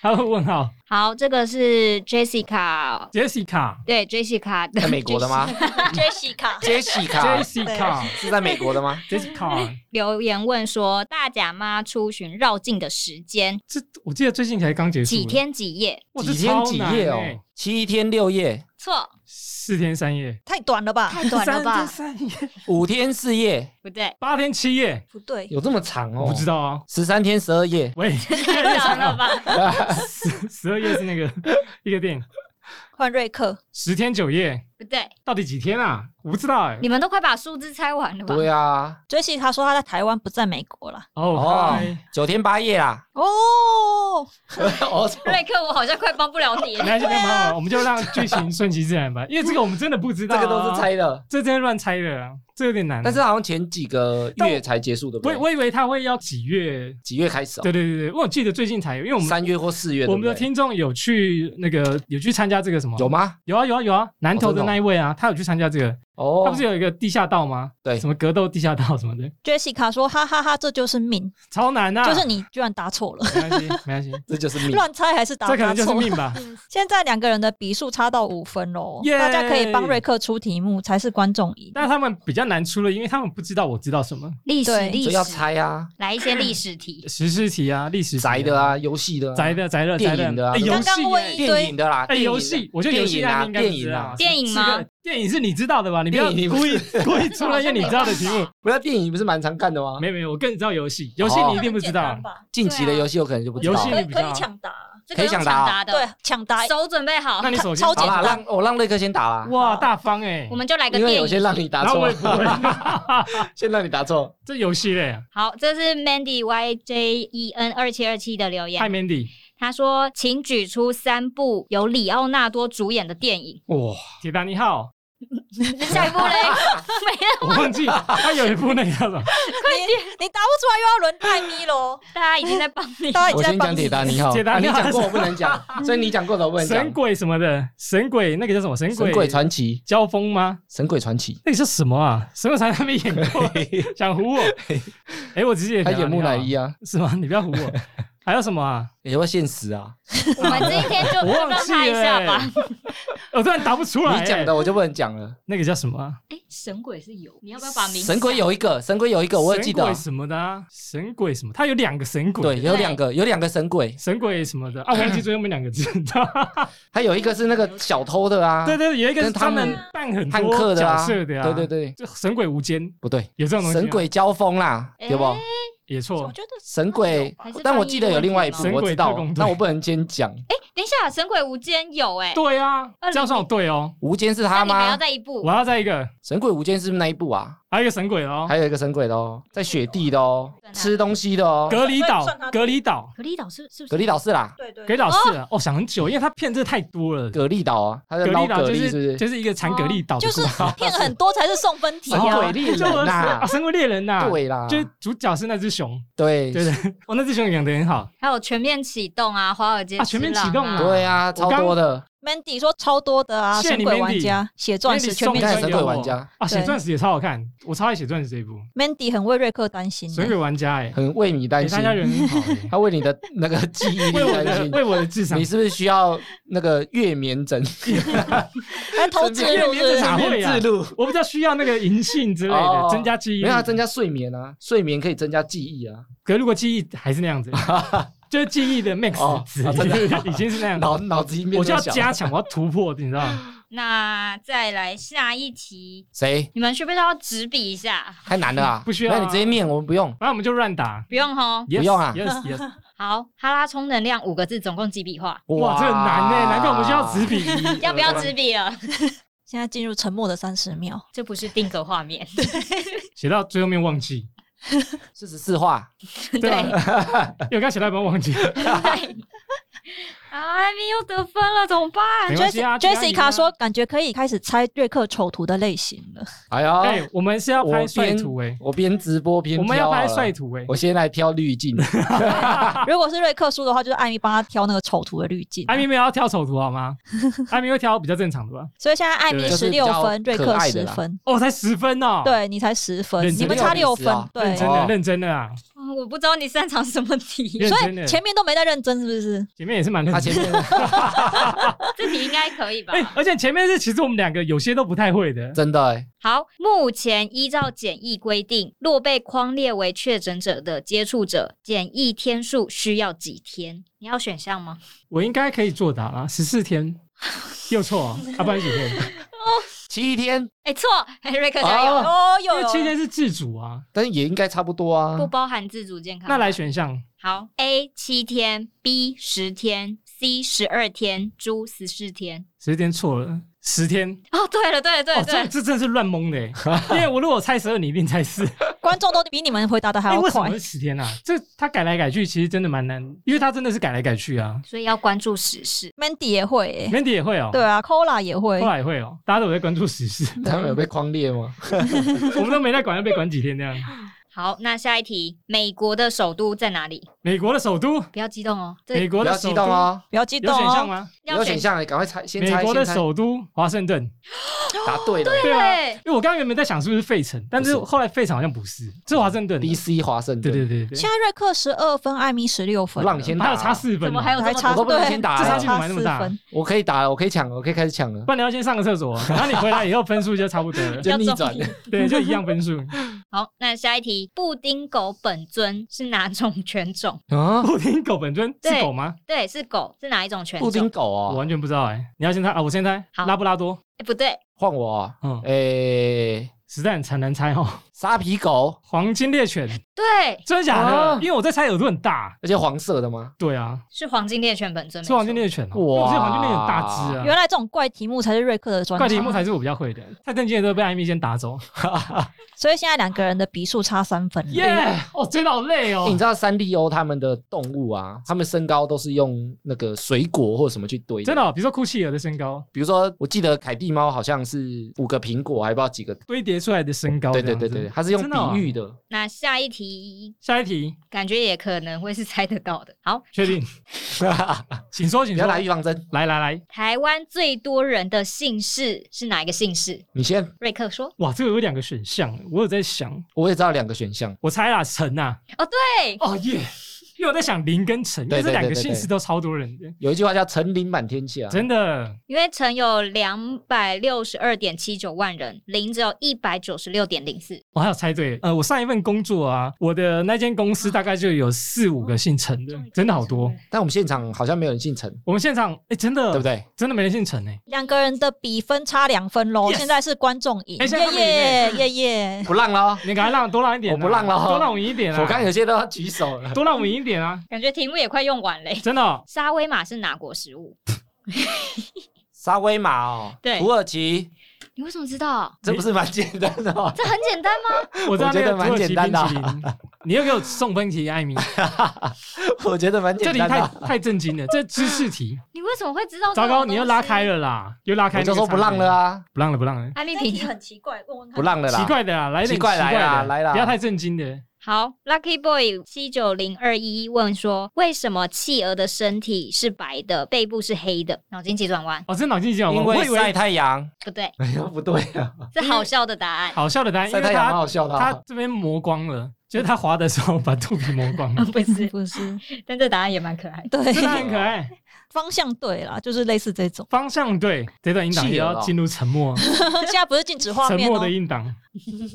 [SPEAKER 1] 他会问号
[SPEAKER 3] 好，这个是 Jessica，
[SPEAKER 1] Jessica。
[SPEAKER 3] 对 Jessica，
[SPEAKER 1] 嗯
[SPEAKER 2] 在美国的吗
[SPEAKER 4] Jessica，
[SPEAKER 2] ？Jessica
[SPEAKER 1] Jessica，Jessica，
[SPEAKER 2] 是在美国 的吗？
[SPEAKER 1] Jessica
[SPEAKER 3] 留言问说，大甲妈出巡绕境的时间
[SPEAKER 1] 这我记得最近才刚结束，
[SPEAKER 3] 几？天几夜？
[SPEAKER 1] 哇，这
[SPEAKER 2] 几天
[SPEAKER 1] 超
[SPEAKER 2] 几
[SPEAKER 1] 难
[SPEAKER 2] 夜
[SPEAKER 1] 哎
[SPEAKER 2] 哦？七天六夜，
[SPEAKER 3] 错，
[SPEAKER 1] 四天三夜，
[SPEAKER 4] 太短了吧？
[SPEAKER 3] 太短了吧
[SPEAKER 1] 三天三夜，
[SPEAKER 2] 五天四夜，
[SPEAKER 3] 不对，
[SPEAKER 1] 八天七夜，
[SPEAKER 4] 不对，
[SPEAKER 2] 有这么长哦？
[SPEAKER 1] 我不知
[SPEAKER 2] 道，
[SPEAKER 1] 道啊。
[SPEAKER 2] 十三天十二夜，
[SPEAKER 1] 喂，
[SPEAKER 3] 太长了吧？
[SPEAKER 1] 十二夜是那个一个电影，
[SPEAKER 4] 换瑞克，
[SPEAKER 1] 十天九夜
[SPEAKER 3] 不对，
[SPEAKER 1] 到底几天啊？我不知道哎
[SPEAKER 3] 你。们都快把数字猜完了吧？
[SPEAKER 2] 对啊，
[SPEAKER 4] Jessica 说她在台湾，不在美国啦。
[SPEAKER 1] 哦
[SPEAKER 2] 哦
[SPEAKER 1] 嗨，
[SPEAKER 2] 九天八夜啊啦。
[SPEAKER 4] 哦，
[SPEAKER 2] 哦，
[SPEAKER 1] 啊
[SPEAKER 3] 瑞克，我好像快帮不了你
[SPEAKER 1] 没
[SPEAKER 3] 了。
[SPEAKER 1] 关系，没有没有没有，我们就让剧情顺其自然吧，因为这个我们真的不知道
[SPEAKER 2] 这
[SPEAKER 1] 啊，
[SPEAKER 2] 个都是猜的，
[SPEAKER 1] 这真的乱猜的啊，这有点难啊。
[SPEAKER 2] 但是好像前几个月才结束的，
[SPEAKER 1] 我
[SPEAKER 2] 对不对
[SPEAKER 1] 我以为他会要几月？
[SPEAKER 2] 几月开始哦？
[SPEAKER 1] 对对对对，我记得最近才有，因为我们
[SPEAKER 2] 三月或四月，
[SPEAKER 1] 我们
[SPEAKER 2] 对
[SPEAKER 1] 的
[SPEAKER 2] 不对
[SPEAKER 1] 听众有去那个有去参加这个什么？
[SPEAKER 2] 有？吗？
[SPEAKER 1] 有啊有啊有啊！南投
[SPEAKER 2] 真
[SPEAKER 1] 的
[SPEAKER 2] 的哦
[SPEAKER 1] 那一位啊，他有去参加这个，
[SPEAKER 2] 哦，
[SPEAKER 1] 他不是有一个地下道吗？
[SPEAKER 2] 对
[SPEAKER 1] 什么格斗地下道什么的，
[SPEAKER 4] Jessica 说：“哈哈哈这就是命，
[SPEAKER 1] 超难啊！
[SPEAKER 4] 就是你居然答错了，
[SPEAKER 1] 没 关系没关系，
[SPEAKER 2] 这就是命。
[SPEAKER 4] 乱猜还是答
[SPEAKER 1] 这可
[SPEAKER 4] 答
[SPEAKER 1] 能就是
[SPEAKER 4] 错。
[SPEAKER 1] 命 吧。
[SPEAKER 4] 现在两个人的比数差到五分喽
[SPEAKER 1] 耶
[SPEAKER 4] 大家可以帮瑞克出题目，才是观众赢。
[SPEAKER 1] 但他们比较难出了，因为他们不知道我知道什么
[SPEAKER 3] 历史
[SPEAKER 4] 对
[SPEAKER 3] 历
[SPEAKER 2] 所以要
[SPEAKER 3] 史，
[SPEAKER 2] 猜啊，
[SPEAKER 3] 来一些历 史题。
[SPEAKER 1] 时事题啊、历史题
[SPEAKER 2] 宅的，啊，游戏的啊，
[SPEAKER 1] 宅的宅的
[SPEAKER 2] 电
[SPEAKER 1] 宅
[SPEAKER 2] 影的啊
[SPEAKER 1] 哎
[SPEAKER 2] 对
[SPEAKER 1] 游
[SPEAKER 4] 刚
[SPEAKER 1] 戏
[SPEAKER 4] 刚问
[SPEAKER 1] 耶
[SPEAKER 4] 一
[SPEAKER 2] 电
[SPEAKER 4] 堆
[SPEAKER 2] 影，的啦，
[SPEAKER 1] 哎
[SPEAKER 2] 电影
[SPEAKER 1] 游戏，我觉得游
[SPEAKER 2] 电
[SPEAKER 1] 戏
[SPEAKER 2] 影
[SPEAKER 1] 大家
[SPEAKER 2] 啊，
[SPEAKER 1] 应该不
[SPEAKER 2] 电
[SPEAKER 1] 知
[SPEAKER 2] 影
[SPEAKER 1] 道
[SPEAKER 2] 啊，
[SPEAKER 3] 电影吗？
[SPEAKER 1] 电影是你知道的吧？你不要
[SPEAKER 2] 电影
[SPEAKER 1] 故意故意出了一些你知道的题目。
[SPEAKER 2] 不要电影不是蛮常看的吗？
[SPEAKER 1] 没有没有，我更知道游戏，游戏
[SPEAKER 2] 哦
[SPEAKER 1] 你一定不知道。
[SPEAKER 2] 近期的游戏我可能就不知道了。
[SPEAKER 1] 游戏
[SPEAKER 4] 可
[SPEAKER 1] 你
[SPEAKER 4] 以
[SPEAKER 1] 比较
[SPEAKER 4] 可以抢答，
[SPEAKER 3] 这
[SPEAKER 2] 可
[SPEAKER 3] 个
[SPEAKER 2] 以
[SPEAKER 3] 用
[SPEAKER 2] 抢
[SPEAKER 3] 抢
[SPEAKER 2] 答啊
[SPEAKER 3] 答的，
[SPEAKER 4] 对，抢答
[SPEAKER 3] 手准备好
[SPEAKER 1] 那，你手机
[SPEAKER 4] 超
[SPEAKER 2] 好
[SPEAKER 4] 简
[SPEAKER 2] 啦，
[SPEAKER 4] 单
[SPEAKER 2] 让我让瑞克先打啦，
[SPEAKER 1] 哇，
[SPEAKER 4] 好
[SPEAKER 1] 大方哎、
[SPEAKER 3] 我们就来个
[SPEAKER 2] 因为
[SPEAKER 3] 电
[SPEAKER 2] 有些
[SPEAKER 3] 影。
[SPEAKER 2] 让你打
[SPEAKER 1] 然后我
[SPEAKER 2] 错
[SPEAKER 1] 也，不会，
[SPEAKER 2] 先让你打错。
[SPEAKER 1] 这游戏嘞，
[SPEAKER 3] 好，这是 Mandy Y J E N 二七二七的留
[SPEAKER 1] 嗨
[SPEAKER 3] 言，
[SPEAKER 1] Mandy，
[SPEAKER 3] 他说：“请举出三部由里奥纳多主演的电影。
[SPEAKER 2] 哇，
[SPEAKER 1] 铁达尼号，”
[SPEAKER 3] 下一 部嘞，
[SPEAKER 1] 我忘记他有一部那个叫什么，
[SPEAKER 4] 你你答不出来又要轮太 咪喽，
[SPEAKER 3] 大家已经在帮你。
[SPEAKER 4] 大家已
[SPEAKER 2] 我
[SPEAKER 4] 经在
[SPEAKER 2] 先
[SPEAKER 4] 帮
[SPEAKER 2] 讲
[SPEAKER 4] 你
[SPEAKER 2] 铁达尼号，
[SPEAKER 1] 铁达
[SPEAKER 2] 啊
[SPEAKER 1] 尼
[SPEAKER 2] 你
[SPEAKER 1] 号
[SPEAKER 2] 讲过我不能讲， 所以你讲过的我不能讲
[SPEAKER 1] 神。鬼什么的，神鬼那个叫什么？神鬼
[SPEAKER 2] 神鬼传奇，
[SPEAKER 1] 交锋吗？
[SPEAKER 2] 神鬼传奇，
[SPEAKER 1] 那个叫什么啊？神鬼传奇还没演 过，想唬我？哎、我直接也
[SPEAKER 2] 他演
[SPEAKER 1] 铁达尼
[SPEAKER 2] 木
[SPEAKER 1] 号
[SPEAKER 2] 乃伊啊，
[SPEAKER 1] 是吗？你不要唬 我。还有什么啊？
[SPEAKER 2] 也会现实啊。
[SPEAKER 3] 我们今天就
[SPEAKER 1] 我忘
[SPEAKER 3] 让
[SPEAKER 1] 记
[SPEAKER 3] 他一
[SPEAKER 1] 了、哎欸
[SPEAKER 3] 下吧。
[SPEAKER 1] 我突然答不出来、哎
[SPEAKER 2] 你讲的我就不能讲了。
[SPEAKER 1] 那个叫什么啊？
[SPEAKER 3] 哎，神鬼是有，你要不要把名字
[SPEAKER 2] 神鬼有一个，神鬼有一个，我有记得
[SPEAKER 1] 神鬼。什么的、啊，神鬼什么？他有两个神鬼，
[SPEAKER 2] 对，有两个，有两个神鬼，
[SPEAKER 1] 神鬼什么的啊，我忘记最后面两个字。
[SPEAKER 2] 他有一个是那个小偷的啊，
[SPEAKER 1] 对对，对有一个是
[SPEAKER 2] 跟他
[SPEAKER 1] 专
[SPEAKER 2] 们
[SPEAKER 1] 门扮很
[SPEAKER 2] 汉克
[SPEAKER 1] 多
[SPEAKER 2] 的
[SPEAKER 1] 角
[SPEAKER 2] 啊，
[SPEAKER 1] 色的啊，
[SPEAKER 2] 对对，对，
[SPEAKER 1] 就神鬼无间
[SPEAKER 2] 不对，
[SPEAKER 1] 有这种东西吗，啊
[SPEAKER 2] 神鬼交锋啦，
[SPEAKER 3] 哎
[SPEAKER 2] 对不？
[SPEAKER 1] 也
[SPEAKER 4] 我
[SPEAKER 1] 错，
[SPEAKER 4] 觉得
[SPEAKER 2] 神鬼
[SPEAKER 3] 还是翻译，
[SPEAKER 2] 但我记得有另外一部
[SPEAKER 1] 神，鬼
[SPEAKER 2] 我知道
[SPEAKER 1] 特工，队
[SPEAKER 2] 那我不能先讲。
[SPEAKER 3] 等一下，《神鬼无间》有哎、
[SPEAKER 1] 对啊，
[SPEAKER 3] 二零
[SPEAKER 1] 这样算我对哦。
[SPEAKER 2] 无间是
[SPEAKER 3] 那
[SPEAKER 2] 他
[SPEAKER 3] 你还要
[SPEAKER 2] 吗？
[SPEAKER 3] 再一部
[SPEAKER 1] 我？要再一个，
[SPEAKER 2] 神鬼无间是不是那一部啊，
[SPEAKER 1] 还有一个神鬼哦，
[SPEAKER 2] 还有一个神鬼的哦，在雪地的哦
[SPEAKER 3] 在，哪
[SPEAKER 2] 吃东西的哦，
[SPEAKER 1] 隔离岛
[SPEAKER 4] 算他，
[SPEAKER 1] 隔离岛，
[SPEAKER 3] 格力岛是是不
[SPEAKER 2] 蛤
[SPEAKER 3] 是？
[SPEAKER 2] 蜊岛是啦，
[SPEAKER 4] 对对
[SPEAKER 1] 隔离岛是啊哦，想很久，因为他骗这太多了。
[SPEAKER 2] 蛤蜊岛啊，他在
[SPEAKER 1] 隔
[SPEAKER 2] 捞
[SPEAKER 1] 离岛
[SPEAKER 2] 蛤
[SPEAKER 1] 就
[SPEAKER 2] 蜊是
[SPEAKER 1] 是
[SPEAKER 2] 不是？
[SPEAKER 1] 就是一个产蛤蜊岛的
[SPEAKER 4] 哦就
[SPEAKER 1] 故事，
[SPEAKER 4] 是 骗很多才是送分题
[SPEAKER 2] 神鬼
[SPEAKER 4] 啊。
[SPEAKER 1] 就
[SPEAKER 2] 猎
[SPEAKER 1] 是
[SPEAKER 2] 人呐
[SPEAKER 1] 啊，，神鬼猎人呐，
[SPEAKER 2] 对啦，
[SPEAKER 1] 就是主角是那只熊，
[SPEAKER 2] 对
[SPEAKER 1] 对对， 哦，那只熊养的很好，
[SPEAKER 3] 还有全面启动啊，华尔街、
[SPEAKER 1] 啊全面启动啊
[SPEAKER 2] 对啊，
[SPEAKER 1] 我
[SPEAKER 2] 超
[SPEAKER 1] 刚
[SPEAKER 2] 多的。
[SPEAKER 4] Mandy 说超多的啊，
[SPEAKER 1] 谢谢
[SPEAKER 4] 神
[SPEAKER 1] 你
[SPEAKER 4] 鬼玩
[SPEAKER 1] Mandy
[SPEAKER 4] 家、血钻石、
[SPEAKER 1] Mandy
[SPEAKER 4] 全
[SPEAKER 1] 送
[SPEAKER 4] 面
[SPEAKER 2] 看
[SPEAKER 1] 给我
[SPEAKER 4] 神
[SPEAKER 2] 神
[SPEAKER 4] 鬼
[SPEAKER 2] 鬼玩家
[SPEAKER 1] 啊，
[SPEAKER 4] 对
[SPEAKER 1] 写钻石也超好看，我超爱写钻石这一部，
[SPEAKER 4] ，Mandy 很为瑞克担心、
[SPEAKER 1] 神
[SPEAKER 4] 欸
[SPEAKER 1] 鬼。玩家哎、
[SPEAKER 2] 嗯很为你担
[SPEAKER 1] 欸，
[SPEAKER 2] 心，
[SPEAKER 1] 大，家人很好、欸
[SPEAKER 2] 他为你的那个记忆
[SPEAKER 1] 为
[SPEAKER 2] 力
[SPEAKER 1] 我
[SPEAKER 2] 担
[SPEAKER 1] 的
[SPEAKER 2] 心。
[SPEAKER 1] 为我的智商
[SPEAKER 2] 你，是不是需要那个月眠枕？
[SPEAKER 4] 还投资入
[SPEAKER 1] 月眠
[SPEAKER 4] 是
[SPEAKER 1] 枕哪会啊
[SPEAKER 2] 自录？
[SPEAKER 1] 我比较需要那个银杏之类
[SPEAKER 2] 哦
[SPEAKER 1] 的，增加记忆力。
[SPEAKER 2] 没有，它增加睡眠啊，睡眠可以增加记忆啊，
[SPEAKER 1] 可是如果记忆还是那 样子，就是记忆的 max
[SPEAKER 2] 哦
[SPEAKER 1] 值
[SPEAKER 2] 啊真的
[SPEAKER 1] 已经是那样子，
[SPEAKER 2] 脑脑子已经变
[SPEAKER 1] 我就
[SPEAKER 2] 这
[SPEAKER 1] 要
[SPEAKER 2] 么小
[SPEAKER 1] 加强，我要突破，你知道吗？
[SPEAKER 3] 那再来下一题，
[SPEAKER 2] 谁？
[SPEAKER 3] 你们需不需要纸笔一下？
[SPEAKER 2] 太难了啊！
[SPEAKER 1] 不需要啊
[SPEAKER 2] 那你直接念，我们不用。
[SPEAKER 1] 反正我们就乱打，
[SPEAKER 3] 不用吼。
[SPEAKER 1] Yes,
[SPEAKER 2] 不用啊
[SPEAKER 1] Yes Yes，
[SPEAKER 3] 好，哈拉充能量五个字，总共几笔画？
[SPEAKER 1] 哇，这很难呢，难怪我们需要纸笔。
[SPEAKER 3] 要不要纸笔了？
[SPEAKER 4] 现在进入沉默的三十秒，
[SPEAKER 3] 这不是定格画面。
[SPEAKER 1] 写到最后面忘记，
[SPEAKER 2] 四十四画，
[SPEAKER 1] 对啊吧？ 因为我刚写到一半 忘记，
[SPEAKER 3] 啊，艾米又得分了，怎么办
[SPEAKER 1] 没？关系啊
[SPEAKER 4] Jessi-
[SPEAKER 1] 加油啊
[SPEAKER 4] Jessica 说，感觉可以开始猜瑞克丑图的类型 了。
[SPEAKER 2] 哎呦，
[SPEAKER 1] 哎，我们是要
[SPEAKER 2] 我
[SPEAKER 1] 拍帅
[SPEAKER 2] 边
[SPEAKER 1] 图哎，
[SPEAKER 2] 我边直播边
[SPEAKER 1] 我们要
[SPEAKER 2] 挑好
[SPEAKER 1] 拍
[SPEAKER 2] 了
[SPEAKER 1] 帅，图哎，
[SPEAKER 2] 我先来挑 滤镜，
[SPEAKER 4] 如果是瑞克输的话，就是艾米帮他挑那个丑图的滤镜。 啊
[SPEAKER 1] 艾米没有要挑丑图好吗？艾米会挑比较正常的吧？
[SPEAKER 4] 所以现在艾米
[SPEAKER 1] 对
[SPEAKER 4] 十六分，
[SPEAKER 2] 就
[SPEAKER 4] 瑞
[SPEAKER 2] 是比较可
[SPEAKER 4] 克
[SPEAKER 2] 爱的
[SPEAKER 4] 十
[SPEAKER 2] 啦
[SPEAKER 4] 分，
[SPEAKER 1] 哦，才十分哦，，
[SPEAKER 4] 对你才十分
[SPEAKER 1] 认，真
[SPEAKER 4] 你们差
[SPEAKER 2] 六
[SPEAKER 4] 六
[SPEAKER 2] 比
[SPEAKER 4] 分
[SPEAKER 2] 十
[SPEAKER 1] 认。真
[SPEAKER 2] 啊，
[SPEAKER 4] 对
[SPEAKER 1] 的
[SPEAKER 2] 哦
[SPEAKER 1] 认真的啊，
[SPEAKER 3] 嗯我不知道你擅长什么题，
[SPEAKER 1] 认
[SPEAKER 4] 所
[SPEAKER 1] 真
[SPEAKER 4] 以
[SPEAKER 1] 的。
[SPEAKER 4] 前面都没在认真，是不是？
[SPEAKER 1] 前面也是蛮认
[SPEAKER 2] 他
[SPEAKER 1] 真
[SPEAKER 2] 前
[SPEAKER 1] 的，
[SPEAKER 2] 面
[SPEAKER 3] 这题应该可以吧？
[SPEAKER 1] 哎，而且前面是其实我们两个有些都不太会的，
[SPEAKER 2] 真的哎，
[SPEAKER 3] 好，目前依照检疫规定，若被框列为确诊者的接触者，检疫天数需要几天？你要选项吗？
[SPEAKER 1] 我应该可以作答啦，十四天。又错 啊，啊不然几天？
[SPEAKER 2] 七天，
[SPEAKER 3] 哎、错，哎，瑞克加油，
[SPEAKER 2] 哦
[SPEAKER 4] 哦，
[SPEAKER 1] 因
[SPEAKER 4] 有
[SPEAKER 1] 为七天是自主啊。
[SPEAKER 2] 但是也应该差不多啊
[SPEAKER 3] 不。包含自主健康。
[SPEAKER 1] 那来选项，
[SPEAKER 3] 好，A 七天，B 十天，C 十二天，D 十四天。
[SPEAKER 1] 十天错了，十天。
[SPEAKER 3] 哦，对了，对了，对
[SPEAKER 1] 哦
[SPEAKER 3] 了，，对
[SPEAKER 1] 这
[SPEAKER 3] 了，
[SPEAKER 1] 这真的是乱蒙的欸， 因为我如果猜十二，你一定猜四。
[SPEAKER 4] 观众都比你们回答的还
[SPEAKER 1] 哎，
[SPEAKER 4] 要
[SPEAKER 1] 为什
[SPEAKER 4] 快
[SPEAKER 1] 么是。十天啊？这他改来改去，其实真的蛮难，因为他真的是改来改去啊。
[SPEAKER 3] 所以要关注时事。
[SPEAKER 4] Mandy 也会欸，
[SPEAKER 1] Mandy 也会哦，
[SPEAKER 4] 对，啊，Cola 也会
[SPEAKER 1] 后，来也会哦，大家都有在关注时事，
[SPEAKER 2] 他们有被框列吗？
[SPEAKER 1] 我们都没在管要被管几天这样。
[SPEAKER 3] 好，那下一题，美国的首都在哪里？
[SPEAKER 1] 美国的首都，
[SPEAKER 3] 不要激动哦，
[SPEAKER 1] 美
[SPEAKER 3] 这
[SPEAKER 1] 国
[SPEAKER 2] 不
[SPEAKER 1] 的
[SPEAKER 2] 要
[SPEAKER 1] 首
[SPEAKER 2] 激
[SPEAKER 1] 都
[SPEAKER 2] 动，哦，
[SPEAKER 4] 不要激
[SPEAKER 1] 有
[SPEAKER 4] 动
[SPEAKER 1] 选项
[SPEAKER 4] 哦。
[SPEAKER 1] 吗？
[SPEAKER 3] 要
[SPEAKER 2] 有选
[SPEAKER 3] 选
[SPEAKER 2] 项，欸赶快猜，先
[SPEAKER 1] 美
[SPEAKER 2] 猜，
[SPEAKER 1] 国的
[SPEAKER 2] 先猜
[SPEAKER 1] 首都华盛顿，
[SPEAKER 2] 答对了
[SPEAKER 1] 对啊。
[SPEAKER 3] 对，
[SPEAKER 1] 因为我刚刚原本在想是不是费城，但是
[SPEAKER 2] 不是
[SPEAKER 1] 后来费城好像不是，是华盛顿的。啊
[SPEAKER 2] ，DC 华盛
[SPEAKER 1] 对
[SPEAKER 2] 顿，
[SPEAKER 1] 对对对，
[SPEAKER 4] 现在瑞克十二分，艾米十六分
[SPEAKER 2] 我
[SPEAKER 4] 了，
[SPEAKER 2] 让你先打，
[SPEAKER 1] 还有差，四分
[SPEAKER 3] 啊怎
[SPEAKER 1] 哦，
[SPEAKER 3] 么还有这
[SPEAKER 4] 还
[SPEAKER 3] 么
[SPEAKER 4] 差
[SPEAKER 2] 我都不能
[SPEAKER 4] 对
[SPEAKER 2] 先打
[SPEAKER 1] 这差
[SPEAKER 2] 了
[SPEAKER 1] 距，
[SPEAKER 4] 差
[SPEAKER 1] 蛮那么
[SPEAKER 4] 四
[SPEAKER 1] 大
[SPEAKER 4] 分。
[SPEAKER 2] 我可以打了，我可以抢了，我可以开始抢了，
[SPEAKER 1] 不，然你要先上个厕 所，啊然后你回来以后分数就差不多了
[SPEAKER 2] 就逆
[SPEAKER 3] 要
[SPEAKER 2] 转
[SPEAKER 3] 中，
[SPEAKER 1] 对，就一样分 数。
[SPEAKER 3] 好，那下一题，布丁狗本尊是哪种 犬种？
[SPEAKER 2] 啊，
[SPEAKER 1] 布丁狗本尊是
[SPEAKER 3] 对
[SPEAKER 1] 狗吗？
[SPEAKER 3] 对，是狗，是哪一种犬
[SPEAKER 2] 布
[SPEAKER 3] 种？
[SPEAKER 2] 丁狗
[SPEAKER 1] 我
[SPEAKER 2] 哦，
[SPEAKER 1] 完全不知道哎，你要先猜啊，我先猜
[SPEAKER 3] 好
[SPEAKER 1] 拉布拉多，
[SPEAKER 3] 诶不对，
[SPEAKER 2] 换我哦，
[SPEAKER 1] 嗯，
[SPEAKER 2] 诶，
[SPEAKER 1] 实在很才难猜哦。
[SPEAKER 2] 沙皮狗，
[SPEAKER 1] 黄金猎犬，
[SPEAKER 3] 对，
[SPEAKER 1] 真的假
[SPEAKER 2] 啊
[SPEAKER 1] 的？因为我在猜耳朵很大。
[SPEAKER 2] 而且黄色的吗？
[SPEAKER 1] 对啊，
[SPEAKER 3] 是黄金猎犬本尊。
[SPEAKER 1] 是黄金
[SPEAKER 3] 没错
[SPEAKER 1] 猎犬哦，
[SPEAKER 2] 哇
[SPEAKER 1] 因为我是黄金猎犬大只啊。
[SPEAKER 4] 原来这种怪题目才是瑞克的专
[SPEAKER 1] 怪
[SPEAKER 4] 长。
[SPEAKER 1] 题目才是我比较会的，太正经的都被艾米先打走。
[SPEAKER 4] 所以现在两个人的比数差三分了。
[SPEAKER 1] 耶！哦，真的好累哦
[SPEAKER 2] 欸。你知道三丽鸥它们的动物啊，它们身高都是用那个水果或什么去堆
[SPEAKER 1] 真的哦，比如说库奇尔的身高
[SPEAKER 2] 比如说，我记得凯蒂猫好像是五个苹果，还不知道几个。
[SPEAKER 1] 堆叠出来的身高。
[SPEAKER 2] 对对对对，对。它是用
[SPEAKER 1] 真的哦
[SPEAKER 2] 比 喻的。
[SPEAKER 3] 那下一题，
[SPEAKER 1] 下一题，
[SPEAKER 3] 感觉也可能会是 猜得到的。好，
[SPEAKER 1] 确定，请说，请说。
[SPEAKER 2] 你要打
[SPEAKER 1] 来
[SPEAKER 2] 预防针，
[SPEAKER 1] 来来，
[SPEAKER 3] 台湾最多人的姓氏是哪一个姓氏？
[SPEAKER 2] 你先，
[SPEAKER 3] 瑞克说，
[SPEAKER 1] 哇，这个有两个选项，我有在想，
[SPEAKER 2] 我也知道两个选项。
[SPEAKER 1] 我猜啦，城啊，
[SPEAKER 3] 哦，对，
[SPEAKER 1] 哦耶，因为我在想林跟城，因为
[SPEAKER 2] 哎对
[SPEAKER 1] 这
[SPEAKER 2] 对
[SPEAKER 1] 两个
[SPEAKER 2] 对对嗯
[SPEAKER 1] 姓氏
[SPEAKER 2] 对
[SPEAKER 1] 都超多人的，
[SPEAKER 2] 有一句话叫“成林满天下”，
[SPEAKER 1] 真的。
[SPEAKER 3] 因为城有两百六十二点七九万人，林只有一百九十六点零四。
[SPEAKER 1] 我还有猜对，呃，我上一份工作啊，我的那间公司大概就有四五个姓陈的，真的好多。
[SPEAKER 2] 但我们现场好像没有人姓陈，
[SPEAKER 1] 我们现场，哎、真的，
[SPEAKER 2] 对不？对？
[SPEAKER 1] 真的没人姓陈哎、
[SPEAKER 4] 两个人的比分差两分喽
[SPEAKER 1] Yes
[SPEAKER 4] 现在是观众赢，
[SPEAKER 1] 哎现在他们赢
[SPEAKER 4] 耶耶耶耶！
[SPEAKER 2] 不让 了哦，
[SPEAKER 1] 你赶快让多让一点、啊，
[SPEAKER 2] 我不让了哦
[SPEAKER 1] 多让我赢一点啊！
[SPEAKER 2] 我刚有些都要举手了。
[SPEAKER 1] 多让我赢一点啊！
[SPEAKER 3] 感觉题目也快用完嘞。
[SPEAKER 1] 真的哦、
[SPEAKER 3] 沙威玛是哪国食物？
[SPEAKER 2] 沙威玛哦，
[SPEAKER 3] 对
[SPEAKER 2] 土耳其，
[SPEAKER 3] 你为什么知道？
[SPEAKER 2] 这不是蛮简单的哦。
[SPEAKER 3] 这很简单吗？
[SPEAKER 1] 我知道那
[SPEAKER 2] 我觉
[SPEAKER 1] 个
[SPEAKER 2] 得
[SPEAKER 1] 土耳其
[SPEAKER 2] 蛮简单的啊
[SPEAKER 1] 冰淇淋 你又给我送分题，艾米，
[SPEAKER 2] 我觉得蛮
[SPEAKER 1] 这
[SPEAKER 2] 简
[SPEAKER 1] 题
[SPEAKER 2] 单
[SPEAKER 1] 太
[SPEAKER 2] 的。哦
[SPEAKER 1] 太震惊了，这知识题，
[SPEAKER 3] 你为什么会知道？
[SPEAKER 1] 糟糕，你又拉开。了啦，又拉开
[SPEAKER 2] 我
[SPEAKER 1] 那个
[SPEAKER 2] 就
[SPEAKER 1] 差别，
[SPEAKER 2] 说不让了啊，
[SPEAKER 1] 不让了，不让了，
[SPEAKER 3] 安利
[SPEAKER 4] 这一
[SPEAKER 3] 婷
[SPEAKER 4] 题很奇怪，问问看
[SPEAKER 2] 不让了啦。
[SPEAKER 1] 奇怪的啦，来一点
[SPEAKER 2] 奇怪啊
[SPEAKER 1] 的
[SPEAKER 2] 来啦来啦
[SPEAKER 1] 不要太震惊的。
[SPEAKER 3] 好，Lucky Boy 七九零二一一问说，为什么企鹅的身体是白的，背部是黑的？脑筋急转弯，
[SPEAKER 1] 哦，这脑筋急转
[SPEAKER 2] 因
[SPEAKER 1] 弯，我
[SPEAKER 2] 为
[SPEAKER 1] 以
[SPEAKER 2] 晒
[SPEAKER 1] 为
[SPEAKER 2] 太阳，
[SPEAKER 3] 不对，
[SPEAKER 2] 哎呀，不对 啊，
[SPEAKER 3] 是好笑的答案，
[SPEAKER 1] 好笑的答案，因
[SPEAKER 2] 晒
[SPEAKER 1] 为
[SPEAKER 2] 太阳蛮
[SPEAKER 1] 他
[SPEAKER 2] 好笑的
[SPEAKER 1] 他
[SPEAKER 2] 啊。
[SPEAKER 1] 这边磨光了，就是他滑的时候把肚皮磨 光了
[SPEAKER 3] ，不是，
[SPEAKER 4] 不是，
[SPEAKER 3] 但这答案也蛮可爱的。
[SPEAKER 4] 对
[SPEAKER 1] 真，的很可爱。。
[SPEAKER 4] 方向对啦，就是类似这种
[SPEAKER 1] 方向对，这段音档
[SPEAKER 2] 企鹅
[SPEAKER 1] 也要
[SPEAKER 2] 哦
[SPEAKER 1] 进入沉默，
[SPEAKER 4] 现在不是禁止画
[SPEAKER 1] 沉
[SPEAKER 4] 面
[SPEAKER 1] 默
[SPEAKER 4] 哦
[SPEAKER 1] 的，音档，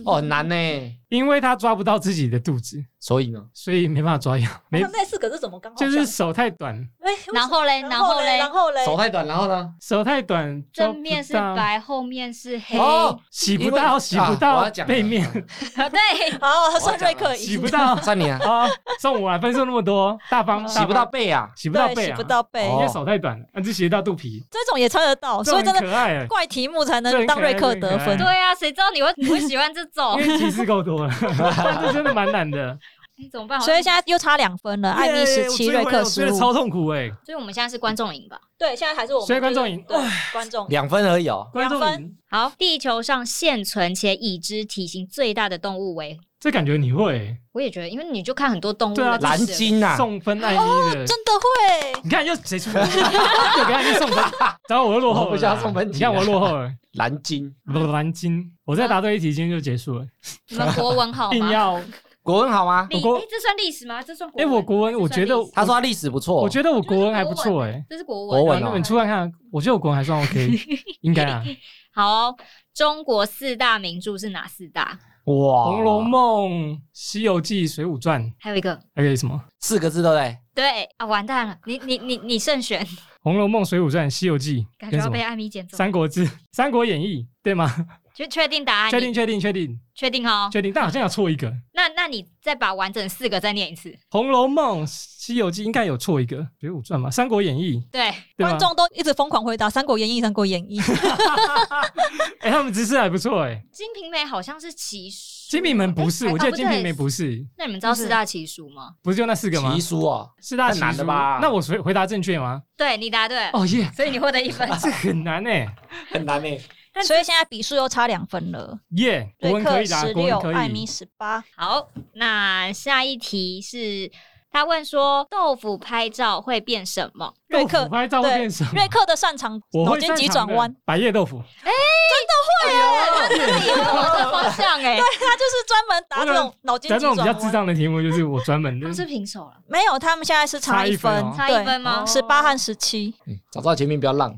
[SPEAKER 2] 哦，很难呢。啊
[SPEAKER 1] 因为他抓不到自己的肚子，
[SPEAKER 2] 所以呢，
[SPEAKER 1] 所以没办法抓痒，没
[SPEAKER 4] 那那四个是怎么刚 好
[SPEAKER 1] 就
[SPEAKER 4] 像？
[SPEAKER 1] 是手太短，
[SPEAKER 4] 哎，为什么
[SPEAKER 3] 然后嘞，
[SPEAKER 4] 然
[SPEAKER 3] 后
[SPEAKER 4] 后
[SPEAKER 3] 嘞
[SPEAKER 4] 嘞，，然后嘞，
[SPEAKER 2] 手太短，然后呢？
[SPEAKER 1] 手太短，抓
[SPEAKER 3] 正
[SPEAKER 1] 不
[SPEAKER 3] 面是
[SPEAKER 1] 到，
[SPEAKER 3] 白，后面是黑，
[SPEAKER 2] 哦，
[SPEAKER 1] 洗不
[SPEAKER 2] 因为
[SPEAKER 1] 到，洗不
[SPEAKER 2] 啊我
[SPEAKER 1] 到
[SPEAKER 2] 要讲了
[SPEAKER 1] 背面，
[SPEAKER 3] 啊对，
[SPEAKER 4] 好，算瑞克
[SPEAKER 1] 洗
[SPEAKER 4] 赢
[SPEAKER 1] 不到
[SPEAKER 2] 算你啊，
[SPEAKER 1] 啊！送我啊，分数那么多，大方
[SPEAKER 2] 洗不，
[SPEAKER 1] 大
[SPEAKER 2] 到
[SPEAKER 1] 方
[SPEAKER 2] 背啊。
[SPEAKER 1] 洗不到
[SPEAKER 4] 哦对，
[SPEAKER 1] 背
[SPEAKER 4] 洗
[SPEAKER 1] 啊，
[SPEAKER 4] 不到背，
[SPEAKER 1] 因
[SPEAKER 2] 哦
[SPEAKER 1] 为手太短了，那就洗到肚皮，
[SPEAKER 4] 这种也猜得到，
[SPEAKER 1] 这
[SPEAKER 4] 哦所以
[SPEAKER 1] 很
[SPEAKER 4] 真的
[SPEAKER 1] 可爱欸，
[SPEAKER 4] 怪题目才
[SPEAKER 1] 这
[SPEAKER 4] 能
[SPEAKER 1] 很可
[SPEAKER 4] 当
[SPEAKER 1] 爱
[SPEAKER 4] 瑞克得
[SPEAKER 1] 这很
[SPEAKER 4] 分
[SPEAKER 1] 可
[SPEAKER 3] 对。啊，谁知道你会会喜欢 这种？
[SPEAKER 1] 因为提示够多 了，但这真的蛮难的。
[SPEAKER 3] 哎怎么办？
[SPEAKER 4] 啊所以现在又差两分了，艾米十七，
[SPEAKER 1] 耶我
[SPEAKER 4] 瑞
[SPEAKER 1] 追回来
[SPEAKER 4] 克
[SPEAKER 1] 我追
[SPEAKER 4] 十
[SPEAKER 1] 的超
[SPEAKER 4] 五。
[SPEAKER 1] 痛苦
[SPEAKER 2] 欸
[SPEAKER 1] 哎，
[SPEAKER 3] 所以我们现在是观众赢吧？
[SPEAKER 4] 对，现在还是我们
[SPEAKER 1] 所以观众赢
[SPEAKER 4] 对观众赢。
[SPEAKER 2] 两分而已哦，
[SPEAKER 1] 观众
[SPEAKER 4] 两
[SPEAKER 1] 赢，
[SPEAKER 3] 好，地球上现存且已知体型最大的动物为，
[SPEAKER 1] 这感觉你会
[SPEAKER 3] 我也觉得，因为你就看很多动物
[SPEAKER 1] 对啊
[SPEAKER 3] 的
[SPEAKER 2] 蓝
[SPEAKER 3] 故事
[SPEAKER 2] 鲸啊，
[SPEAKER 1] 送分爱咪的。
[SPEAKER 4] 哦真的会，
[SPEAKER 1] 你看又谁出分？又给他一送分，然后我又落后了啦。
[SPEAKER 2] 我不想送分题啊
[SPEAKER 1] 你看我又落后了。
[SPEAKER 2] 蓝鲸，
[SPEAKER 1] 不蓝鲸，我再答对一题，今天就结束了。
[SPEAKER 3] 你们国文好
[SPEAKER 1] 硬
[SPEAKER 3] 吗？
[SPEAKER 1] 要
[SPEAKER 2] 国文好吗？
[SPEAKER 3] 历
[SPEAKER 1] 我国
[SPEAKER 3] 哎，这算历史吗？这算国
[SPEAKER 1] 哎，
[SPEAKER 3] 文？
[SPEAKER 1] 我国文，
[SPEAKER 3] 这
[SPEAKER 1] 我
[SPEAKER 3] 算
[SPEAKER 1] 觉得
[SPEAKER 3] 历史
[SPEAKER 2] 他说他历史不错，
[SPEAKER 1] 我觉得我国文还不
[SPEAKER 3] 就是国
[SPEAKER 1] 错哎。
[SPEAKER 3] 这是国
[SPEAKER 2] 哦
[SPEAKER 3] 文。啊
[SPEAKER 2] 国文
[SPEAKER 1] 那
[SPEAKER 2] 哦
[SPEAKER 1] 本出看看，我觉得我国文还算 OK，应该啊。
[SPEAKER 3] 好哦、中国四大名著是哪四大？
[SPEAKER 2] 得哇，
[SPEAKER 1] 《红楼
[SPEAKER 2] 梦
[SPEAKER 1] 梦》《西游记》《水浒传》，
[SPEAKER 3] 还有一个，
[SPEAKER 1] 还有什么？
[SPEAKER 2] 四个字对不对？
[SPEAKER 3] 对啊，完蛋了，你你你你慎选，
[SPEAKER 1] 《红楼梦》《水浒传》《西游记》
[SPEAKER 3] 感觉
[SPEAKER 1] 跟什
[SPEAKER 3] 要被
[SPEAKER 1] 么？
[SPEAKER 3] 艾米捡
[SPEAKER 1] 《
[SPEAKER 3] 走。
[SPEAKER 1] 三国志》 《三国演义》对吗？
[SPEAKER 3] 确确定答案？
[SPEAKER 1] 确定，
[SPEAKER 3] 你
[SPEAKER 1] 确定，确定，
[SPEAKER 3] 确定哦。
[SPEAKER 1] 确定。但好像有错一个，《
[SPEAKER 3] 那那你再把完整四个再念一次。
[SPEAKER 1] 红楼梦》《西游记》应该有错一个，《水浒传》嘛，《三国演义》
[SPEAKER 3] 对，
[SPEAKER 1] 对啊吗
[SPEAKER 4] 观？众都一直疯狂回答《三国演义》《三国演义》，
[SPEAKER 1] 哎，他们知识还不错哎。
[SPEAKER 3] 《金瓶梅》好像是奇书。
[SPEAKER 1] 金瓶梅不是，
[SPEAKER 3] 哎
[SPEAKER 1] 我记得《
[SPEAKER 3] 哦不
[SPEAKER 1] 金瓶梅》
[SPEAKER 3] 对
[SPEAKER 1] 不是，
[SPEAKER 3] 那你们知道
[SPEAKER 4] 不是
[SPEAKER 3] 四大奇书吗？
[SPEAKER 1] 不是就那四个吗
[SPEAKER 2] 奇？书哦，
[SPEAKER 1] 四大
[SPEAKER 2] 太
[SPEAKER 1] 奇
[SPEAKER 2] 难了
[SPEAKER 1] 书
[SPEAKER 2] 吧
[SPEAKER 1] 那我回回答正确吗？
[SPEAKER 3] 对你答对了，
[SPEAKER 1] 哦耶，
[SPEAKER 3] 所以你获得一 分。
[SPEAKER 1] 这很难哎，
[SPEAKER 2] 很难呢。
[SPEAKER 4] 所以现在比数又差两分了。
[SPEAKER 1] 耶， 国
[SPEAKER 4] 瑞
[SPEAKER 1] 文可
[SPEAKER 4] 克
[SPEAKER 1] 以啦，
[SPEAKER 4] 十
[SPEAKER 1] 国
[SPEAKER 4] 六
[SPEAKER 1] 文，可
[SPEAKER 4] 艾米
[SPEAKER 1] 以。
[SPEAKER 4] 十八。
[SPEAKER 3] 好，那下一题是他问说，豆腐拍照会变什么？
[SPEAKER 4] 瑞
[SPEAKER 1] 豆
[SPEAKER 4] 克
[SPEAKER 1] 腐拍照会
[SPEAKER 4] 对
[SPEAKER 1] 变什么？
[SPEAKER 4] 瑞克的擅长
[SPEAKER 1] 我
[SPEAKER 4] 脑
[SPEAKER 1] 会
[SPEAKER 4] 筋
[SPEAKER 1] 擅
[SPEAKER 4] 急
[SPEAKER 1] 长
[SPEAKER 4] 转
[SPEAKER 1] 的
[SPEAKER 4] 弯，
[SPEAKER 1] 百叶豆腐，哎
[SPEAKER 3] 因为啊我的方 向哎、欸，
[SPEAKER 4] 他就是专门答这种脑筋
[SPEAKER 1] 但
[SPEAKER 4] 急
[SPEAKER 1] 这种
[SPEAKER 4] 转
[SPEAKER 1] 比较智
[SPEAKER 4] 弯。
[SPEAKER 1] 障的题目，就是我专门
[SPEAKER 3] 他
[SPEAKER 1] 的
[SPEAKER 3] 们。是平手了，
[SPEAKER 4] 没有，他们现在是
[SPEAKER 1] 差
[SPEAKER 4] 差
[SPEAKER 1] 一
[SPEAKER 4] 一
[SPEAKER 1] 分
[SPEAKER 4] 分
[SPEAKER 1] 哦，
[SPEAKER 3] 差一分吗？
[SPEAKER 4] 十八和十七。
[SPEAKER 2] 哎早知道前面不要浪，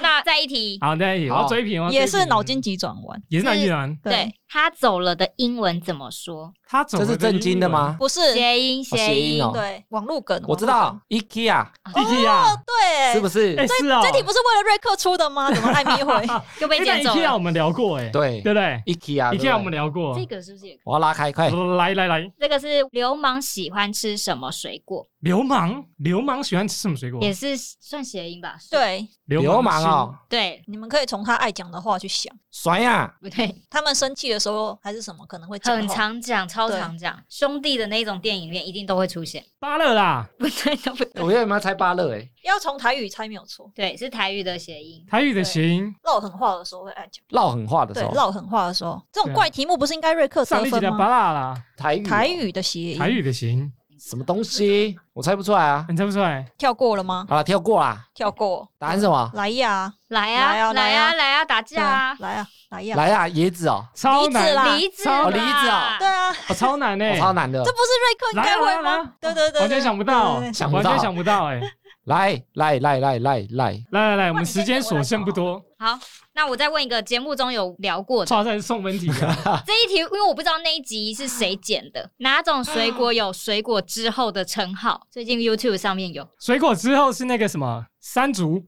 [SPEAKER 3] 那再一题，
[SPEAKER 1] 好，那也要
[SPEAKER 2] 好
[SPEAKER 1] 追平哦，
[SPEAKER 4] 也
[SPEAKER 1] 追
[SPEAKER 4] 是
[SPEAKER 1] 平
[SPEAKER 4] 脑筋，急转弯，
[SPEAKER 1] 也是脑筋软。
[SPEAKER 3] 对他走了的英文怎么说？
[SPEAKER 1] 他走
[SPEAKER 2] 这
[SPEAKER 1] 了
[SPEAKER 2] 是正经的吗？
[SPEAKER 4] 不是
[SPEAKER 3] 谐音，谐
[SPEAKER 2] 谐音
[SPEAKER 3] 音，
[SPEAKER 2] 哦
[SPEAKER 4] 对网络梗，
[SPEAKER 2] 我知道 IKEA
[SPEAKER 1] 弟弟啊，
[SPEAKER 4] 对，
[SPEAKER 2] 是不是
[SPEAKER 1] 哎？是啊，
[SPEAKER 4] 这题不是为了瑞克出的吗？怎么艾 米会？
[SPEAKER 3] 又被
[SPEAKER 1] 哎
[SPEAKER 3] 捡
[SPEAKER 1] 那
[SPEAKER 3] 走
[SPEAKER 1] IKEA 我
[SPEAKER 3] 了。
[SPEAKER 1] 们聊过哎，
[SPEAKER 2] 对
[SPEAKER 1] 对不对
[SPEAKER 2] IKEA 对不对
[SPEAKER 1] ？IKEA 我们聊过
[SPEAKER 3] 这，个是不是也可以？
[SPEAKER 2] 我要拉开，快！
[SPEAKER 1] 来来来，
[SPEAKER 3] 这个是流氓喜欢吃什么水果？
[SPEAKER 1] 流氓，流氓喜欢吃什么水果？
[SPEAKER 3] 也是算谐音吧？
[SPEAKER 4] 对，
[SPEAKER 2] 流氓
[SPEAKER 1] 心
[SPEAKER 2] 哦，，啊
[SPEAKER 3] 对，
[SPEAKER 4] 你们可以从他爱讲的话去想，
[SPEAKER 2] 爽呀！
[SPEAKER 3] 不对？
[SPEAKER 4] 他们生气的时候还是什么可能会讲话
[SPEAKER 3] 很常讲，超常讲，兄弟的那种电影里面一定都会出现。
[SPEAKER 1] 芭乐啦，
[SPEAKER 3] 不对，都不对，
[SPEAKER 2] 我有没有猜芭乐？哎，
[SPEAKER 4] 要从台语猜没有错。
[SPEAKER 3] 对，是台语的谐音。
[SPEAKER 1] 台语的谐音。
[SPEAKER 4] 唠狠话的时候会爱讲，
[SPEAKER 2] 唠狠话的
[SPEAKER 4] 对
[SPEAKER 2] 时，候，
[SPEAKER 4] 唠狠话的时候，这
[SPEAKER 1] 对
[SPEAKER 4] 种
[SPEAKER 1] 啊
[SPEAKER 4] 怪题目不是应该瑞克
[SPEAKER 1] 上一
[SPEAKER 4] 得
[SPEAKER 1] 集
[SPEAKER 4] 分
[SPEAKER 1] 的芭
[SPEAKER 4] 吗？
[SPEAKER 1] 乐啦，
[SPEAKER 2] 台语哦
[SPEAKER 4] 台语的谐
[SPEAKER 1] 台
[SPEAKER 4] 音，
[SPEAKER 1] 语的谐音，
[SPEAKER 2] 什么东西？我猜不出来啊。
[SPEAKER 1] 你猜不出来？
[SPEAKER 4] 跳过了吗？
[SPEAKER 2] 好了，跳过啊啦。
[SPEAKER 4] 跳过，
[SPEAKER 2] 答案是什么？
[SPEAKER 4] 来呀，
[SPEAKER 3] 来啊，
[SPEAKER 4] 来
[SPEAKER 3] 来
[SPEAKER 4] 啊来啊
[SPEAKER 3] 啊，来啊，打
[SPEAKER 4] 对
[SPEAKER 3] 架
[SPEAKER 4] 啊
[SPEAKER 3] 啊，！
[SPEAKER 4] 来呀，来呀，
[SPEAKER 2] 来啊，椰子哦，
[SPEAKER 1] 超
[SPEAKER 4] 梨子
[SPEAKER 1] 难，
[SPEAKER 4] 啦
[SPEAKER 3] 梨子
[SPEAKER 1] 超
[SPEAKER 3] 吧，
[SPEAKER 2] 哦梨子啊
[SPEAKER 4] 对啊，
[SPEAKER 1] 哦超难
[SPEAKER 2] 哦
[SPEAKER 1] 哎，
[SPEAKER 2] 超难的
[SPEAKER 4] 这。不是瑞克应
[SPEAKER 1] 来
[SPEAKER 4] 该
[SPEAKER 1] 啊
[SPEAKER 4] 会
[SPEAKER 1] 来啊来啊
[SPEAKER 4] 吗？对对对，
[SPEAKER 1] 完全
[SPEAKER 4] 对
[SPEAKER 1] 想不到
[SPEAKER 4] 对对，对
[SPEAKER 2] 想不
[SPEAKER 1] 完
[SPEAKER 2] 到
[SPEAKER 1] 全想不到哎。
[SPEAKER 2] 来来来来来来，
[SPEAKER 1] 来 来来，我
[SPEAKER 4] 哇
[SPEAKER 1] 们
[SPEAKER 4] 你
[SPEAKER 1] 时
[SPEAKER 4] 先
[SPEAKER 1] 间
[SPEAKER 4] 给我
[SPEAKER 1] 所
[SPEAKER 4] 来
[SPEAKER 1] 剩
[SPEAKER 4] 搞
[SPEAKER 1] 不多，
[SPEAKER 3] 好，那我再问一个节目中有聊过的
[SPEAKER 1] 超算送分题啊！
[SPEAKER 3] 这一题，因为我不知道那一集是谁剪 的，哪种水果有水果之后的称号？ 最近 YouTube 上面有，
[SPEAKER 1] 水果之后是那个什么山竹，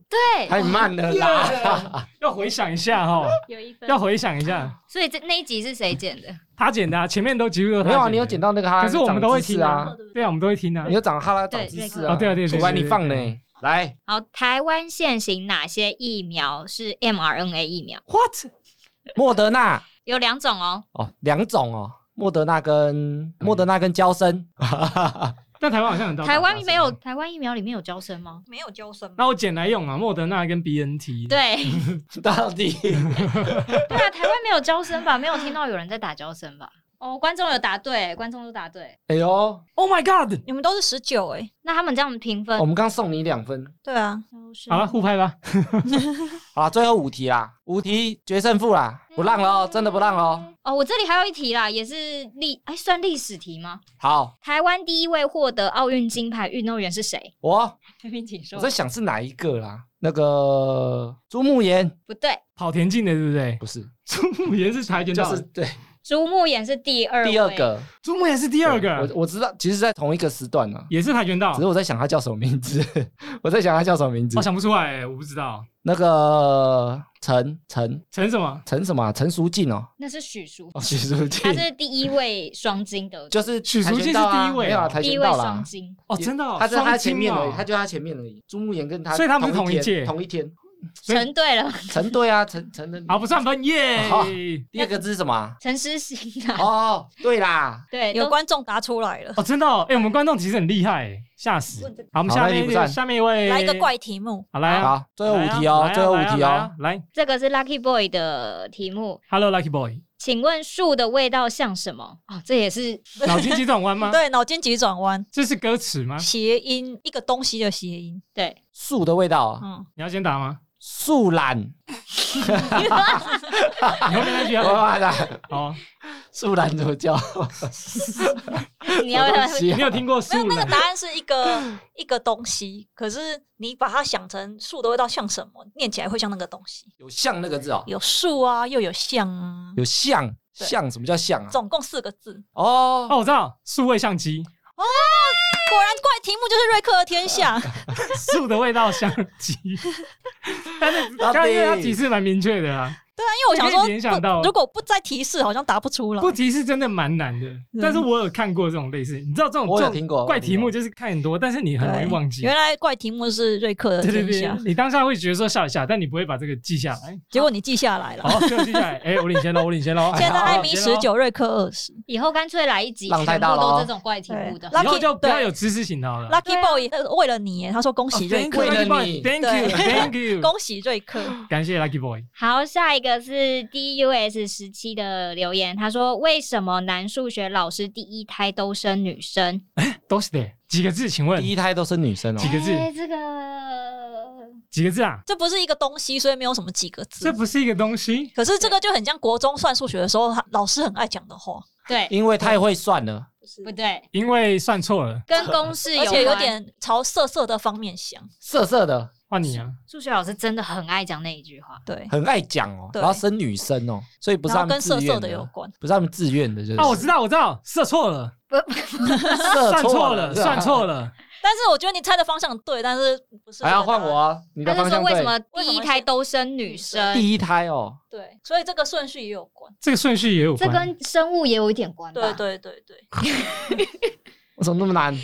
[SPEAKER 2] 太慢了啦。
[SPEAKER 1] 要回想一下哈，
[SPEAKER 3] 有一分
[SPEAKER 1] 要回想一下。
[SPEAKER 3] 所以这那一集是谁剪的？
[SPEAKER 1] 他剪的啊，前面都几乎都是他
[SPEAKER 2] 没有啊，
[SPEAKER 1] 的
[SPEAKER 2] 你有捡，到那个哈，
[SPEAKER 1] 可是我们都会听
[SPEAKER 2] 长知
[SPEAKER 1] 啊
[SPEAKER 2] 识，
[SPEAKER 1] 对啊，我们都会听啊
[SPEAKER 2] 啊，你。有长哈拉长
[SPEAKER 3] 对
[SPEAKER 2] 知识
[SPEAKER 3] 那
[SPEAKER 2] 啊。
[SPEAKER 1] 个哦对啊对对对
[SPEAKER 2] 主管
[SPEAKER 1] 对
[SPEAKER 2] 你
[SPEAKER 1] 对
[SPEAKER 2] 放
[SPEAKER 1] 对
[SPEAKER 2] 呢。来，
[SPEAKER 3] 好，台湾现行哪些疫苗是 mRNA 疫苗？
[SPEAKER 1] What？
[SPEAKER 2] 莫德纳
[SPEAKER 3] 有两种哦，
[SPEAKER 2] 哦，两种哦，莫德纳跟莫德纳跟娇生，
[SPEAKER 1] 但台湾好像很多，
[SPEAKER 3] 台湾没有，。台湾疫苗里面有交生吗？
[SPEAKER 4] 没有交声吗？
[SPEAKER 1] 那我捡来用啊，莫德纳跟 BNT。，
[SPEAKER 3] 对，
[SPEAKER 2] 到底
[SPEAKER 3] 对啊，台湾没有交生吧？没有听到有人在打交生吧？哦，观众有答对，观众都答对。
[SPEAKER 2] 哎呦，
[SPEAKER 1] Oh my god！
[SPEAKER 4] 你们都是十九哎，
[SPEAKER 3] 那他们这样评分
[SPEAKER 2] 我，们刚送你两分。
[SPEAKER 4] 对啊，
[SPEAKER 1] 好了，互拍吧。
[SPEAKER 2] 好啦，最后五题啦，五题决胜负啦，不让了哦，真的不让了哦。
[SPEAKER 3] 哦，我这里还有一题啦，也是历，哎，算历史题吗？
[SPEAKER 2] 好，
[SPEAKER 3] 台湾第一位获得奥运金牌运动员是谁？
[SPEAKER 2] 我
[SPEAKER 3] 菲菲请说
[SPEAKER 2] 我在想是哪一个啦？那个朱慕言
[SPEAKER 3] 不对，
[SPEAKER 1] 跑田径的，对不对
[SPEAKER 2] 不？是，
[SPEAKER 1] 朱慕言是跆拳
[SPEAKER 2] 就
[SPEAKER 1] 道
[SPEAKER 2] 是
[SPEAKER 1] 的，
[SPEAKER 2] 对
[SPEAKER 3] 朱慕言是第二位
[SPEAKER 2] 第二，个，
[SPEAKER 1] 朱慕言是第
[SPEAKER 2] 第
[SPEAKER 1] 二
[SPEAKER 2] 我
[SPEAKER 1] 个，
[SPEAKER 2] 我知道，其实在同一个时段呢、啊。
[SPEAKER 1] 也是跆拳道
[SPEAKER 2] 只是。我在想他叫什么名字，我在想他叫什么名字
[SPEAKER 1] 我。想不出来，我不知道
[SPEAKER 2] 那个陈陈
[SPEAKER 1] 陈什么。
[SPEAKER 2] 陈什么啊？陈淑静哦，
[SPEAKER 3] 那是 许淑，
[SPEAKER 2] 哦，许淑
[SPEAKER 3] 她
[SPEAKER 2] 静，
[SPEAKER 3] 是第一位双金得主，
[SPEAKER 2] 就是
[SPEAKER 1] 许淑
[SPEAKER 2] 跆拳
[SPEAKER 1] 静是
[SPEAKER 2] 道啊
[SPEAKER 1] 第一位
[SPEAKER 2] 没有啊
[SPEAKER 1] 哦
[SPEAKER 2] 跆
[SPEAKER 3] 第一
[SPEAKER 2] 拳
[SPEAKER 3] 位
[SPEAKER 2] 道
[SPEAKER 3] 双
[SPEAKER 2] 啦，
[SPEAKER 3] 金。
[SPEAKER 1] 哦，真的哦，
[SPEAKER 2] 他在他前面而
[SPEAKER 1] 的
[SPEAKER 2] 已，，他就在他前面而已。朱慕言跟他，
[SPEAKER 1] 所以他们是
[SPEAKER 2] 同
[SPEAKER 1] 同一
[SPEAKER 2] 天
[SPEAKER 1] 届
[SPEAKER 2] 同一天。
[SPEAKER 3] 陈对了，
[SPEAKER 2] 陈对啊，陈陈的
[SPEAKER 1] 好不算分耶。
[SPEAKER 2] 好第二个字是什么啊？
[SPEAKER 3] 陈诗欣啊，
[SPEAKER 2] 哦，对啦，
[SPEAKER 3] 对，
[SPEAKER 4] 有
[SPEAKER 3] 哎都
[SPEAKER 4] 观众答出来了，
[SPEAKER 1] 哦，真的哦，哎，我们观众其实很厉害，吓死。好，我们
[SPEAKER 2] 好
[SPEAKER 1] 下
[SPEAKER 2] 那你
[SPEAKER 1] 面
[SPEAKER 2] 不
[SPEAKER 1] 一
[SPEAKER 2] 算
[SPEAKER 1] 位，下面一位，
[SPEAKER 4] 来一个，怪题目，
[SPEAKER 1] 好来啊，
[SPEAKER 2] 好，最后五题哦
[SPEAKER 1] 来啊，
[SPEAKER 2] 最后
[SPEAKER 1] 来啊
[SPEAKER 2] 五题
[SPEAKER 1] 来
[SPEAKER 2] 哦
[SPEAKER 1] 啊，来
[SPEAKER 3] 这个是 Lucky Boy 的题目，
[SPEAKER 1] ，Hello Lucky Boy，
[SPEAKER 3] 请问树的味道像什么？哦，这也是
[SPEAKER 1] 脑筋急转弯吗？
[SPEAKER 4] 对，脑筋急转弯，
[SPEAKER 1] 这是歌词吗？
[SPEAKER 4] 谐音一个东西的谐音，
[SPEAKER 3] 对，
[SPEAKER 2] 树的味道啊，
[SPEAKER 4] 嗯，
[SPEAKER 1] 你要先答吗？
[SPEAKER 2] 树懒，啊
[SPEAKER 1] 你后面那句要
[SPEAKER 2] 哇啦，
[SPEAKER 1] 哦，
[SPEAKER 2] 树懒怎么叫？
[SPEAKER 3] 你要
[SPEAKER 2] 什么东西啊
[SPEAKER 1] 你有听过
[SPEAKER 4] 没有
[SPEAKER 1] 树
[SPEAKER 4] 那个
[SPEAKER 1] 懒？
[SPEAKER 4] 答案是 一个一个东西，可是你把它想成树的味道像什么，念起来会像那个东西，
[SPEAKER 2] 有像那个字哦，
[SPEAKER 4] 有树啊，又有象啊，
[SPEAKER 2] 有像
[SPEAKER 4] 对
[SPEAKER 2] 像，什么叫像啊？
[SPEAKER 4] 总共四个字，
[SPEAKER 2] 哦，
[SPEAKER 1] 哦，我知道，数位相机，
[SPEAKER 4] 果然怪题目就是瑞克的天
[SPEAKER 1] 啊
[SPEAKER 4] 下，
[SPEAKER 1] 树的味道相机。但是
[SPEAKER 2] 到
[SPEAKER 1] 刚刚
[SPEAKER 2] 底
[SPEAKER 1] 因为它提示蛮明确的啊，
[SPEAKER 4] 因为我想
[SPEAKER 1] 你
[SPEAKER 4] 说
[SPEAKER 1] 可以联想到
[SPEAKER 4] 不，如果不再提示，好像答不出来
[SPEAKER 1] 不。提示真的蛮难的。
[SPEAKER 4] 嗯
[SPEAKER 1] 但是我有看过这种类似，你知道这种
[SPEAKER 2] 我
[SPEAKER 1] 这
[SPEAKER 2] 有
[SPEAKER 1] 种
[SPEAKER 2] 听过
[SPEAKER 1] 怪题
[SPEAKER 2] 我
[SPEAKER 1] 目，
[SPEAKER 2] 有
[SPEAKER 1] 就是看很多，但是你很容易
[SPEAKER 4] 对
[SPEAKER 1] 忘记
[SPEAKER 4] 原。来怪题目是瑞克的
[SPEAKER 1] 对对
[SPEAKER 4] 天
[SPEAKER 1] 对
[SPEAKER 4] 下，，
[SPEAKER 1] 你当下会觉得说笑一下，但你不会把这个记下来。
[SPEAKER 4] 结果你记下来了。
[SPEAKER 1] 好， 就记下来。哎，我领先了，我领先了。
[SPEAKER 4] 现在艾米
[SPEAKER 1] 米
[SPEAKER 4] 十，九，瑞克二十
[SPEAKER 3] 以后干脆来一集，
[SPEAKER 2] 浪
[SPEAKER 3] 全
[SPEAKER 2] 太
[SPEAKER 3] 部
[SPEAKER 2] 大了哦
[SPEAKER 3] 都这种怪题目的
[SPEAKER 4] 对。
[SPEAKER 1] 以后
[SPEAKER 4] Lucky-
[SPEAKER 1] 就不要
[SPEAKER 4] 对
[SPEAKER 1] 有知识型的好了。
[SPEAKER 4] ，Lucky Boy 那个为了你耶，他说恭喜瑞
[SPEAKER 1] Thank
[SPEAKER 2] 哦
[SPEAKER 4] 克，
[SPEAKER 2] 为
[SPEAKER 1] you，Lucky
[SPEAKER 2] 了你
[SPEAKER 1] Boy，Thank you，Thank you，
[SPEAKER 4] 恭喜瑞克，
[SPEAKER 1] 感谢 Lucky Boy。
[SPEAKER 3] 好，下一个是 DUS 时期的留言，他说为什么男数学老师第一胎都生女生？
[SPEAKER 1] 都是的，几个字？请问
[SPEAKER 2] 第一胎都是女生哦
[SPEAKER 1] 几，个字
[SPEAKER 3] 哎这个
[SPEAKER 1] 几个字啊？
[SPEAKER 4] 这不是一个东西，所以没有什么几个字
[SPEAKER 1] 这。不是一个东西，
[SPEAKER 4] 可是这个就很像国中算数学的时候，他老师很爱讲的话，
[SPEAKER 3] 对
[SPEAKER 2] 因为太会算了。
[SPEAKER 3] 不对？
[SPEAKER 1] 因为算错了。
[SPEAKER 3] 跟公式有
[SPEAKER 4] 而且有
[SPEAKER 3] 关
[SPEAKER 4] 点朝色色的方面想。
[SPEAKER 2] 色色的，
[SPEAKER 1] 换你啊，
[SPEAKER 3] 数学老师真的很爱讲那一句话。
[SPEAKER 4] 对，
[SPEAKER 2] 很爱讲哦，
[SPEAKER 4] 哎对
[SPEAKER 2] 然后生女生哦，所以不是
[SPEAKER 4] 然
[SPEAKER 2] 他
[SPEAKER 4] 后
[SPEAKER 2] 们
[SPEAKER 4] 跟
[SPEAKER 2] 自
[SPEAKER 4] 色
[SPEAKER 2] 愿
[SPEAKER 4] 色的有关。
[SPEAKER 2] 不是他们自愿的，就是
[SPEAKER 1] 啊，我知道，我知道，射错了，
[SPEAKER 2] 算
[SPEAKER 1] 算错了，算错
[SPEAKER 2] 了。
[SPEAKER 1] 了。
[SPEAKER 4] 但是我觉得你猜的方向对，但是不是？
[SPEAKER 2] 还要换我。啊！你
[SPEAKER 3] 他
[SPEAKER 2] 的方
[SPEAKER 3] 是说
[SPEAKER 2] 向
[SPEAKER 3] 为什
[SPEAKER 2] 对。
[SPEAKER 3] 么第一胎都生女生？
[SPEAKER 2] 第一胎哦，
[SPEAKER 4] 对，所以这个顺序也有关。
[SPEAKER 1] 这个顺序也有
[SPEAKER 3] 这
[SPEAKER 1] 关，
[SPEAKER 3] 跟生物也有一点关吧？
[SPEAKER 4] 对对对对，
[SPEAKER 2] 为什么那么难？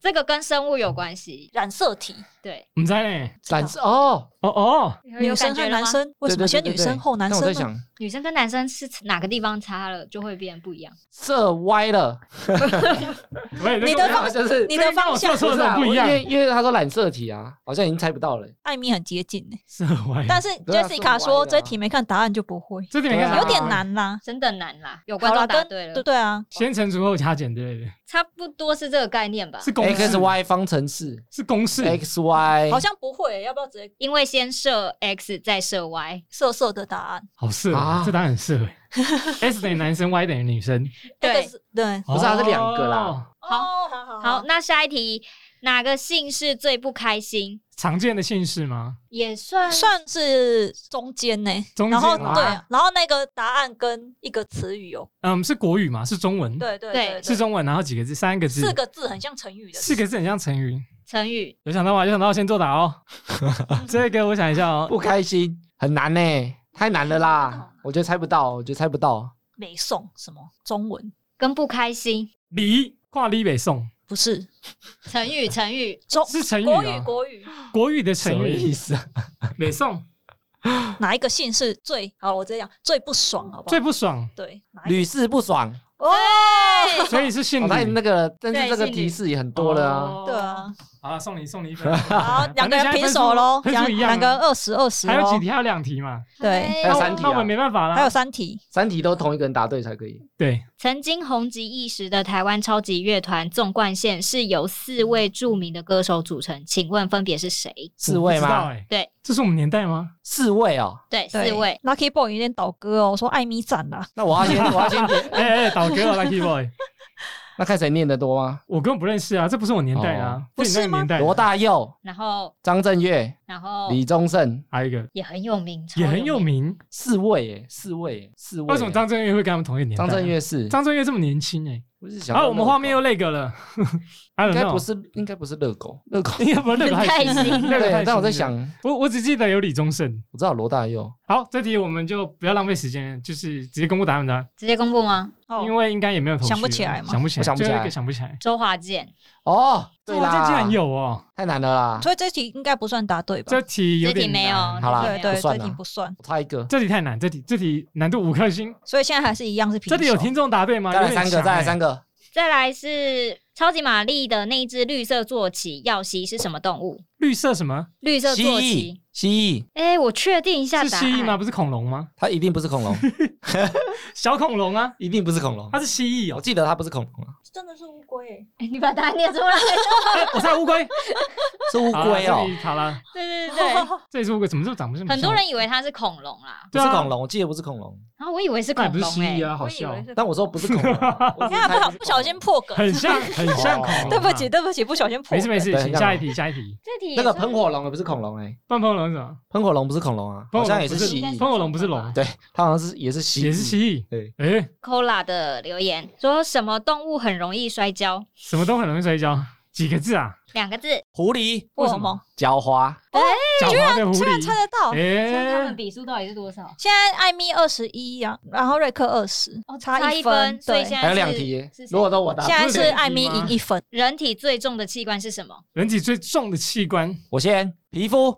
[SPEAKER 3] 这个跟生物有关系。
[SPEAKER 4] 染色体，
[SPEAKER 3] 对，
[SPEAKER 1] 我们猜嘞。
[SPEAKER 2] 展示哦，
[SPEAKER 1] 哦哦，
[SPEAKER 4] 女生
[SPEAKER 3] 有感觉
[SPEAKER 4] 和
[SPEAKER 3] 了吗
[SPEAKER 4] 男，生为
[SPEAKER 2] 对
[SPEAKER 4] 什么
[SPEAKER 2] 对对
[SPEAKER 4] 先
[SPEAKER 2] 对
[SPEAKER 4] 女生后男
[SPEAKER 2] 那我
[SPEAKER 4] 生
[SPEAKER 2] 在
[SPEAKER 4] 呢？
[SPEAKER 2] 想，
[SPEAKER 3] 女生跟男生是哪个地方差了就会变不一样。
[SPEAKER 2] 射歪了，
[SPEAKER 1] 喂，
[SPEAKER 4] 你的
[SPEAKER 1] 这个
[SPEAKER 4] 方
[SPEAKER 2] 啊 就是
[SPEAKER 4] 你的方向
[SPEAKER 1] 这个跟我射错的不一样
[SPEAKER 2] 因，为因为他说染色体啊，好像已经猜不到了。
[SPEAKER 4] 艾米很接近呢，
[SPEAKER 1] 射歪。
[SPEAKER 4] 但是
[SPEAKER 2] 对啊是
[SPEAKER 4] Jessica
[SPEAKER 2] 我
[SPEAKER 4] 说
[SPEAKER 2] 来的啊
[SPEAKER 4] 这题没看答案就不会，
[SPEAKER 1] 这点没看
[SPEAKER 2] 对
[SPEAKER 1] 到
[SPEAKER 2] 啊
[SPEAKER 4] 有点。难啦。
[SPEAKER 3] 真的难啦，有观
[SPEAKER 4] 好
[SPEAKER 3] 众
[SPEAKER 4] 啦，
[SPEAKER 3] 答
[SPEAKER 4] 跟
[SPEAKER 3] 对了，
[SPEAKER 4] 对对啊，
[SPEAKER 1] 先乘除后加减之类的，
[SPEAKER 3] 差不多是这个概念吧？
[SPEAKER 1] 是公式
[SPEAKER 2] x y 方程式
[SPEAKER 1] 是公式。
[SPEAKER 2] x y，
[SPEAKER 4] 好像不会，要不要直接
[SPEAKER 3] 因为先设 x 再设 y，
[SPEAKER 4] 色色的答案？
[SPEAKER 1] 好色
[SPEAKER 2] 啊
[SPEAKER 1] 哦，这答案很 色欸。S 等于男生，Y 等于女生。啊
[SPEAKER 4] 那个
[SPEAKER 3] 对
[SPEAKER 4] 是对，
[SPEAKER 2] 不是它是两个啦
[SPEAKER 1] 哦。
[SPEAKER 3] 好
[SPEAKER 4] 哦，好好
[SPEAKER 3] 好，，那下一题，哪个姓氏最不开心？
[SPEAKER 1] 常见的姓氏吗？
[SPEAKER 3] 也算
[SPEAKER 4] 算是中间呢。
[SPEAKER 1] 中
[SPEAKER 4] 然
[SPEAKER 1] 间
[SPEAKER 4] 后
[SPEAKER 1] 吗
[SPEAKER 4] 对，然后那个答案跟一个词语有，
[SPEAKER 1] 嗯，是国语吗？是中文？，
[SPEAKER 4] 对对
[SPEAKER 3] 对
[SPEAKER 4] 对，
[SPEAKER 1] 是中文。然后几个字？三个字。
[SPEAKER 4] 四。个字很像成语的，
[SPEAKER 1] 四个字很像成语。
[SPEAKER 3] 成语。
[SPEAKER 1] 有想到吗？有想到先作答 哦。这个我想一下哦。
[SPEAKER 2] 不开心，很难呢、太难了啦！我觉得猜不到，我觉得猜不到。
[SPEAKER 4] 美颂什么中文
[SPEAKER 3] 跟不开心，
[SPEAKER 1] 离跨离北宋
[SPEAKER 4] 不是
[SPEAKER 3] 成语成语，
[SPEAKER 4] 中
[SPEAKER 1] 是成语
[SPEAKER 4] 国语
[SPEAKER 1] 啊，
[SPEAKER 4] 国语
[SPEAKER 1] 国语的
[SPEAKER 2] 什
[SPEAKER 1] 成
[SPEAKER 2] 么意
[SPEAKER 1] 语。
[SPEAKER 2] 思啊？
[SPEAKER 1] 北宋
[SPEAKER 4] 哪一个姓是最好？我直接讲最不爽，好不好？
[SPEAKER 1] 最不爽，
[SPEAKER 4] 对哪一
[SPEAKER 2] 屡试不爽。
[SPEAKER 4] 哦，
[SPEAKER 1] 所以是姓
[SPEAKER 2] 哦，他
[SPEAKER 1] 吕。
[SPEAKER 2] 那个，但是
[SPEAKER 3] 对
[SPEAKER 2] 这个
[SPEAKER 3] 姓
[SPEAKER 2] 提
[SPEAKER 3] 吕
[SPEAKER 2] 示也很多了啊。
[SPEAKER 1] 哦
[SPEAKER 4] 对啊，
[SPEAKER 1] 好了，送你送你一 分。
[SPEAKER 4] 好，两个人平手喽，
[SPEAKER 1] 分
[SPEAKER 4] 两
[SPEAKER 1] 数一样啊。
[SPEAKER 4] 两个人二十二十
[SPEAKER 1] 还有几
[SPEAKER 4] 喽。
[SPEAKER 1] 题？还有两题嘛？
[SPEAKER 4] 对，
[SPEAKER 3] 哎
[SPEAKER 2] 还
[SPEAKER 1] 那
[SPEAKER 2] 有三题
[SPEAKER 1] 那我
[SPEAKER 2] 啊
[SPEAKER 1] 们，没办法啦。
[SPEAKER 4] 还有三题，
[SPEAKER 2] 三题都同一个人答对才可以。
[SPEAKER 1] 对，
[SPEAKER 3] 曾经红极一时的台湾超级乐团纵贯线是由四位著名的歌手组成，请问分别是谁？
[SPEAKER 2] 四位
[SPEAKER 1] 我不知道
[SPEAKER 2] 吗？
[SPEAKER 1] 欸
[SPEAKER 3] 对，
[SPEAKER 1] 这是我们年代 吗？
[SPEAKER 2] 四位哦。
[SPEAKER 3] 对，四
[SPEAKER 4] 对
[SPEAKER 3] 位。
[SPEAKER 4] Lucky Boy 有点倒戈哦，说艾米展啦，
[SPEAKER 2] 那我要先，我要 先点，
[SPEAKER 1] 哎哎，倒戈了，Lucky Boy，
[SPEAKER 2] 那看谁念得多吗？
[SPEAKER 1] 我根本不认识啊，这不是我年代的啊，
[SPEAKER 4] 不
[SPEAKER 1] 这你那
[SPEAKER 4] 是
[SPEAKER 1] 个
[SPEAKER 4] 吗
[SPEAKER 1] 年代的
[SPEAKER 2] 罗哦大佑、
[SPEAKER 3] 然后，
[SPEAKER 2] 张震岳、
[SPEAKER 3] 然
[SPEAKER 4] 哦
[SPEAKER 3] 后
[SPEAKER 2] 李宗盛，
[SPEAKER 1] 还有一个
[SPEAKER 3] 也很有名，超
[SPEAKER 1] 也很有。名，
[SPEAKER 2] 四位耶，四位耶，四位耶。
[SPEAKER 1] 为什么张震岳会跟他们同一个年代？
[SPEAKER 2] 张震，岳是？
[SPEAKER 1] 张震岳这么年轻哎，
[SPEAKER 2] 不是想
[SPEAKER 1] 然
[SPEAKER 2] 到
[SPEAKER 1] 后我们画面又
[SPEAKER 2] 热
[SPEAKER 1] 那个了，I
[SPEAKER 2] 狗
[SPEAKER 1] don't
[SPEAKER 2] 应该不
[SPEAKER 1] know，
[SPEAKER 2] 是，应该不是热狗， 热狗。
[SPEAKER 1] 应该不是那个太
[SPEAKER 3] 太新
[SPEAKER 1] 新，那个太
[SPEAKER 2] 对，
[SPEAKER 1] 新
[SPEAKER 2] 但我在
[SPEAKER 1] 了
[SPEAKER 2] 想，，
[SPEAKER 1] 我我只记得有李宗盛。
[SPEAKER 2] 我知道罗大佑，
[SPEAKER 1] 好，这题我们就不要浪费时间，就是直接公布答案的，
[SPEAKER 3] 直接公布吗？
[SPEAKER 4] 哦
[SPEAKER 1] 因，为应该也没有头绪了
[SPEAKER 4] 想不起来吗
[SPEAKER 1] 想不起来，
[SPEAKER 2] 我想不
[SPEAKER 1] 最后
[SPEAKER 2] 起
[SPEAKER 1] 一
[SPEAKER 2] 来
[SPEAKER 1] 个想不起来。
[SPEAKER 3] 周华健，
[SPEAKER 2] 哦，对
[SPEAKER 1] 哇这竟然
[SPEAKER 2] 啦，
[SPEAKER 1] 有哦，
[SPEAKER 2] 太难了啦，
[SPEAKER 4] 所以这题应该不算答对吧？
[SPEAKER 1] 这题有
[SPEAKER 3] 这
[SPEAKER 1] 点
[SPEAKER 3] 题没有，
[SPEAKER 1] 难
[SPEAKER 2] 好啦
[SPEAKER 3] 这
[SPEAKER 4] 对
[SPEAKER 3] 题没有
[SPEAKER 4] 对，
[SPEAKER 2] 不算
[SPEAKER 4] 这
[SPEAKER 2] 啊
[SPEAKER 4] 题不算，
[SPEAKER 2] 我差一个，
[SPEAKER 1] 这题太难，这题这题难度五颗星。
[SPEAKER 4] 所以现在还是一样是平手。
[SPEAKER 1] 这里有听众答对吗？
[SPEAKER 2] 再来
[SPEAKER 1] 有
[SPEAKER 2] 三
[SPEAKER 1] 点强
[SPEAKER 2] 个，再来
[SPEAKER 1] 欸
[SPEAKER 2] 三个，
[SPEAKER 3] 再来是超级玛丽的那一只绿色坐骑耀西是什么动物？
[SPEAKER 1] 绿色什么？
[SPEAKER 3] 绿色
[SPEAKER 2] 蜥蜴
[SPEAKER 3] 坐骑。，
[SPEAKER 2] 蜥蜴，
[SPEAKER 3] 哎、我确定一下
[SPEAKER 1] 是
[SPEAKER 3] 答
[SPEAKER 1] 蜥蜴吗？
[SPEAKER 3] 案。
[SPEAKER 1] 不是恐龙吗？
[SPEAKER 2] 它一定不 是恐龙，
[SPEAKER 1] 小恐龙啊，
[SPEAKER 2] 一定不是恐龙
[SPEAKER 1] 它，是蜥蜴
[SPEAKER 2] 我
[SPEAKER 1] 哦。
[SPEAKER 2] 记得它不是恐龙啊，
[SPEAKER 4] 真的是乌龟 耶，
[SPEAKER 3] 你把答案念 出来。
[SPEAKER 1] 哎我猜乌龟，
[SPEAKER 2] 是 乌
[SPEAKER 1] 好啦
[SPEAKER 2] 龟哦
[SPEAKER 1] 这里，好了，
[SPEAKER 3] 对对 对对，
[SPEAKER 1] 这里是乌龟，怎么就长不是？
[SPEAKER 3] 很多人以为它是恐龙啦，
[SPEAKER 2] 不
[SPEAKER 1] 对
[SPEAKER 2] 是
[SPEAKER 1] 啊
[SPEAKER 2] 恐龙，我记得不是恐龙，
[SPEAKER 3] 然啊后我以为是
[SPEAKER 1] 那也不
[SPEAKER 3] 恐
[SPEAKER 1] 是
[SPEAKER 3] 龙
[SPEAKER 1] 蜥
[SPEAKER 3] 哎、
[SPEAKER 1] 蜴啊，好
[SPEAKER 4] 欸我以
[SPEAKER 1] 笑
[SPEAKER 4] 为
[SPEAKER 1] 哦，
[SPEAKER 4] 是。
[SPEAKER 2] 但我说不 是恐龙啊，我
[SPEAKER 4] 你
[SPEAKER 2] 只
[SPEAKER 4] 看
[SPEAKER 2] 是
[SPEAKER 4] 不
[SPEAKER 2] 猜
[SPEAKER 4] 小不小心破梗，
[SPEAKER 1] 很像很像恐龙啊。
[SPEAKER 4] 对不起对不起，不小心
[SPEAKER 1] 没
[SPEAKER 4] 破梗。
[SPEAKER 1] 事没事，
[SPEAKER 2] 哦对
[SPEAKER 1] 请
[SPEAKER 2] 干嘛
[SPEAKER 1] 下一题下一题。
[SPEAKER 3] 这题也
[SPEAKER 2] 那个
[SPEAKER 3] 算
[SPEAKER 2] 喷火龙也不是恐龙哎，
[SPEAKER 1] 半碰龙是什么？
[SPEAKER 2] 喷火龙不是恐龙啊，
[SPEAKER 1] 喷火
[SPEAKER 2] 好
[SPEAKER 1] 龙
[SPEAKER 2] 像也
[SPEAKER 1] 不
[SPEAKER 2] 是
[SPEAKER 1] 是
[SPEAKER 2] 蜥蜴，
[SPEAKER 1] 喷火龙不是龙，
[SPEAKER 2] 对，它好像是也是蜥蜴，
[SPEAKER 1] 也是蜥蜴。
[SPEAKER 2] 对，
[SPEAKER 1] 哎，
[SPEAKER 3] Cola 的留言说什么动物很容易摔跤？
[SPEAKER 1] 什么都很容易摔跤，几个字啊？
[SPEAKER 3] 两个字，
[SPEAKER 2] 狐狸，
[SPEAKER 4] 为什么？
[SPEAKER 2] 狡猾，
[SPEAKER 1] 狡猾的狐
[SPEAKER 4] 居然猜
[SPEAKER 1] 狸。
[SPEAKER 4] 得到。
[SPEAKER 1] 哎，
[SPEAKER 3] 比数到底是多少？
[SPEAKER 4] 现在艾米二十一呀，然后瑞克二十，
[SPEAKER 3] 哦差
[SPEAKER 4] 哦一
[SPEAKER 3] 分，所以
[SPEAKER 4] 对，
[SPEAKER 3] 现在
[SPEAKER 2] 还有
[SPEAKER 3] 是
[SPEAKER 2] 两题耶
[SPEAKER 3] 是，谁
[SPEAKER 2] 如果都我答
[SPEAKER 4] 现，在
[SPEAKER 1] 不是
[SPEAKER 4] 是
[SPEAKER 1] 两题
[SPEAKER 4] 艾米赢一分。
[SPEAKER 3] 人体最重的器官是什么？
[SPEAKER 1] 人体最重的器官，
[SPEAKER 2] 我先皮肤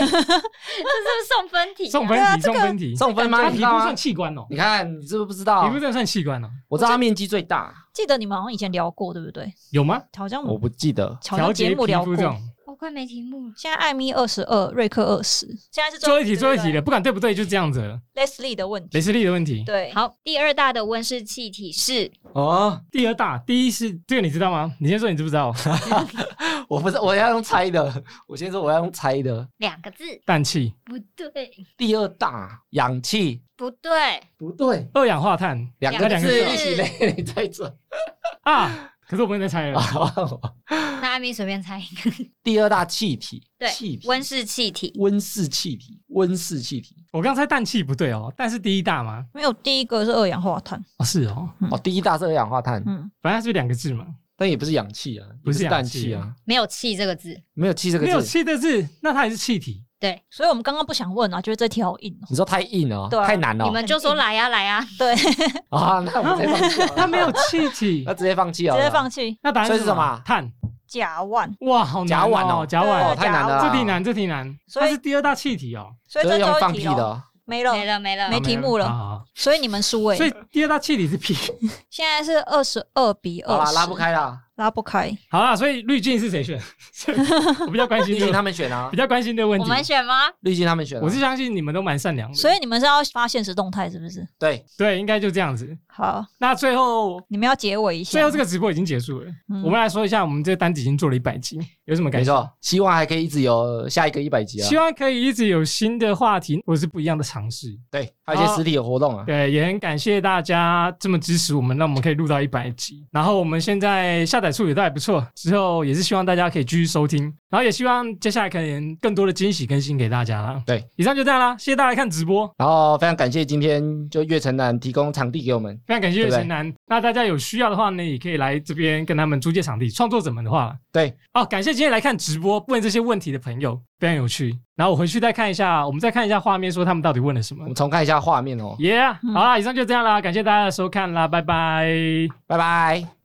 [SPEAKER 3] 这是不是送分题、啊？
[SPEAKER 1] 送分
[SPEAKER 4] 对啊
[SPEAKER 1] 题，
[SPEAKER 4] 这
[SPEAKER 1] 送
[SPEAKER 4] 个
[SPEAKER 1] 分题。
[SPEAKER 2] 送分吗？
[SPEAKER 1] 它
[SPEAKER 2] 你
[SPEAKER 1] 皮
[SPEAKER 2] 知
[SPEAKER 1] 肤
[SPEAKER 2] 道吗
[SPEAKER 1] 算？器官哦，
[SPEAKER 2] 你看，你知不知道
[SPEAKER 1] 皮肤？真的算器官哦，
[SPEAKER 2] 我知道它面积最大，
[SPEAKER 4] 记得你们好像以前聊过，对不对？
[SPEAKER 1] 有吗？
[SPEAKER 4] 好像
[SPEAKER 2] 我不记得。
[SPEAKER 4] 好像节
[SPEAKER 1] 皮
[SPEAKER 4] 目聊过
[SPEAKER 1] 肤。这种。
[SPEAKER 3] 我快没题目了。
[SPEAKER 4] 现在艾米二十二，瑞克二十，现在是
[SPEAKER 1] 最后一题，最后一题
[SPEAKER 4] 对
[SPEAKER 1] 了，不管对不对，就这样子了。
[SPEAKER 4] 不对 Leslie 的问题。
[SPEAKER 1] 雷斯利的问题，
[SPEAKER 4] 对，
[SPEAKER 3] 好，第二大的温室气体是
[SPEAKER 2] 哦，
[SPEAKER 1] 第二大，第一是这个你知道吗？你先说你知不知道？
[SPEAKER 2] 我不是，我要用猜的。 我先说我要用猜的。
[SPEAKER 3] 两个字，
[SPEAKER 1] 氮气、
[SPEAKER 3] 不对，
[SPEAKER 2] 第二大氧气
[SPEAKER 3] 不对，
[SPEAKER 2] 不对，
[SPEAKER 1] 二氧化碳
[SPEAKER 2] 两
[SPEAKER 3] 那
[SPEAKER 2] 个
[SPEAKER 1] 两个
[SPEAKER 2] 字
[SPEAKER 1] 字
[SPEAKER 2] 一起嘞，你猜 准。
[SPEAKER 1] 啊，可是我不能再猜了。
[SPEAKER 3] 那艾米随便猜一个，
[SPEAKER 2] 第二大气体，
[SPEAKER 3] 对
[SPEAKER 2] 气，体
[SPEAKER 3] 温室气体。
[SPEAKER 2] 温室气体，温室气体。
[SPEAKER 1] 我刚猜氮气不对哦，但是第一大嘛，
[SPEAKER 4] 没有第一个是二氧化碳，
[SPEAKER 1] 哦是哦，
[SPEAKER 2] 哦，第一大是二氧化碳，
[SPEAKER 4] 嗯，
[SPEAKER 1] 反正它是不是两个字嘛，
[SPEAKER 2] 但也不是氧气啊，
[SPEAKER 1] 不
[SPEAKER 2] 也
[SPEAKER 1] 是
[SPEAKER 2] 是
[SPEAKER 1] 氧
[SPEAKER 2] 氮
[SPEAKER 1] 气
[SPEAKER 2] 气啊，
[SPEAKER 3] 没有气这个字，
[SPEAKER 2] 没有气这
[SPEAKER 1] 没有
[SPEAKER 2] 个字。
[SPEAKER 1] 气的字，那它也是气体。
[SPEAKER 4] 所以我们刚刚不想问啊，觉得这题好硬哦。
[SPEAKER 2] 你说太硬了哦，
[SPEAKER 4] 对啊
[SPEAKER 2] 太难了
[SPEAKER 3] 你
[SPEAKER 2] 哦
[SPEAKER 3] 们就说来呀、来啊呀、
[SPEAKER 4] 对，直
[SPEAKER 2] 啊！那我们直接放 弃好了，
[SPEAKER 1] 它没有气体
[SPEAKER 2] 那，直接放弃啊，
[SPEAKER 4] 接放弃
[SPEAKER 1] 那答案
[SPEAKER 2] 所以
[SPEAKER 1] 是
[SPEAKER 2] 是
[SPEAKER 1] 什
[SPEAKER 2] 什
[SPEAKER 1] 么
[SPEAKER 2] 么？
[SPEAKER 1] 碳。
[SPEAKER 4] 甲烷，
[SPEAKER 1] 哇，好难
[SPEAKER 2] 甲烷
[SPEAKER 1] 哦，
[SPEAKER 2] 哦
[SPEAKER 1] 甲
[SPEAKER 2] 哦，
[SPEAKER 1] 烷
[SPEAKER 4] 对，
[SPEAKER 2] 太难了啊，
[SPEAKER 1] 这题难，这题难，
[SPEAKER 4] 所
[SPEAKER 1] 它
[SPEAKER 4] 以
[SPEAKER 1] 是第二大气体哦，
[SPEAKER 4] 所以
[SPEAKER 2] 这
[SPEAKER 4] 这
[SPEAKER 2] 是用
[SPEAKER 4] 最后
[SPEAKER 2] 放
[SPEAKER 4] 一
[SPEAKER 2] 屁
[SPEAKER 4] 题
[SPEAKER 2] 的
[SPEAKER 4] 咯
[SPEAKER 2] 哦。
[SPEAKER 4] 没了
[SPEAKER 3] 没。了没了
[SPEAKER 4] 没，题目了
[SPEAKER 1] 好。好好
[SPEAKER 4] 所以你们输哎、
[SPEAKER 1] 所以第二大气体是屁。
[SPEAKER 4] 现在是二十二比
[SPEAKER 2] 好
[SPEAKER 4] 二
[SPEAKER 2] 啦，
[SPEAKER 4] 十，
[SPEAKER 2] 拉不，开啦，
[SPEAKER 4] 拉不开。
[SPEAKER 1] 好啦，所以滤镜是谁选？ 我比较关心
[SPEAKER 2] 滤
[SPEAKER 1] 这
[SPEAKER 2] 镜他
[SPEAKER 1] 个，
[SPEAKER 2] 们选啊
[SPEAKER 1] 比，较关心这个问
[SPEAKER 3] 我
[SPEAKER 1] 题。
[SPEAKER 3] 们选吗？
[SPEAKER 2] 滤镜他们选啊。
[SPEAKER 1] 我是相信你们都蛮善良的，
[SPEAKER 4] 所以你们是要发现实动态是不是？
[SPEAKER 2] 对，
[SPEAKER 1] 对，应该就这样子。
[SPEAKER 4] 好，
[SPEAKER 1] 那最后，
[SPEAKER 4] 你们要结尾一下。
[SPEAKER 1] 最后这个直播已经结束了，
[SPEAKER 4] 嗯
[SPEAKER 1] 我们来说一下，我们这单集已经做了一百集，有什么感
[SPEAKER 2] 没
[SPEAKER 1] 受？
[SPEAKER 2] 错，希望还可以一直有下一个一百集啊
[SPEAKER 1] 希。望可以一直有新的话题或者是不一样的尝试。
[SPEAKER 2] 对，还有一些实体的活动啊。
[SPEAKER 1] 对，也很感谢大家这么支持我们，让我们可以录到一百集。然后我们现在下载数也都还不错，之后也是希望大家可以继续收听，然后也希望接下来可能更多的惊喜更新给大家啦。
[SPEAKER 2] 对，
[SPEAKER 1] 以上就这样啦，谢谢大家看直播，
[SPEAKER 2] 然后非常感谢今天就岳城南提供场地给我们。
[SPEAKER 1] 非常感谢
[SPEAKER 2] 对
[SPEAKER 1] 月
[SPEAKER 2] 不对
[SPEAKER 1] 神男。那大家有需要的话呢，也可以来这边跟他们租借场地。创作者们的话，
[SPEAKER 2] 对，
[SPEAKER 1] 哦，感谢今天来看直播问这些问题的朋友，非常有趣。然后我回去再看一下，我们再看一下画面，说他们到底问了什
[SPEAKER 2] 我
[SPEAKER 1] 么
[SPEAKER 2] 们。重看一下画面哦，
[SPEAKER 1] 耶、yeah,
[SPEAKER 4] 嗯
[SPEAKER 1] 好啦，以上就这样啦，感谢大家的收看啦，拜拜。
[SPEAKER 2] 拜拜。